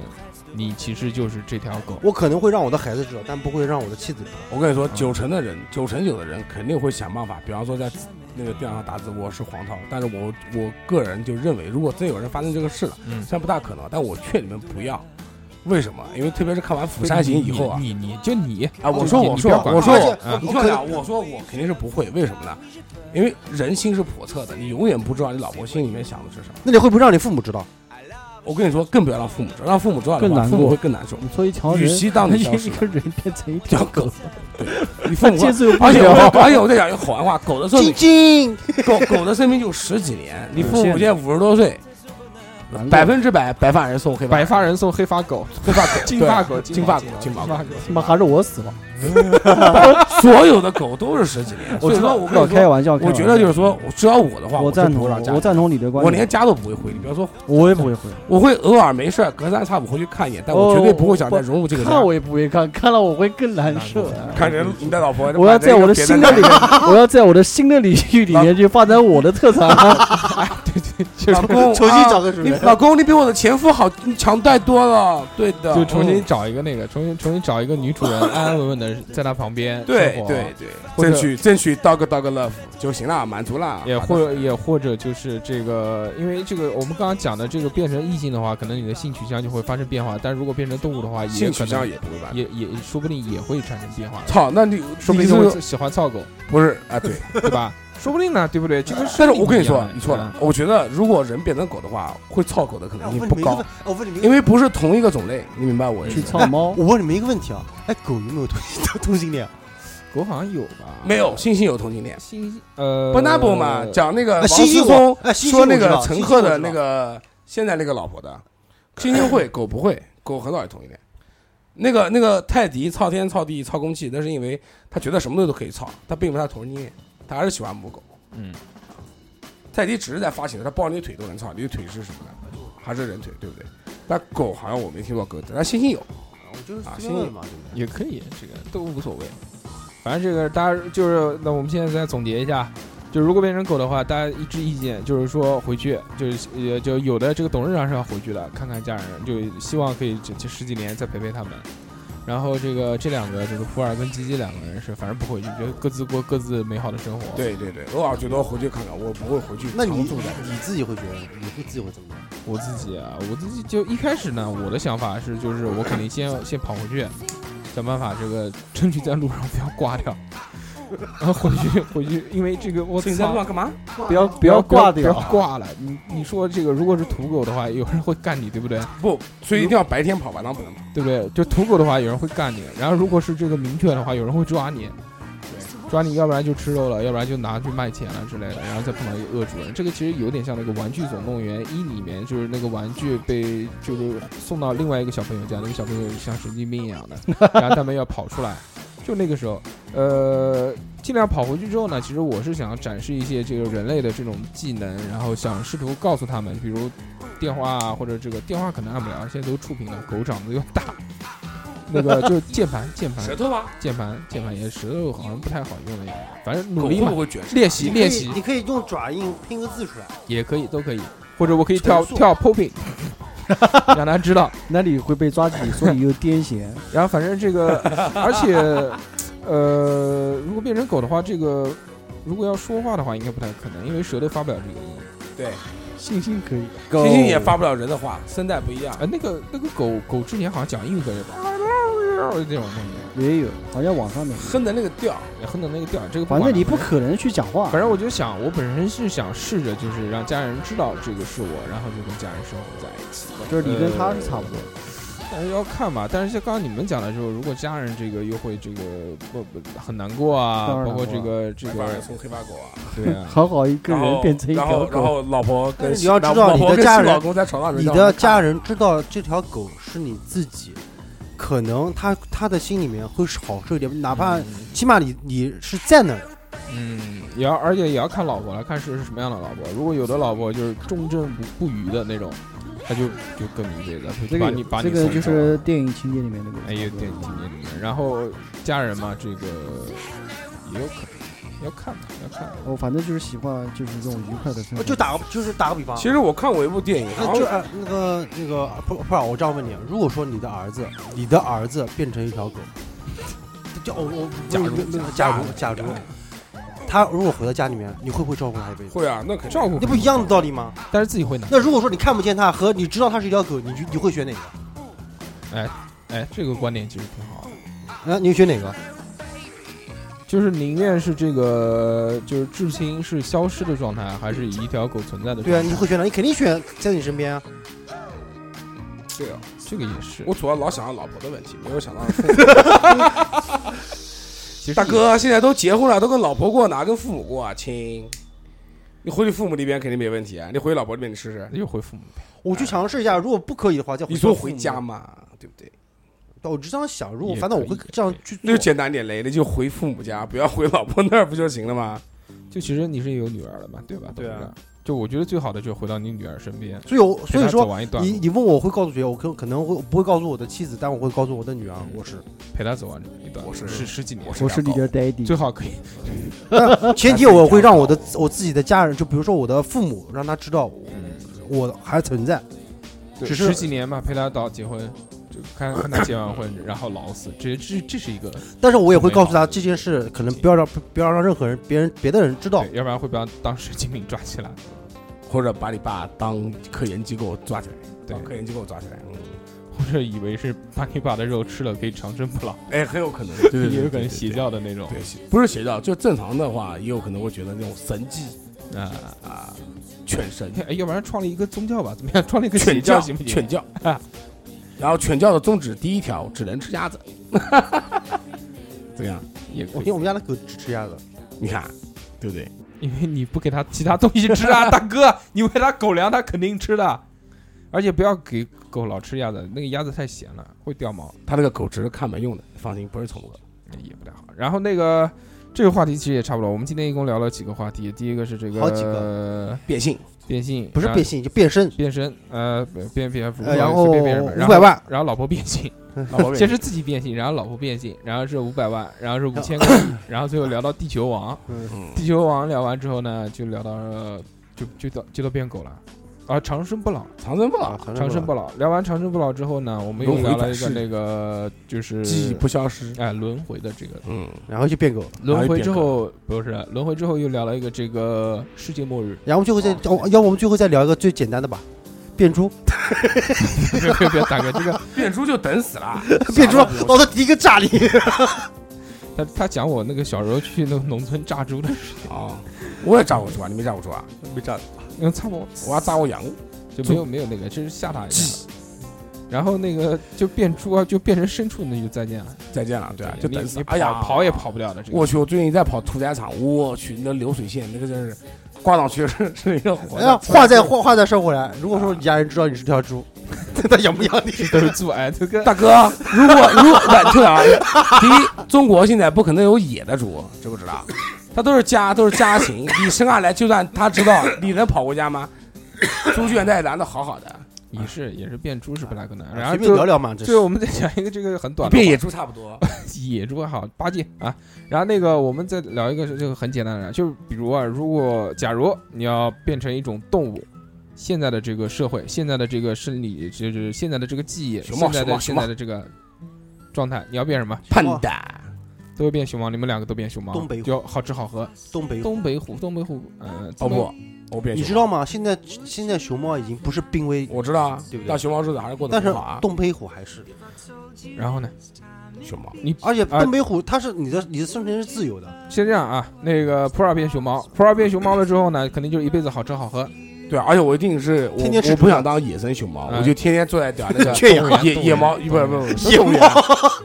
你其实就是这条狗？
我可能会让我的孩子知道，但不会让我的妻子知道。
我跟你说，九成的人，九成九的人肯定会想办法，比方说在那个电脑上打字，我是黄涛，但是我我个人就认为，如果真有人发生这个事了，
嗯
虽然不大可能，但我劝你们不要。为什么？因为特别是看完《釜山行》以后啊，
你你就你
啊，我
就
说
你
我
你不要
说
管
我说
而且
我，
嗯
你
我
听我
可
讲，啊我说我肯定是不会，为什么呢？因为人心是叵测的，你永远不知道你老婆心里面想的是什么。
那你会不会让你父母知道？
我跟你说，更不要让父母知道，让父母知道的
更
话，
难
父母
过
会更难受。
你说一条
与
人，
其当你消失
一
了，
个人变成一条
叫
狗
狗，，哎你父母 会
接受不
而且
了。
我而且我在讲一个好玩话，狗的寿命
晶，晶，
狗狗的生命就十几年，你父母
嗯
现在五十多岁
完，了
百分之百白发人送黑发
白发人送黑发 狗，
黑发狗，
金
对
发狗，
金
发
发狗，金发
狗
狗，，
他妈还是我死了！
所有的狗都是十几年。所以说，我跟
老
你
开
说，
玩笑，开
我
玩笑
觉得就是说，我只要我的话，
我
我
赞
就
同
不会让，家
我赞同你的观点，
我连家都不会回。你不要说，
我也不会回，
我会偶尔没事儿隔三差五回去看一眼，但我
哦
绝对不会想再
我
融入这个
看
家。
我也不会看，看了我会更难受 啊。
看人，你的老婆，
我要在我的新的领，
面，
我要在我的新的领域里面去发展我的特长。
老 公，
重新
啊
找个主
你
人。
老公，你比我的前夫好强太多了。对的，
就重新
嗯
找一个那个，重新重新找一个女主人，安安稳稳的在她旁边
对
生活
对，对，
或者
争取争取 dog dog love 就行了，满足了。
也
好的
或也或者就是这个，因为这个我们刚刚讲的这个变成异性的话，可能你的性取向就会发生变化，但如果变成动物的话，也
性
可
取向
能
也不会吧？
也也说不定也会产生变化，
操，那你
说不
你
定
是
会喜欢 操狗，
不是啊？对，
对吧？说不定呢，对不对？这
啊
个
但是
生理
我跟你
不一样
说
哎的，
你错了。我觉得如果人变成狗的话，会操狗的可
那
能
哎我
性
问
不
你们一个
高
问，，我问你们一
因
个，
为不是同一个种类，你明白我意
去
思吗？
操猫，
我问你们一个问题啊，哎，狗有没有同同性 恋？啊
狗好像有吧？
没有，星星有同性恋。
新呃
b 纳 n 嘛，讲那个
啊
王
星
思
星
聪
我哎星星
说那
我知
个
道
陈
星
赫
星我
的
知
那
道
个现在那个老婆的，星星会，狗不会，狗很少有同性恋。那个那个泰迪操天操地操空气，那是因为他觉得什么东西都可以操，他并不是他同性恋，他还是喜欢母狗。
嗯，
泰迪只是在发情，他抱你的腿都能操，你的腿是什么的？还是人腿，对不对？但狗好像我没听过狗的，但星星有。
我就是
啊
随
星
便
星
问嘛，对不对
也可以，这个都无所谓。反正这个大家就是，那我们现在再总结一下，就如果变成狗的话，大家一致意见就是说回去，就是呃，就有的这个董事长是要回去的，看看家人，就希望可以这这十几年再陪陪他们。然后这个这两个就是普洱跟吉吉两个人是，反正不回去，就各自过各自美好的生活。，
对对对，偶尔最多回去看看，我不会回去
那
常
你
住的。
你自己会觉得，你会自己会怎么样？
我自己啊，我自己就一开始呢，我的想法是，就是我肯定先先跑回去，想办法这个争取在路上不要挂掉， 然后回去回去，因为这个我
所以你在路
操
上干嘛？
不要
不
不
要
挂
不要
掉。
挂了。你你说这个，如果是土狗的话，有人会干你，对不对？
不，所以一定要白天跑，晚上不能跑。
对不对？就土狗的话，有人会干你。然后如果是这个明确的话，有人会抓你，抓你，要不然就吃肉了，要不然就拿去卖钱了之类的。然后再碰到一个恶主人，这个其实有点像那个《玩具总动员一》里面，就是那个玩具被就是送到另外一个小朋友家，那个小朋友像神经病一样的，然后他们要跑出来。就那个时候，呃，尽量跑回去之后呢，其实我是想展示一些这个人类的这种技能，然后想试图告诉他们，比如电话啊，或者这个电话可能按不了，现在都触屏了，狗掌子又大，那个就键盘键盘
舌头吧，
键盘键盘也舌头好像不太好用了也，反正
狗
努力
会
嘛
不，会卷舌？
练习
你可以
练习
你可以用爪印拼个字出来。
也可以，都可以，或者我可以跳
陈述
跳 popping，让大家知道。
那里会被抓起，所以有癫痫。
然后反正这个，而且，呃，如果变成狗的话，这个如果要说话的话，应该不太可能，因为舌头发不了这个音。
星星可以，
猩猩也发不了人的话，声带不一样
啊、。那个那个狗狗之前好像讲英语歌是吧？那种东
也有，好像网上面，
哼的那个调，
西，哼的那个调，这个
反
管
正
了
你不。可能去讲话
反。正我就想，我本身是想试着，就是让家人知道这个是我，然后就跟家人生活在一起。
就是你跟他是差不多，
但是要看吧，但是像刚刚你们讲的时候，如果家人这个又会这个不不很难过啊，
当然
包括
难
这
过
个这
白
个
发人送黑发狗啊。
对啊，
好好一个
然
人
后
变成一
然
条
后然
狗，
后老婆跟
但是你要知道
老
你
婆
的
跟
家
新
人
老公在床上面
你
照
的
样看
家人知道这条狗是你自己，可能他他的心里面会好受一点，哪
嗯
怕起码你你是在那儿，
嗯，也要而且也要看老婆了，看是是什么样的老婆。如果有的老婆就是忠贞不不渝的那种，他就就更明确了，
这
就把
个
你把
这
你
个
送
就
走了
是电影情节里面那个。
哎有点经验里面，然后家人嘛，这个也有可能要看吧，要看吧。
我反正就是喜欢就是这种愉快的生
哦
活。
就打个就是打个比方，
嗯其实我看过一部电影，然
那
后
就呃那个那个不不是，我这样问你，啊如果说你的儿子，你的儿子变成一条狗，就我我
假如
假如假如，他如果回到家里面，你会不会照顾他一辈子？
会啊，那肯定
照顾
那不一样的道理吗？
但是自己会难。
那如果说你看不见他和你知道他是一条狗，你就你会选哪个？
哎，这个观点其实挺好的，
啊，你会选哪个？
就是宁愿是这个就是至亲是消失的状态，还是以一条狗存在的状态？
对啊，你会选哪？你肯定选在你身边啊。
这样。
这个也是。
我主要老想到老婆的问题，没有想 到父母
其实
大哥现在都结婚了，都跟老婆过，哪跟父母过啊，亲？你回你父母那边肯定没问题啊，你回老婆那边你试试，
又回父母呗，
我去尝试一下，如果不可以的话，再回
你说
父
回
母
家。嘛，对不对？
我就这样想，如果
也
反正我
可
会
以
这样去
那就
做。
简单点嘞，那就回父母家，不要回老婆那儿不就行了吗？
就其实你是有女儿了嘛，对吧？
对啊
董事长。就我觉得最好的就是回到你女儿身边，
所以我，所
陪
以
她
说
走，完一段
你
路，
你问我会告诉谁？我可可能会不会告诉我的妻子，但我会告诉我的女儿，我是。
陪她走完一段路，
我是
十十几年，
我是你的
最
daddy，
好可以
前提我会让我的我自己的家人，就比如说我的父母，让他知道我还存在。
对
只是
十几年嘛，陪她到结婚，就看看她结完婚，然后老死，这这这是一个，
但是我也会告诉他这件事，可能不要让不要让任何人、别人、别的人知道
对。要不然会被当神经病抓起来。
或者把你爸当科研机构抓起来，
对
当科研机构抓起来，嗯，
或者以为是把你把的肉吃了可以长生不老，
哎，很有可能，对
也有可能邪。教的那种
对，邪不是邪教，就正常的话，也有可能会觉得那种神迹
啊。
啊，犬 神、
哎要不然创立一个宗教吧，怎么样？创立一个邪
犬教
教行不行？
犬教，然后犬教的宗旨第一条，只能吃鸭子， 怎么样？
也
我
可
因为
以
我，们家的狗只吃鸭子，
你看，对不对？
因为你不给它其他东西吃 啊，大哥，你喂它狗粮，它肯定吃的。而且不要给狗老吃鸭子，那个鸭子太咸了，会掉毛。哎
他那个狗只是看门用的，放心，不是宠物。
也不太好。然后那个这个话题其实也差不多，我们今天一共聊了几个话题，第一个是这个
好几
个
变性，
变性，
不是
然后
变性就变身。
变身，呃，变变
呃然后
变变人嘛，然
500
后
万，
然后老婆变性，
老婆
先
变性，
是自己变性，然后老婆变性，然后是五百万，然后是五千个亿， 然后最后聊到地球王，
嗯，
地球王聊完之后呢，就聊到呃就就到就到变狗了。啊，长生不老，
长生不老，
啊
长生不老。聊完长生不老之后呢，我们又
轮回
聊了
转
一个
世
那个，就是
记忆不消失。
哎轮回的这个
嗯，
然后就变狗，
轮回之后不是轮回之后又聊了一个这个世界末日，
然后最后再，
哦
要哦要我们最后再聊一个最简单的吧，变猪，
别别别，大哥，这个
变猪就等死了，
变猪，老子第一个炸你。
他他讲我那个小时候去那个农村炸猪的事情，
哦
啊！我也炸过猪啊，你没炸过猪啊？
没炸，
因为差不多
我还炸过羊，
就没有没有那个，这是吓他一下。然后那个就变猪啊，就变成牲畜，那就再见了。
再见了，对啊，
你
就等死
你
了。哎呀，
跑跑也跑不了的。这个
我去，我最近在跑屠宰场，我去，那流水线那个真是挂上去是是一个火
哎呀，
的，啊
话再话话再说回来，如果说你家人知道你是条猪，他养不养你？
都是阻碍这个。
大哥，如果如果晚退啊，第一，中国现在不可能有野的猪，知不知道？它都是家，都是家禽。你生下来，就算它知道，你能跑回家吗？猪圈在拦的好好的，
也是也是变猪是不大可能。
啊
然后
啊哎随便
就
聊聊嘛，这
最后
是
我们再讲一个这个很短的
变
话
野猪差不多。
野猪好八戒啊。然后那个我们再聊一个这个很简单的，就是比如啊，如果假如你要变成一种动物。现在的这个社会，现在的这个生理，就是现在的这个记忆，
熊猫
现在
熊
的
猫
现
熊猫
在的这个状态，你要变什么？
Panda，
都会变熊猫，你们两个都变熊猫，
东北虎
就好吃好喝。
东北虎。
东北虎，东北虎，呃，
哦
东北
不，我变
你知
熊
道吗？现在现在熊猫已经不是濒危，
猫，我知道啊
对不，对
但熊猫日子还是过得
但是
很好啊。
东北虎还是，
然后呢？
熊猫，
而且
啊
东北虎它是你的你的生存是自由的，
先这样啊，那个普洱变熊猫，普洱变熊猫了之后呢，肯定就是一辈子好吃好喝。
对，啊而且我一定是我
天天吃
我
猪
不想当野生熊猫，
哎
我就天天坐在点儿那个
缺氧
野野猫，不是不是不 是动物园，
猫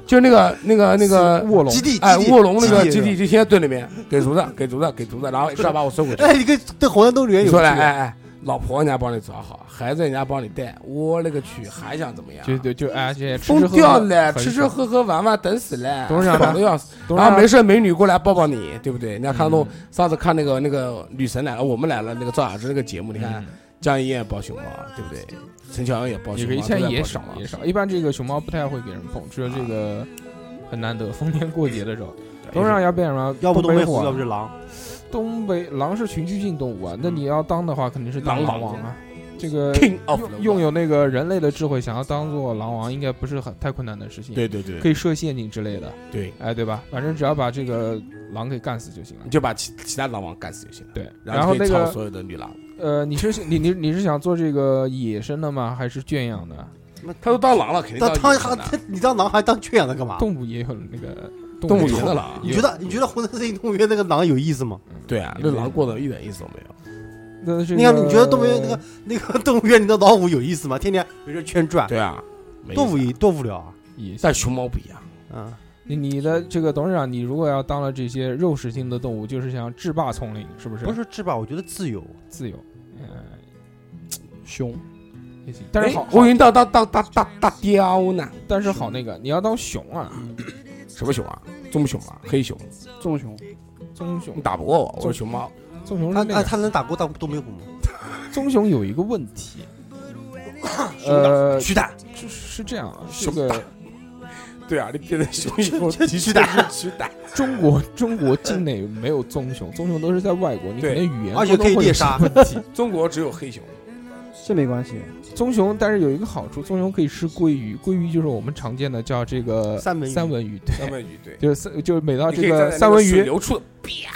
就是那个那个那个
卧龙
基地
哎，卧龙那个
基
基
地
地就天天蹲里面，给竹子，给竹子，给竹子，然后一下把我收回去。
哎，你跟跟红山动物园
你
有啊
说来，
区别
哎哎，老婆人家帮你找好，孩子人家帮你带，我勒个去，还想怎么样？
就就就哎，这些吃吃
疯
喝
掉
喝
了，
很
吃吃
爽
喝喝玩玩，等死了，
董事长呢
爽的要死。
董事
然后
长
没事，美女过来抱抱你，对不对？你看看
嗯
弄上次看那个那个女神来了，我们来了那个赵雅芝那个节目，你看
嗯
江一燕抱熊猫，对不对？陈乔恩也抱
也
熊
可以，
猫，
现在
都在
也
抱
少
熊猫
也少。一般这个熊猫不太会给人碰，只有这个很难得，逢年过节的时候。董事长要变什么？
要不
东
东
北
北
虎
虎，
啊，
要不是狼。
东北狼是群居性动物啊，那你要当的话，肯定是当
嗯狼
狼
王
王啊。这个
King of
拥
the
拥有那个人类的智慧，想要当做狼王，应该不是很太困难的事情。
对对对
可以设陷阱之类的，
对，
哎，对吧？反正只要把这个狼给干死就行了
你。就把其其他狼王干死就行了。
对，
然
后
就可
那
以操
个
所有的女狼，
呃，你是你你你是想做这个野生的吗？还是圈养的？
他都当狼了，肯定
当
当
当
野生的
还你当狼还当圈养的干嘛？
动物也有那个
动物
园
园的狼。
你觉得你觉得湖南森林动物园那个狼有意思吗？
对啊，那狼过得一点意思都没有。
那这个
你看你觉得动物园那个那个动物园里的老虎有意思吗？天天围着圈转，
对啊，没意思
多无意多无聊啊！
野性
但熊猫不一样，
嗯，
你你的这个董事长，你如果要当了这些肉食性的动物，就是想制霸丛林，是不是？
不是说制霸，我觉得自由。
自由，呃，
熊。
也行。但是好，
我
好
以为当当当当当当雕呢。
但是好那个，你要当熊啊，
什么熊啊？棕熊啊？黑熊？
棕熊，
棕熊
你，打不过我，我是熊猫。
棕熊
他
是那
他
个
啊他能打过大东北虎吗？
棕熊有一个问题，呃，
徐蛋，
是是这样啊，这
熊
个
对啊，你变成熊以后，
这
的确
巨大
是巨大。
中国中国境内没有棕熊，棕熊都是在外国，你可
对
能语言
而且啊可以
沟通会有
猎杀
问题。
中国只有黑熊，
这没关系。
棕熊，但是有一个好处，棕熊可以吃鲑鱼，鲑鱼就是我们常见的叫这个
三文鱼
三文鱼，对，
三文鱼对。
就是三就是每到
你可
这
以站在那
三文
水
鱼
流出的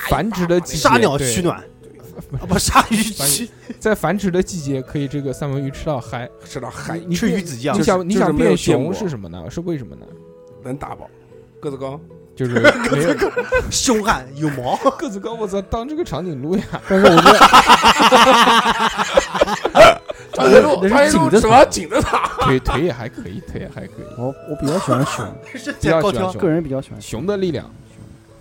繁殖的季节，
杀鸟
对
取暖，啊不，鲨鱼
反
取
在繁殖的季节可以这个三文鱼吃到嗨。
吃到海，
你
吃
变
鱼子酱
你，想你
就是
想
没有
变
见
熊
过
是什么呢？是为什么呢？
能打饱，个子高。
就是没有
凶悍有毛，
个子高，我操，当这个长颈鹿呀！但是我觉
长
得
颈鹿，长颈
那是紧着
鹿什么紧着它？
腿腿也还可以，腿也还可以。
我我比较喜欢熊，
是
比较
高
喜欢
挑。
熊
个人比较喜欢熊，
熊的力量，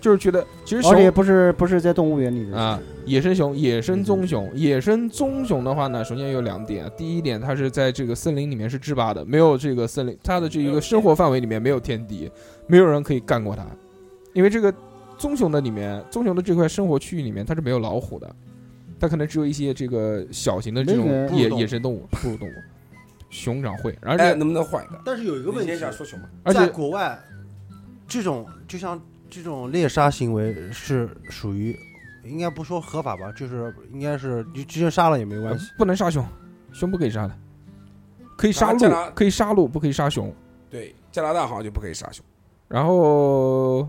就是觉得其实
而且
熊
不是不是在动物园里的
啊，野生熊、野生棕熊、野生棕熊的话呢，首先有两点，第一点，它是在这个森林里面是制霸的，没有这个森林，它的这一个生活范围里面没有天敌，没有人可以干过它，因为这个棕熊的里面，棕熊的这块生活区域里面它是没有老虎的，它可能只有一些这个小型的这种
那个
野
哺乳动物
野生动物、哺乳动物。熊掌会，而且、
哎，能不能换一个？
但是有一个问
你
题
先，想说熊猫，
而
在
且
国外，这种就像这种猎杀行为是属于，应该不说合法吧，就是应该是你直接杀了也没
呃
关系。
不能杀熊，熊不可以杀的，可以杀
啊
鹿
这哪，
可以杀鹿，不可以杀熊。
对，加拿大好像就不可以杀熊。
然后
我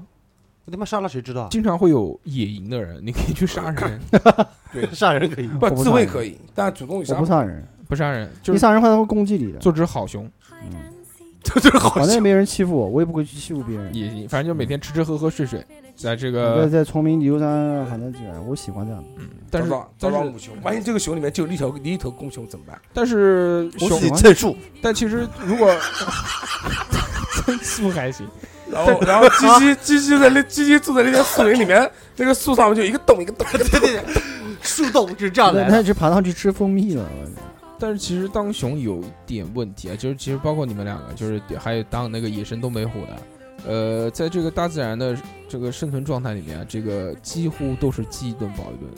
他妈杀了谁知道啊？
经常会有野营的人，你可以去杀 人，
杀人可以，
不
我，不
自
杀
卫
人
可以，但主动
我
杀
不杀人，
不杀人就
你
是
杀人的话他会攻击你的，
做只好熊
这就是好
反正也
笑。
没人欺负我，我也不会去欺负别人。
野营，反正就每天吃吃喝喝睡睡，在这
在
个
在丛林游山反正这个，我喜欢这样的。
但是
找找
但
找找
是
母熊，万一这个熊里面就有一头一头公熊怎么办？
但是
我
熊
自己，蹭树，
但其实如果 增速还行，
然后然后鸡鸡鸡鸡在那鸡鸡住在那个树林里面，那个树上面就一个洞一个洞。
对对对，树洞就是这样
那
来
那
的。
就爬上去吃蜂蜜了，我
但是其实当熊有一点问题啊，就是其实包括你们两个，就是还有当那个野生东北虎的，呃，在这个大自然的这个生存状态里面啊，这个几乎都是饥一顿饱一顿。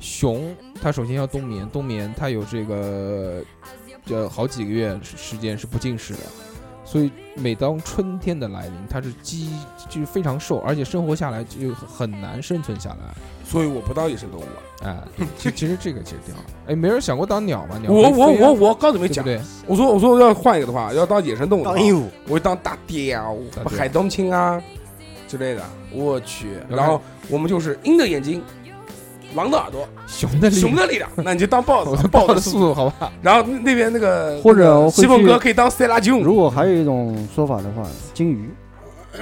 熊它首先要冬眠，冬眠它有这个呃好几个月时时间是不进食的，所以每当春天的来临，它是饥就是非常瘦，而且生活下来就很难生存下来。
所以我不当野生动物啊。
哎，对其其实这个其实挺好。哎，没人想过当鸟吗？鸟
我
会
我
飞啊
我我刚才没
对不
讲，
对？
我说我说要换一个的话，要当野生动物的话
当，鹦鹉，
我会当大爹啊，我
大爹
海东青啊之类的。我去，
然后
然后我们就是鹰的眼睛，狼的耳朵，
熊的力
熊的力量，那你就当豹
我
子
的，
豹
豹
子
的
速
速
度。
度，好吧？
然后那边那个
或者我会
西凤
去
哥可以当塞拉吉姆，
如果还有一种说法的话，金鱼，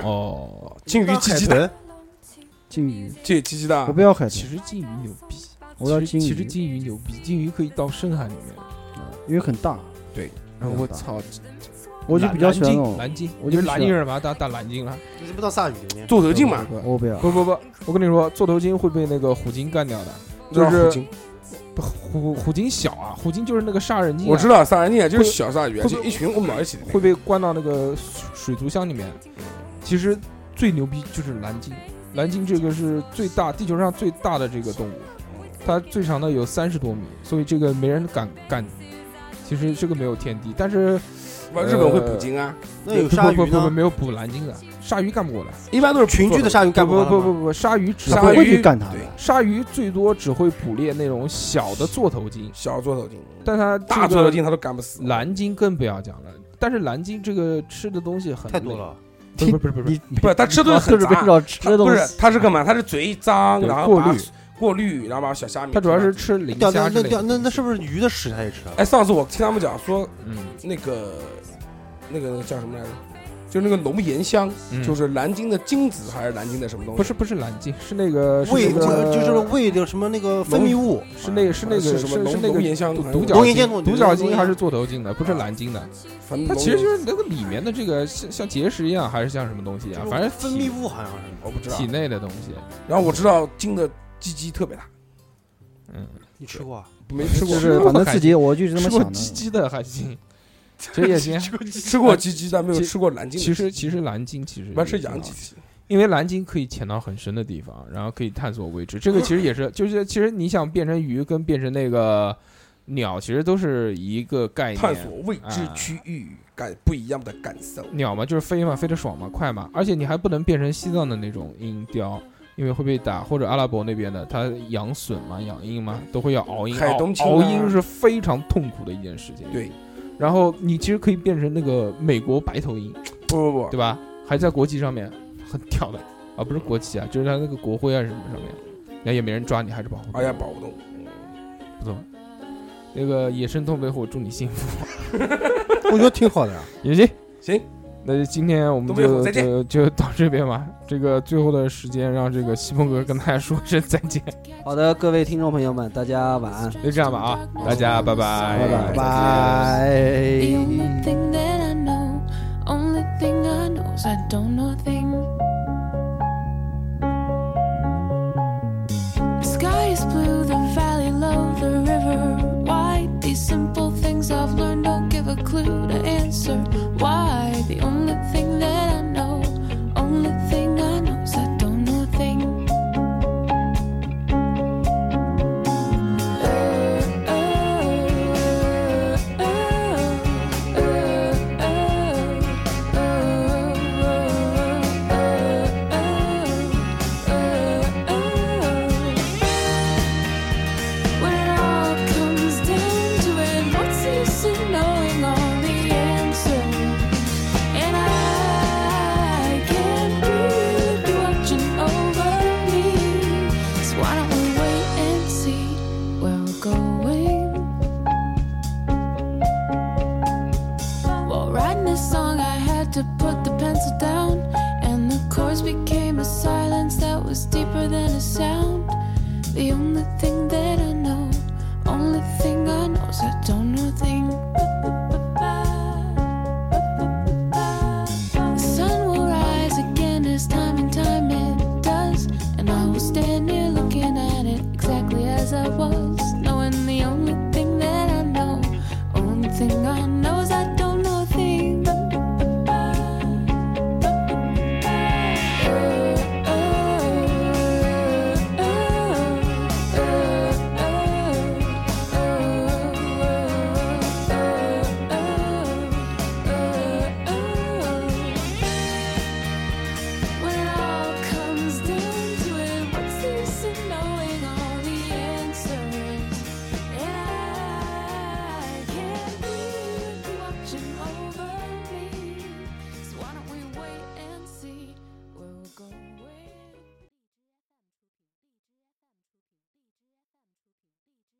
哦，
金鱼鸡鸡蛋，
金鱼，
这鸡鸡
啊
蛋
我不要海
其
豚，
实金鱼牛逼，
我要
其实
金鱼，啊嗯
其实金鱼牛逼，金鱼可以到深海里面。
因为很大，
然后我操，
我就比较喜欢那种
蓝蓝鲸，
我就
你是
比较
蓝鲸人嘛，打打蓝鲸了。
你怎么到鲨鱼里面？
做头巾嘛，
我不要，
不不不，我跟你说，做头鲸会被那个虎鲸干掉的，就
虎
是
鲸
虎虎鲸小啊，虎鲸就是那个杀人鲸啊，
我知道鲨鱼啊，就是
会
小鲨鱼啊，
会
就一群混到一起的那个。
会被关到那个水水族箱里面。
嗯
其实最牛逼就是蓝鲸，蓝鲸这个是最大地球上最大的这个动物，它最长的有三十多米，所以这个没人敢干。其实这个没有天敌，但是
不日本会捕鲸啊，
那有鲨
不
鱼
不不不
呢？
没有捕蓝鲸的，鲨鱼干不过来。
一般都是
群居的
鲨
鲨鱼干
不
过
不
它吗
不不，鲨鱼只
鲨
不
会
会
鱼
去干它
对
的。
鲨鱼最多只会捕猎那种小的座头鲸，
小做头鲸，
但它这
大
个
做头鲸它都干不死。
蓝鲸更不要讲了。但是蓝鲸这个吃的东西很
太多，了，
不是不是不是不是
你
不是它吃
啊
东西很
就是围
杂
绕吃
它
的东
不
西
是，它是干嘛？它是嘴脏，
对
然后
过
把
滤
过滤，然后把小虾米。
它主要是吃磷
掉那
虾之
那
类
掉
的。
那那是不是鱼的屎它也吃啊？
哎，上次我听他们讲说，
嗯，
那个那个那个叫什么来着？就那个龙涎香，就
就是
是蓝鲸的精子还是蓝鲸的什么东西？
嗯不是不是蓝鲸，是那个哎是
胃
那个
就是胃的什么那个分泌物，
是那个是那个
是
是
什么龙
是那
龙
个
涎香
独
还是
独
龙
角
眼见过
鲸独角
龙
鲸
眼
还是座头鲸的，不是蓝鲸的。
反正
它
龙
其实就是那个里面的这个像像结石一样，还是像什么东西啊？反正
分
体
泌物好像是。
我不知道
体。内的东西。
然后我知道鲸的鸡鸡特别大，
嗯，
你吃过啊？
没吃过
就
吃
是
过
反正
海
自己我就是这
吃
么
过
想的
鸡。鸡的还行，其实也行。
啊
吃过鸡鸡，但没有
哎其
吃过蓝鲸的。
其实其实蓝鲸其实
不是
也挺
羊
好
鸡
吃
鸡，
因为蓝鲸可以潜到很深的地方，然后可以探索未知。这个其实也是， 就是其实你想变成鱼跟变成那个鸟，其实都是一个概
探
念。
索未知
啊
区域，感不一样的感受。
鸟嘛，就是飞嘛，飞得爽嘛，快嘛，而且你还不能变成西藏的那种鹰雕，因为会被打，或者阿拉伯那边的，它养隼嘛，养鹰嘛，都会要熬鹰。
海东
熬
青啊
熬鹰是非常痛苦的一件事情。
对。
然后你其实可以变成那个美国白头鹰，
不不不，
对吧？还在国旗上面很屌的啊，不是国旗啊，就是它那个国徽啊什么上面，然后也没人抓你，还是保护。
哎呀，，保护动物。
不错。那个野生东北虎，祝你幸福。
我觉得挺好的呀。
也行
行，
那就今天我们
东北虎
就
再见
就就到这边吧。这个最后的时间，让这个西风哥跟大家说声再见。
好的，各位听众朋友们，大家晚安，
就这样吧啊，大家拜拜，
拜拜。
The
拜
only thing that I know, only thing I know is I don't know a thing. The sky is blue, the valley low, the river wide. These simple things I've learned don't give a clue to answer. Why? The only thing that I know, only thing I know is I don't know a thing. When it all comes down to it, what's the use in knowing all the answers? And I can't breathe, you're watching over me. So why don't we wait and see where we're going? While writing this song, I had to put the pencil down, and the chords became a silence that was deeper than a sound. The only thing that I know, only thing I know is I don't